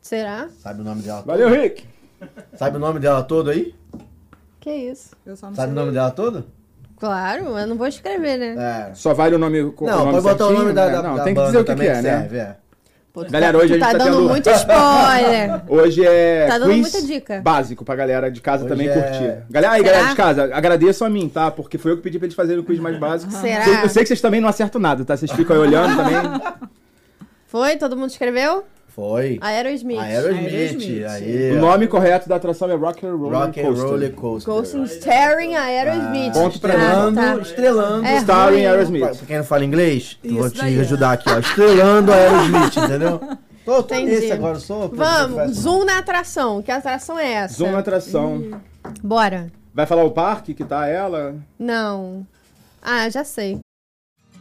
Será?
Sabe o nome dela?
Valeu, Rick!
Sabe o nome dela todo aí?
Que isso?
Eu só não
Sabe o
sei.
nome dela todo?
Claro, eu não vou escrever, né?
É.
Só vale o nome. co-
Não,
o nome
pode botar o
certinho,
nome da,
né?
da,
Não,
da
tem que
banda
dizer o que, que
também
é, né?
serve, é.
Pô, tu
Galera,
tá-
hoje a
tu
gente tá
dando
tendo-
muito
[laughs]
spoiler.
Hoje é.
Tá dando
quiz
muita dica.
Básico pra galera de casa
Hoje
também
é-
curtir. Galera, aí,
Será?
galera de casa, agradeço a mim, tá? Porque foi eu que pedi pra eles fazerem o quiz mais básico.
Será?
Eu, eu sei que vocês também não acertam nada, tá? Vocês ficam
[laughs]
aí olhando também.
Foi? Todo mundo escreveu?
Foi.
Aerosmith.
Aerosmith.
Aerosmith.
Aí.
O nome correto da atração é Rock and Roll.
É. Rock and Roller
Coaster.
Coaster.
Ghost in Staring
Ah,
Aerosmith.
ponto pra
Ah,
Estrelando,
tá.
estrelando.
É
Starring
ruim.
Pra
Aerosmith.
pra quem não fala inglês, eu vou
Isso
te
daí, é.
ajudar aqui, ó. Estrelando Aerosmith,
[laughs]
entendeu? Tô, tô
Entendi.
nesse agora, eu sou.
Vamos, zoom na atração. Que atração é essa?
Zoom na atração.
Bora.
Vai falar o parque que tá ela?
Não. Ah, já sei.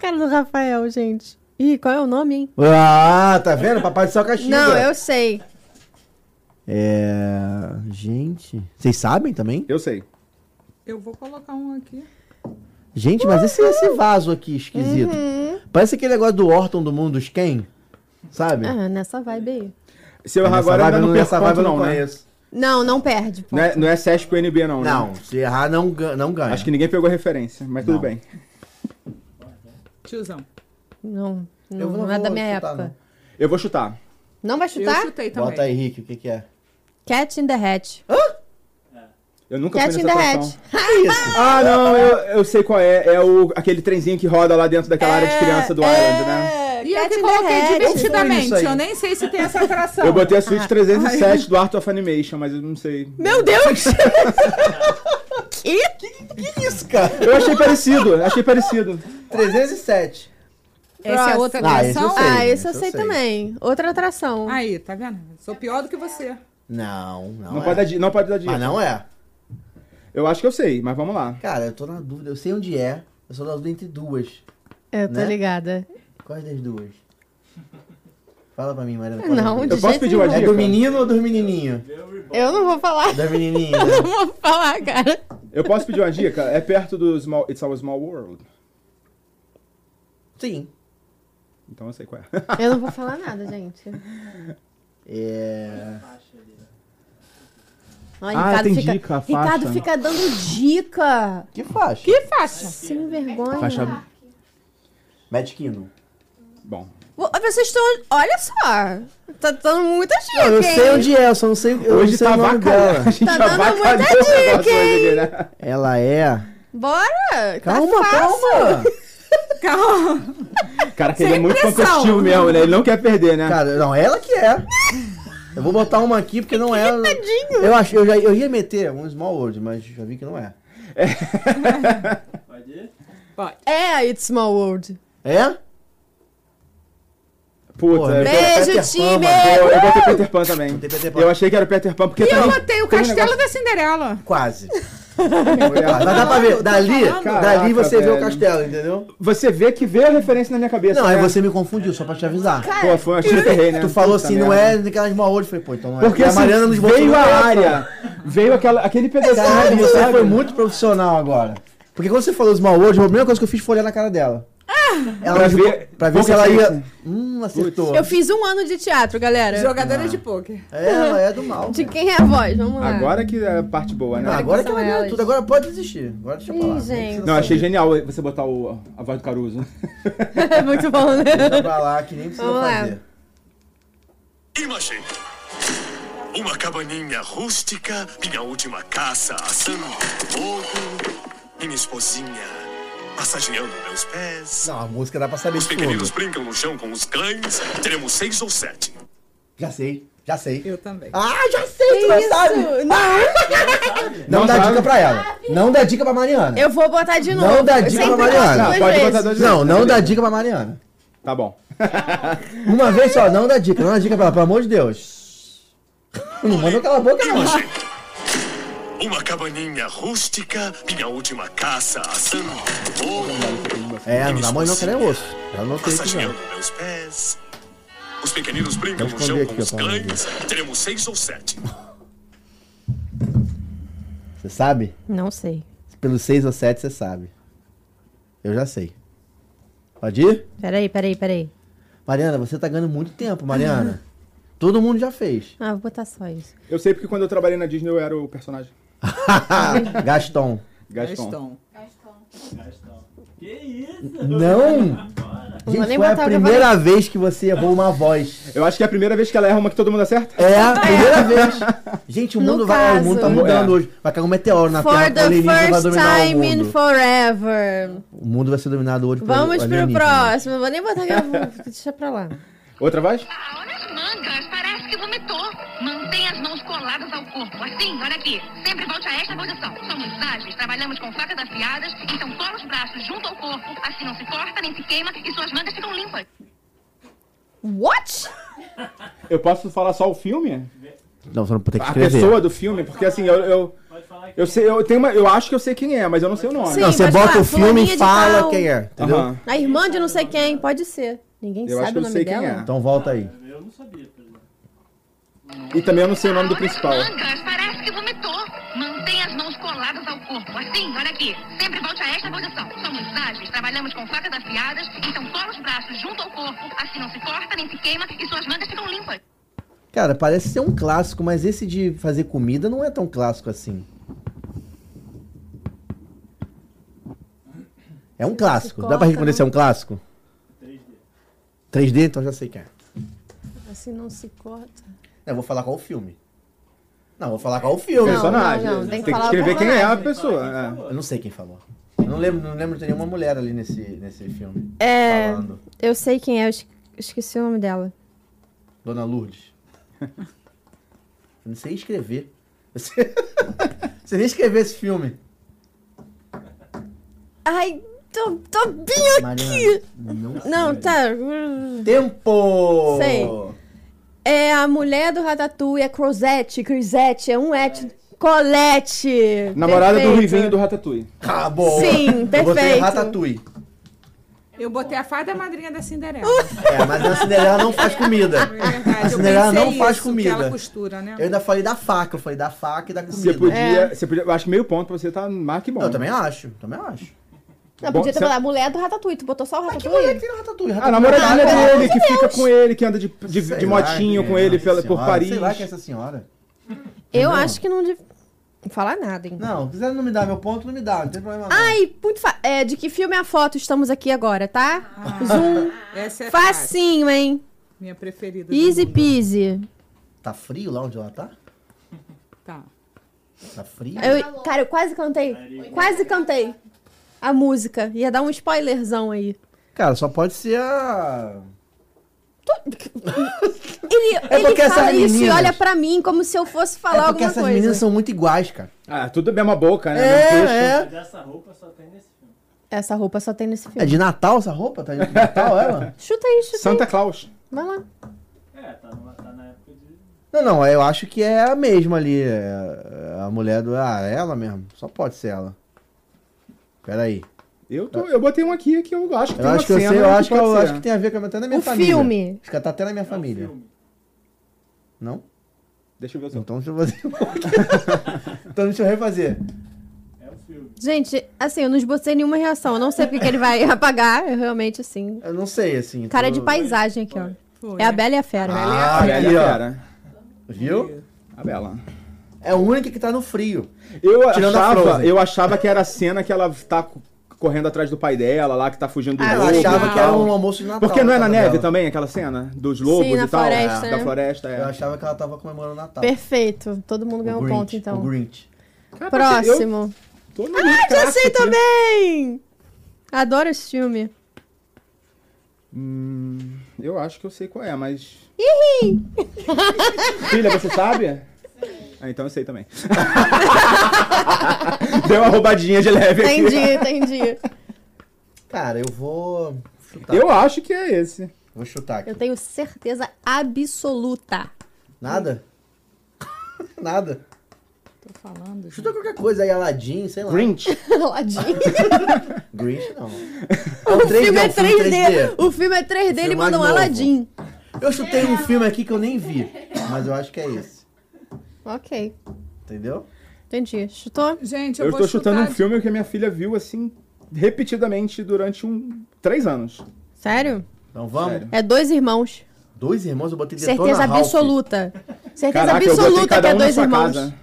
Cara, não Rafael, gente. Ih, qual é o nome, hein?
Ah, tá vendo? Papai do céu castiga.
Não, eu sei.
É. Gente. Vocês sabem também?
Eu sei.
Eu vou colocar um aqui.
Gente, mas esse, esse vaso aqui esquisito.
Uhum.
Parece aquele negócio do Orton do mundo dos Ken. Sabe?
Ah, nessa vibe aí.
Se eu errar
Essa
agora,
vibe
ainda não
eu-
perco
essa vibe
ponto,
eu não
não, né?
conheço.
Não, não perde. pô.
Não é, não é SESP ou NB, não, né?
Não, se errar, não, gan- não ganha.
Acho que ninguém pegou a referência, mas tudo
Não.
bem.
Tiozão.
Não, não,
Eu não
não é
vou
da minha
chutar,
época.
Eu vou chutar.
Não, vai
Eu
chutar?
chutei também.
Bota aí, Rick, o que, que é?
Cat in the Hat.
Eu nunca
Cat
fui
in the
nessa atração.
Hat.
Ah, não, eu, eu sei qual é. É o, aquele trenzinho que roda lá dentro daquela área
É,
de criança do Island, né?
E eu
Cat
que
in the Hat.
coloquei divertidamente.
Isso aí.
Eu nem sei se
[laughs]
tem essa atração.
Eu botei a Switch
Ah,
307 do Art of Animation, mas eu não sei.
Meu [laughs] Deus!
Isso, cara. [laughs]
Eu achei parecido, achei parecido.
307.
Essa é outra
Ah, esse eu
atração?
sei.
ah, esse eu
esse eu
sei,
sei.
também. Outra atração.
Aí, tá vendo? Sou pior do que você.
Não, não.
Não,
é.
pode dar dica. Não pode dar dica.
Mas não é.
Eu acho que eu sei, mas vamos lá.
Cara, eu tô na dúvida. Eu sei onde é. Eu sou na dúvida entre duas.
eu tô
né?
ligada.
Quais das duas? Fala pra mim, Mariana. qual das
[laughs] Não,
duas?
de
posso
jeito
pedir uma
nenhum.
dica?
É do menino ou do menininho?
Eu não vou falar. [laughs]
Da menininha.
Não vou falar, cara.
Eu posso pedir uma dica? É perto do Small, It's All Small World.
Sim.
Então eu sei qual é.
Eu não vou falar nada, gente.
É.
Olha,
Ah,
Ricardo
tem
fica,
dica, a
Ricardo
faixa.
fica dando dica.
Que faixa?
Que faixa?
Sem vergonha.
Faixa.
Magic Kingdom.
Bom.
Vo- Vocês estão. Olha só! Tá dando muita dica,
Não, eu
hein?
sei onde é, eu só não sei, eu não
Hoje
sei
tá
o nome dela.
avacalhado. A gente
Tá dando
avacalhou
muita
o negócio
dica,
hoje aqui, né?
Ela é.
Bora!
Calma,
tá fácil.
calma!
Calma.
Cara, que ele é
Sem
muito
pressão.
competitivo mesmo, né? Ele não quer perder, né?
Cara, não, ela que é. Eu vou botar uma aqui porque não
[laughs]
é. Eu acho, eu, já, eu ia meter um Small World, mas já vi que não é.
Pode ir?
É a It's Small World.
É?
Puta,
Porra,
eu-
Peter
Beijo,
Pan,
time!
mano.
É, eu botei Peter Pan também.
Botei Peter Pan.
Eu achei que era Peter Pan, porque
E eu
também
botei o
tem um
Castelo
negócio-
da É Cinderela.
Quase.
Foi
Mas
errado.
dá pra
Tá
ver. Dali,
falando.
dali você vê o
Caraca,
castelo, entendeu?
Você vê que veio a referência na minha cabeça.
Não, aí
né?
você me confundiu, só pra te avisar.
Pô,
É.
foi, eu achei que eu errei, né?
Tu falou
Puta
assim, não
merda.
é naquela Small World. Eu falei, pô, então não é.
Porque
E
assim,
botou
veio
no
a
meio,
área, veio aquela, aquele pedacinho.
Caralho,
ali,
você
sabe?
foi muito profissional agora. Porque quando você falou Small World, a primeira coisa que eu fiz foi olhar na cara dela. Ela,
Pra ver- é.
pra ver se
pouca
ela ia.
ciência.
Hum, acertou.
Ah! Eu fiz um ano de teatro, galera.
Jogadora de pôquer.
É, Ela é do mal.
De quem é a voz? Vamos lá.
Agora que é a parte boa, né?
Ah, agora que
são
ela ganhou
elas.
tudo, agora pode desistir. Agora deixa eu
Ih,
falar.
gente.
Não, achei genial você botar o, a voz do Caruso. [laughs]
É muito bom, né?
Deixa pra lá, que nem precisa
Vamos lá.
fazer.
Imagine. Uma cabaninha rústica, minha última caça assando fogo, minha esposinha massageando meus pés.
Não, a música dá pra saber
Os
de
pequeninos
tudo.
brincam no chão com os cães. Teremos seis ou sete.
Já sei, já sei.
Eu
[laughs]
também.
Ah, já sei, tu já sabe. Não dá dica pra ela. Não dá dica pra Mariana.
Eu vou botar de novo.
Não dá
Eu
dica
sempre
pra
boto
Mariana.
duas
Não, pode
vezes.
botar duas
Não, não dá dica pra Mariana.
Tá bom. [laughs]
Uma vez só, não dá dica, não dá dica pra ela, pelo amor de Deus. Não manda aquela boca, não.
Imagine. Uma cabaninha rústica, minha última caça assando fogo,
É, não dá mãe não, que nem osso. Ela não tem que não.
massageando meus pés. Os pequeninos brincam
Vou
no chão
esconder
com
aqui,
os
ó, pra não ver.
cães. Teremos seis ou sete.
Você sabe?
Não sei.
Pelo 6 ou 7 você sabe. Eu já sei. Pode ir?
Peraí, peraí, peraí.
Mariana, você tá ganhando muito tempo,
[laughs]
Mariana. Todo mundo já fez.
Ah, vou botar só isso.
Eu sei porque quando eu trabalhei na Disney eu era o personagem.
Ah. [laughs]
Gaston.
Gaston.
Gaston.
Não!
vou
Gente,
nem
foi a
botar o que eu
primeira vez que você errou uma voz.
Eu acho que é a primeira vez que ela erra uma que todo mundo acerta.
É a primeira
[laughs]
vez. Gente, o
No
mundo vai. O mundo tá
caso.
mudando
É.
hoje. Vai cair um meteoro na
For
Terra. o
the
alienígena vai
first
dominar o
time in
mundo.
forever.
O mundo vai ser dominado hoje pelo
Vamos pro
alienígena.
próximo. Eu Vou nem botar que eu vou. [laughs] Deixa pra lá.
Outra voz?
A hora mangas, parece que vomitou. Mantenha as mãos coladas ao corpo. Assim, olha aqui. Sempre volte a esta posição. Somos ágeis, trabalhamos com facas afiadas, então cola os braços junto ao corpo. Assim não se corta, nem se queima e suas mangas ficam limpas.
What?
Eu posso falar só o filme?
Não, você não pode ter que
A
escrever.
pessoa do filme, porque assim, eu, eu, Eu sei, eu tenho uma, eu acho que eu sei quem é, mas eu não sei o nome.
Sim, Não, você mas, bota ué, o filme e fulaninha de fala tal. quem é,
entendeu?
A irmã de não sei quem, pode ser. Ninguém
Eu acho
sabe
que
o
eu
nome
sei quem
dela.
é.
Então volta aí.
Eu não sabia, por exemplo.
é. E também eu não sei o nome do principal.
Mas parece que vomitou. Mantenha as mãos coladas ao corpo. Assim, olha aqui. Sempre volte a esta posição. Somos ágeis, trabalhamos com facas afiadas, então cola os braços junto ao corpo. Assim não se corta, nem se queima e suas mangas ficam limpas.
Cara, parece ser um clássico, mas esse de fazer comida não é tão clássico assim. É um clássico. Dá pra responder se é um clássico? 3D. 3D, então já sei quem é.
Assim não se corta.
Eu vou falar qual o filme. Não, vou falar qual o filme.
Não, Personagem. não, não, tem que Tem que falar o escrever quem é a personagem. pessoa,
Eu não sei quem falou. Eu não lembro, não lembro de nenhuma mulher ali nesse, nesse filme.
É.
Falando.
Eu sei quem é, eu esque- esqueci o nome dela.
Dona [laughs] Lourdes. Eu não sei escrever. [laughs] Eu sei- Você nem escrever esse filme.
Ai, tô, tô bem aqui!
Não,
tá.
Tempo!
Sei. É a mulher do Ratatouille, é Crozette, Crisette, é um et... Colette!
Namorada do
Perfeito.
Rivinho do Ratatouille.
Ah, boa.
Sim,
Eu botei
perfeito.
Ratatouille.
Eu botei a fada madrinha
[laughs]
da Cinderela. É
É, mas a Cinderela não faz
[laughs]
comida. a
eu
Cinderela
pensei
não faz
isso, que
comida.
ela costura, né?
Eu ainda falei da faca, eu falei da faca e da comida. É.
Você podia, você podia. Eu acho que meio ponto pra você tá mais que bom.
Eu também acho, também acho.
Não,
Bom,
podia ter
você-
falado a mulher do Ratatouille, tu botou só o Ratatouille?
mulher é que tem no Ratatouille? é
A namoradinha
Ah, pelo
dele,
amor
que
de
fica
Deus.
com ele, que anda de, de,
Sei
de
lá
motinho
quem
com
é
ele
essa
pela, por
senhora,
Paris.
Sei lá que é essa senhora.
Eu
Não.
acho que não dev... Não falar nada, hein?
Não, quiser não me dar meu ponto, não me dá, não tem problema. não.
Ai, muito fa... é, De que filme é a foto estamos aqui agora, tá? Zoom.
Essa é fácil.
Facinho, hein?
Minha preferida. do
Easy
mundo.
peasy.
Tá frio lá onde ela tá?
Tá.
Tá frio?
Eu, cara, eu quase cantei. Quase cantei a música. Ia dar um spoilerzão aí.
Cara, só pode ser a.
Ele,
É
ele
porque essas
fala isso e
meninas-
olha pra mim como se eu fosse falar
é porque
alguma
essas
coisa.
meninas são muito iguais, cara.
Ah, tudo mesma boca, né? Mesmo queixo.
É, é.
Dessa roupa só tem nesse filme.
Essa roupa só tem nesse
É
filme.
de Natal essa roupa? Tá de Natal ela?
Chuta aí, chuta
Santa
aí.
Claus.
Vai lá.
É, tá, numa- tá na época de.
Não, não, eu acho que é a mesma ali. é A mulher do. Ah, é ela mesmo. Só pode ser ela. Peraí.
Eu, tô, eu botei um aqui que eu acho que
É. Eu
tem
acho que
uma
eu
cena.
sei, eu acho que,
pode
eu
ser.
acho que tem a ver com até na minha
O
família.
filme.
Acho que tá até na minha
É um
família.
filme.
Não?
Deixa eu ver o seu.
Então deixa eu fazer. [laughs] então deixa eu refazer.
É um filme.
Gente, assim, eu não esbocei nenhuma reação. Eu não sei porque que ele vai [laughs] apagar. Eu realmente, assim.
Eu não sei, assim.
Cara de
então-
paisagem aqui, ó.
Foi.
É a Bela e a Fera.
Ah,
A Bela e a
aqui,
Fera.
ó. Viu?
A Bela.
É a única que tá no frio.
Eu
Tirando a
achava,
Frozen.
eu achava que era a cena que ela tá co- correndo atrás do pai dela, lá que tá fugindo do
Ah, eu
lobo e
achava que era
tal.
um almoço de Natal.
Porque não é na
cara
neve
dela.
também aquela cena dos lobos
Sim, na
e tal?
floresta,
Da
né?
floresta, é.
Eu achava que ela tava comemorando o Natal.
Perfeito. Todo mundo
O
ganhou
Grinch,
ponto,
O
então.
Grinch. é.
Próximo.
Tô no ah,
Já sei também! Adoro esse filme.
Hum, eu acho que eu sei qual é, mas. [laughs] Filha, você sabe? Ah, então eu sei também. [laughs] Deu uma roubadinha de leve aqui.
[laughs] Entendi, entendi.
Cara, eu vou chutar.
Eu acho que é esse.
Vou chutar aqui.
Eu tenho certeza [laughs] absoluta.
Nada? [laughs] Nada.
Tô falando.
Chuta qualquer coisa aí, Aladdin, sei lá.
Grinch.
[laughs] Ladinho.
Grinch não.
O filme
não,
é
o um filme
3D.
3D.
O filme é 3D, ele
filme mais
manda um
novo.
Aladdin.
Eu chutei um filme aqui que eu nem vi, mas eu acho que é esse.
Ok.
Entendeu?
Entendi. Chutou?
Gente, eu,
Eu
vou
estou chutando um
chutar-
filme que a minha filha viu assim repetidamente durante um três anos.
Sério?
Então vamos.
Sério.
É dois irmãos.
Dois irmãos, eu botei Detona
Certeza
Ralph.
absoluta. Certeza
Caraca, eu botei
absoluta que
cada
é
um na
dois
sua
irmãos. é
casa.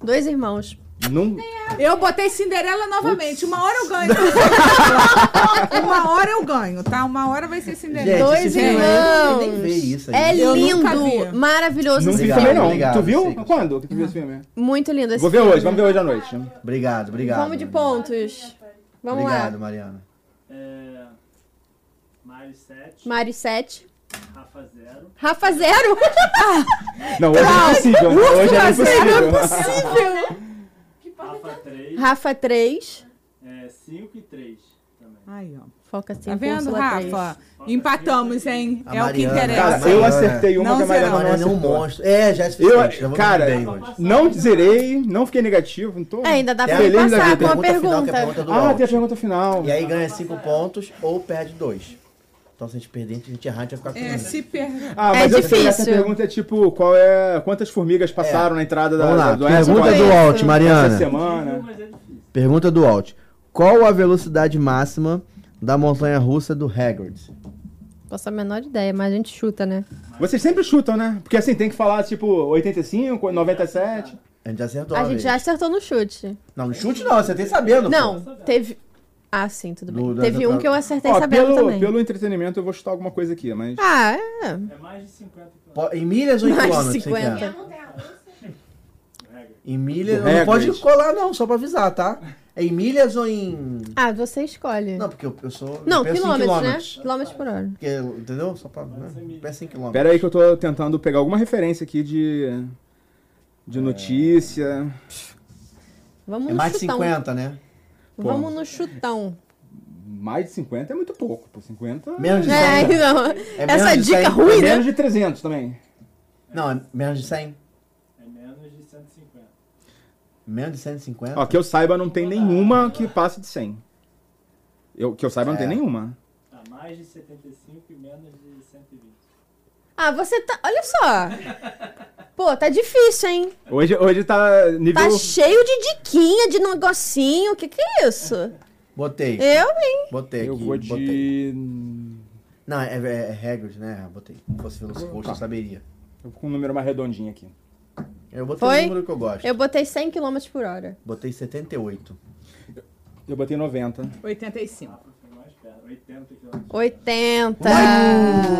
Dois irmãos.
Num...
Eu botei Cinderela novamente. Uma hora eu ganho. Uma hora eu ganho, tá? Uma hora vai ser
Gente,
Cinderela.
Dois
esse filme aí, eu nem
irmãos.
vi isso aí.
É
Eu nunca
lindo.
vi.
Maravilhoso
Não
esse
vi
Obrigado,
filme.
também não.
obrigado,
tu
sei
viu?
que eu
Quando que tu viu esse filme?
Muito lindo esse
Vou ver
filme.
hoje, vamos ver hoje à noite.
Obrigado, obrigado.
Vamos de
Mariana.
pontos. Vamos
Obrigado,
lá.
Mariana.
É. Mari 7,
Mari 7.
Rafa 0.
Rafa 0.
Não, hoje é impossível. Hoje é impossível.
Rafa 3,
Rafa 3.
é, 5 e 3 também.
Aí, ó.
Foca assim,
Tá vendo,
bússola
Rafa? Empatamos, hein?
A
é o que
Mariana,
interessa.
Cara, eu
Mariana.
acertei uma
Não
que a
A
Mariana não
Mariana é um
acertou.
monstro. É, já é suficiente.
Eu,
Eu,
cara,
bem hoje.
não zerei, não fiquei negativo, não tô...
três. É, ainda dá
Tem
pra
a
ele
beleza
passar
da
com uma
final,
pergunta.
que é a pergunta do
Ah,
round.
tem a pergunta final.
E aí ganha 5 pontos ou perde 2. Então se a gente perder, se a gente errar, a gente vai ficar com
É,
um.
se per...
Ah,
É
mas eu sei que essa
difícil.
pergunta é tipo, qual é, quantas formigas passaram na entrada da,
Vamos lá.
da, do
Pergunta
Xbox
do Alt,
essa
Mariana.
semana?
Pergunta do Alt. Qual a velocidade máxima da montanha russa do Hagrid?
Faço a menor ideia, mas a gente chuta, né?
Vocês sempre chutam, né? Porque assim, tem que falar tipo 85, 97.
A gente já acertou.
a
uma
gente
vez.
já acertou no chute.
Não, no chute não, você tem sabendo.
Não,
pô.
teve. Ah, sim, tudo bem.
Do- da-
teve
da-
um que eu acertei
Ó,
sabendo
pelo,
também.
pelo entretenimento eu vou chutar alguma coisa aqui, mas...
Ah,
um
é.
Po- Em milhas ou em
Mais
quilômetros?
de
você quer?
50.
Em milhas.
Do
Não pode
Hagrid.
colar, não, só pra avisar, tá? É em milhas ou em.
Ah, você escolhe.
Não, porque eu, eu sou.
Não,
eu penso em
quilômetros, né?
quilômetros.
Quilômetros por hora.
Porque, entendeu? Só pra. Né? Pensa em quilômetros.
Pera aí que eu tô tentando pegar alguma referência aqui de... De notícia.
Vamos
É
no
mais de
chutão.
50, né?
Vamos no chutão.
Mais de 50 é muito pouco, pô. 50...
Menos de 100.
É,
cara.
[laughs] não.
menos
Essa
de
dica
é
cem.
ruim, né?
Menos de 300 também.
Não, é menos de 100.
É menos de 150.
Menos de 150.
Ó, que eu saiba, não tem nenhuma que passe de 100. Eu, que eu saiba, não tem
É.
nenhuma.
Tá mais de 75 e menos de 120.
Ah, você tá. Olha só. Pô, tá difícil, hein?
Hoje, hoje tá nível...
Tá cheio de diquinha, de negocinho. O que que é isso?
Botei.
Eu, hein?
Botei
Eu
aqui.
vou
Botei.
de...
Não, é, é, é Hagrid, né? Botei. Se fosse
Tá.
Velocicoast, eu saberia.
Eu vou com um número mais redondinho aqui.
Eu botei
Foi?
o número que eu gosto.
Eu botei 100 km por hora.
Botei 78.
Eu botei 90.
85.
Foi mais perto. 80 quilômetros.
80.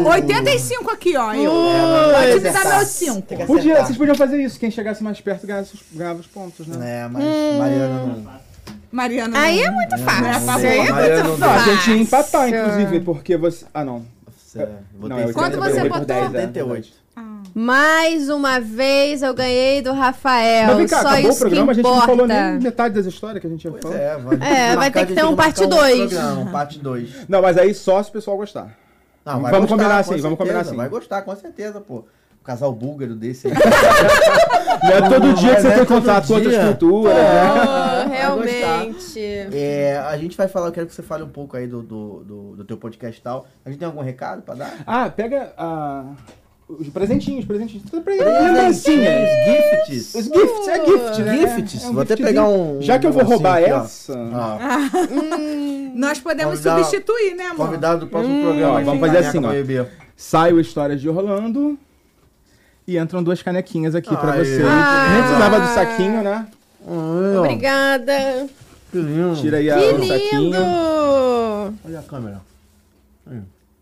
85 aqui, ó. Eu.
Tem que
Pode me dar
acertar.
meus 5.
Tem que
Podia,
acertar.
vocês podiam fazer isso. Quem chegasse mais perto ganhava, os- ganhava os pontos,
Hum.
né?
É, mas Mariana não.
Mariana.
Aí
não-
é muito
Hum.
Não é
fácil.
favor.
Aí é
Mariana
muito
Não, a
fácil.
gente ia empatar, inclusive, porque você... Ah, não.
Você-
Não, é
Botei
Quanto
80,
você
eu botei por
botou?
10, é.
78.
Mais uma vez eu ganhei do Rafael.
Mas vem cá,
É, Só
acabou o
isso
programa, a
que
gente
importa.
não falou nem né? metade das histórias que a gente ia
Pois
falar.
é, vai,
É, vai ter que ter um parte dois.
2. Um parte 2.
Não, mas aí só se o pessoal gostar.
Não, vai
Vamos
gostar,
combinar
com
assim, vamos combinar
certeza,
assim.
Vai gostar, com certeza, pô. O casal búlgaro desse aí.
[laughs] Não é todo dia que
mas
você
é
tem
todo
contato com outras
dia.
culturas, né?
Oh,
gostar.
realmente.
É, a gente vai falar, eu quero que você fale um pouco aí do, do, do, do teu podcast e tal. A gente tem algum recado pra dar?
Ah, pega ah, os presentinhos, presentinhos. Tudo pra- Lembrancinha.
Os gifts.
assim, né? Os gifts, é gift, né?
Gifts.
É um
Vou até
giftzinho.
pegar um-
Já que eu vou
um negocinho
roubar
aqui, ó.
essa...
Ah,
Ó,
Nós podemos
Vamos dar-
substituir, né, amor?
convidado do
Hum.
próximo programa.
Ó, vamos fazer assim, ó.
ó.
Sai o Histórias de Orlando e entram duas canequinhas aqui pra
Aê.
vocês.
Ah.
Nem precisava do saquinho, né?
Obrigada.
Que lindo.
Tira aí a,
Que
o Tá, um saquinho.
lindo.
Olha a câmera.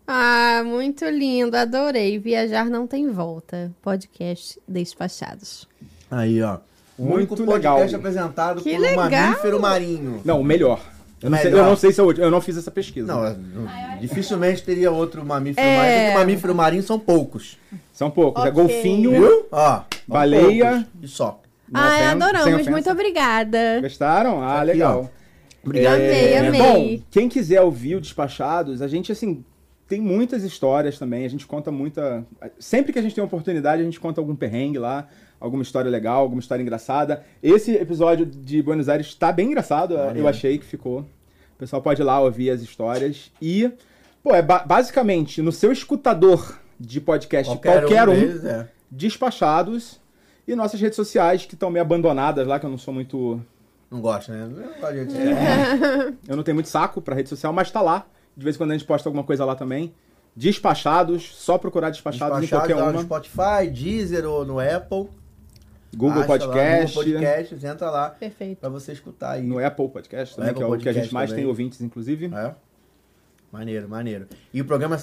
Ah, muito lindo. Adorei. Viajar não tem volta. Podcast Despachados.
Aí, ó. O
Muito
único podcast
legal.
apresentado
Que
por um
legal.
mamífero marinho.
Não, o melhor. Eu não, sei,
Melhor.
eu não sei se é o último. Eu não fiz essa pesquisa.
Não, é- não, dificilmente teria outro mamífero
É.
marinho. Porque mamífero marinho são poucos.
São poucos. É
Ok.
golfinho.
Ó, são
Baleia.
poucos. E só.
Não,
Ai,
sem- sem
adoramos.
ofensa.
é Muito obrigada.
Gostaram? Ah,
Aqui,
legal.
ó.
Obrigado. Amei, amei.
É, né? Bom, quem quiser ouvir o Despachados, a gente, assim, tem muitas histórias também. A gente conta muita. Sempre que a gente tem uma oportunidade, a gente conta algum perrengue lá, alguma história legal, alguma história engraçada. Esse episódio de Buenos Aires tá bem engraçado, eu achei que ficou. O pessoal pode ir lá ouvir as histórias. E, pô, é ba- basicamente no seu escutador de podcast, qualquer, um,
deles, é.
Despachados. E nossas redes sociais que estão meio abandonadas lá, que eu não sou muito
Não gosta, né? Não gosta de gente. É.
eu não tenho muito saco pra rede social, mas tá lá. De vez em quando a gente posta alguma coisa lá também. Despachados, só procurar despachados,
Despachados
em
lá
qualquer
no
uma.
Spotify, Deezer ou no Apple.
Google
Acha lá,
Podcast,
Google Podcasts, entra lá
Perfeito.
pra você escutar aí.
no Apple Podcast também,
Apple
que é o que a gente
Podcast
mais
também.
tem ouvintes, inclusive.
É. Maneiro, maneiro. E o programa,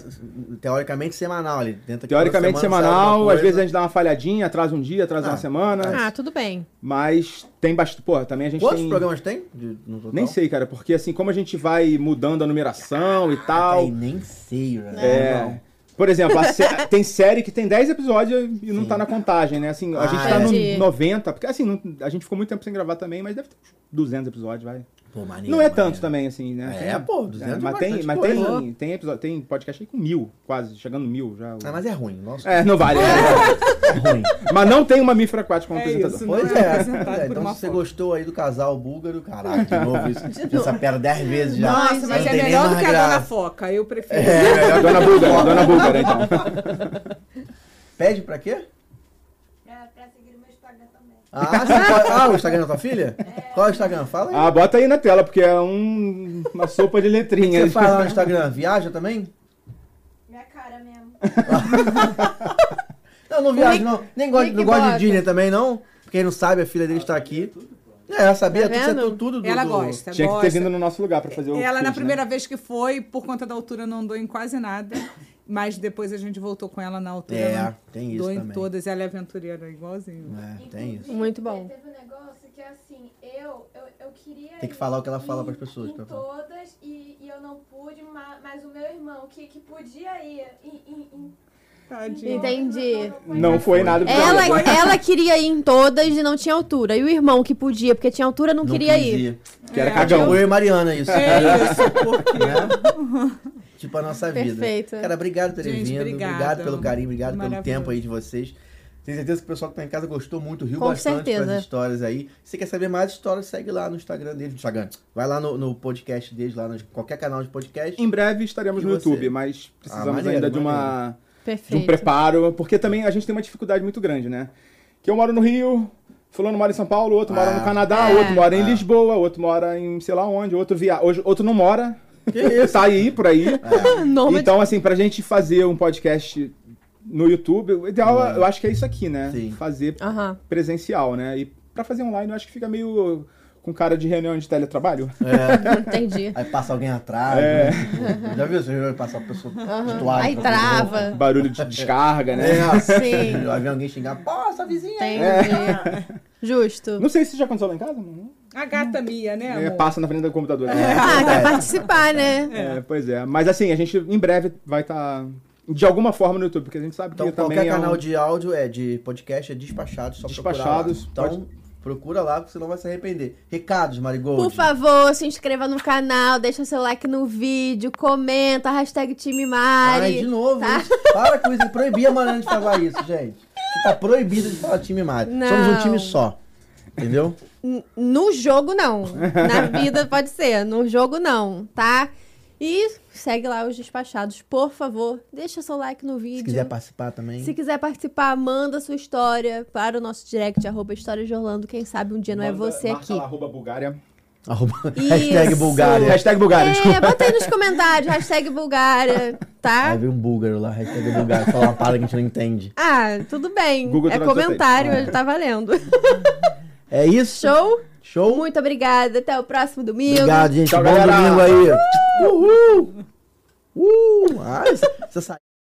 teoricamente, semanal ali. Tenta que
Teoricamente
toda semana saia
semanal,
alguma
às vezes a
coisa.
gente dá uma falhadinha, atrasa um dia, atrasa
Ah,
uma semana,
Ah, tudo bem.
mas tem bastante. Porra, também a gente
Quantos
tem.
programas tem? de- no total?
Nem sei, cara, porque assim, como a gente vai mudando a numeração e tal.
Tá Aí, nem sei, velho.
É. Por exemplo, a sé- [laughs] tem série que tem 10 episódios e não tá na contagem, né? Assim, a
Ah,
gente tá
entendi.
no 90, porque assim, não- a gente ficou muito tempo sem gravar também, mas deve ter uns 200 episódios, vai.
Pô, maneiro,
Não é
maneiro.
tanto também, assim, né?
É,
Tem-
pô, 200 é
mas tem,
bastante
mas
coisa.
tem, assim, tem, episódio, tem podcast aí com mil, quase, chegando no mil já.
Ah, mas é ruim, nossa.
É, não
[laughs]
vale. é.
ruim.
Mas não tem um mamífero aquático como
É
apresentador.
isso,
Pois
Não é
é.
apresentado
é,
por
Então,
uma
se você
foto.
gostou aí do casal búlgaro, caraca, de novo isso.
[laughs]
Essa pedra 10 vezes já.
Nossa, mas
Não
é
tem nem
melhor do
mais
que a Dona
graça.
Foca. Eu prefiro.
É, Dona Búlgara, Dona
[laughs]
Búlgara, então.
Pede pra quê?
Pra, seguir o meu Instagram também.
Ah, você pode... ah, o Instagram da tua filha? Qual é o Instagram? Fala aí.
Ah, bota aí na tela, porque é um- uma sopa de
Você
letrinhas.
faz
[laughs]
lá no
tá-
Instagram, viaja também?
Minha cara mesmo.
[laughs] Não, não viaja, não. Nem gosto,
Nick
não gosto
Bota.
de Disney também, não. Quem não sabe, a filha dele está aqui. É, sabia
Tá
tudo, você
vendo?
tudo, tudo. do-
Ela
do-
gosta.
Tinha que
gosta.
ter vindo no nosso lugar pra fazer o
tá É, Ela,
quiz,
na
né?
primeira vez que foi, por conta da altura, não andou em quase nada. Mas depois a gente voltou com ela na altura.
É,
ela
tem isso
andou em
também.
todas. Ela é aventureira, igualzinho.
É, tem isso.
Muito bom.
Teve um negócio que assim, eu, eu, eu queria.
Tem que falar o que ela
ir
fala pras pessoas,
Em
pra falar.
todas, e, e eu não pude, ma- mas, o meu irmão, que, que podia ir em- em- em-
Tadinha.
Entendi.
Não foi nada pra
Ela, é
ela.
ela queria ir em todas e não tinha altura. E o irmão que podia, porque tinha altura, não,
Não
queria
quis
ir.
Que era
É,
cagão.
Eu e Mariana, isso.
É isso, porque
um Né? [laughs] Tipo a nossa vida.
Perfeito.
Cara, obrigado por terem
Gente,
vindo.
obrigada.
Obrigado pelo carinho, obrigado pelo
Maravilhoso.
tempo aí de vocês. Tenho certeza que o pessoal que tá em casa gostou muito, riu
Com
bastante
certeza.
com as histórias aí. Se você quer saber mais histórias, segue lá no Instagram deles, no Instagram. Vai lá no, no podcast deles, lá no qualquer canal de podcast.
Em breve estaremos
E
no
você?
YouTube, mas precisamos
maneiro,
ainda de uma.
maneiro.
de um
Perfeito.
preparo, porque também a gente tem uma dificuldade muito grande, né? Que eu moro no Rio, fulano mora em São Paulo, outro mora no
Ah.
Canadá,
É.
outro mora em Lisboa, outro mora em sei lá onde, outro via... hoje- outro não mora. tá aí por aí.
É. Nômade.
Então assim, pra gente fazer um podcast no YouTube, o ideal eu acho que é isso aqui, né?
Sim.
Fazer
Aham.
presencial, né? E pra fazer online eu acho que fica meio com cara de reunião de teletrabalho. [laughs]
Entendi.
Aí passa alguém atrás. né? Já viu? Você já viu passar a pessoa situada?
tá
Aí trava.
Barulho de descarga, né?
É,
Sim.
Vai ver alguém xingar. Pô,
Ah,
essa vizinha aí.
Entendi. Justo.
É. Não sei se já aconteceu lá em casa, não.
A gata Mia, né, amor?
É, passa na frente do computador. né?
Ah,
é
quer participar, né?
É, pois é. Mas assim, a gente em breve vai estar de alguma forma no YouTube, porque a gente sabe
Então,
que também
qualquer
é um-
canal de áudio, é de podcast, é despachado, só
Despachados,
procurar lá. Então, procura lá, porque senão vai se arrepender. Recados, Marigold.
Por favor, se inscreva no canal, deixa seu like no vídeo, comenta, hashtag time Mari.
Ai, de novo,
tá.
isso. Para com isso. é Proibir a Mariana de falar isso, gente. Você tá proibido de falar time Mário.
Não.
Somos um time só.
[laughs]
Entendeu?
N- No jogo, não.
[laughs]
Na vida pode ser. No jogo, não, tá? E segue lá os despachados, por favor. Deixa seu like no vídeo.
Se quiser participar também.
Se quiser participar, manda sua história para o nosso direct, arroba História de Orlando. Quem sabe um dia não é
Manda-
você
marca
aqui.
Lá, arroba Bulgária.
Arroba-
Isso.
Hashtag Bulgária.
Hashtag Bulgária,
É,
desculpa.
bota aí nos comentários, hashtag Bulgária, tá?
Vai ver um búlgaro lá, hashtag Bulgária. Falar uma parada que a gente não entende.
Ah, tudo bem.
Google
é
Translate. Ah.
comentário, tá valendo. [laughs]
É isso?
Show?
Show?
Muito obrigada. Até o próximo domingo.
Obrigado, gente.
Tchau,
Bom
galera.
domingo aí. Uhul! Uh! Ah, essa- essa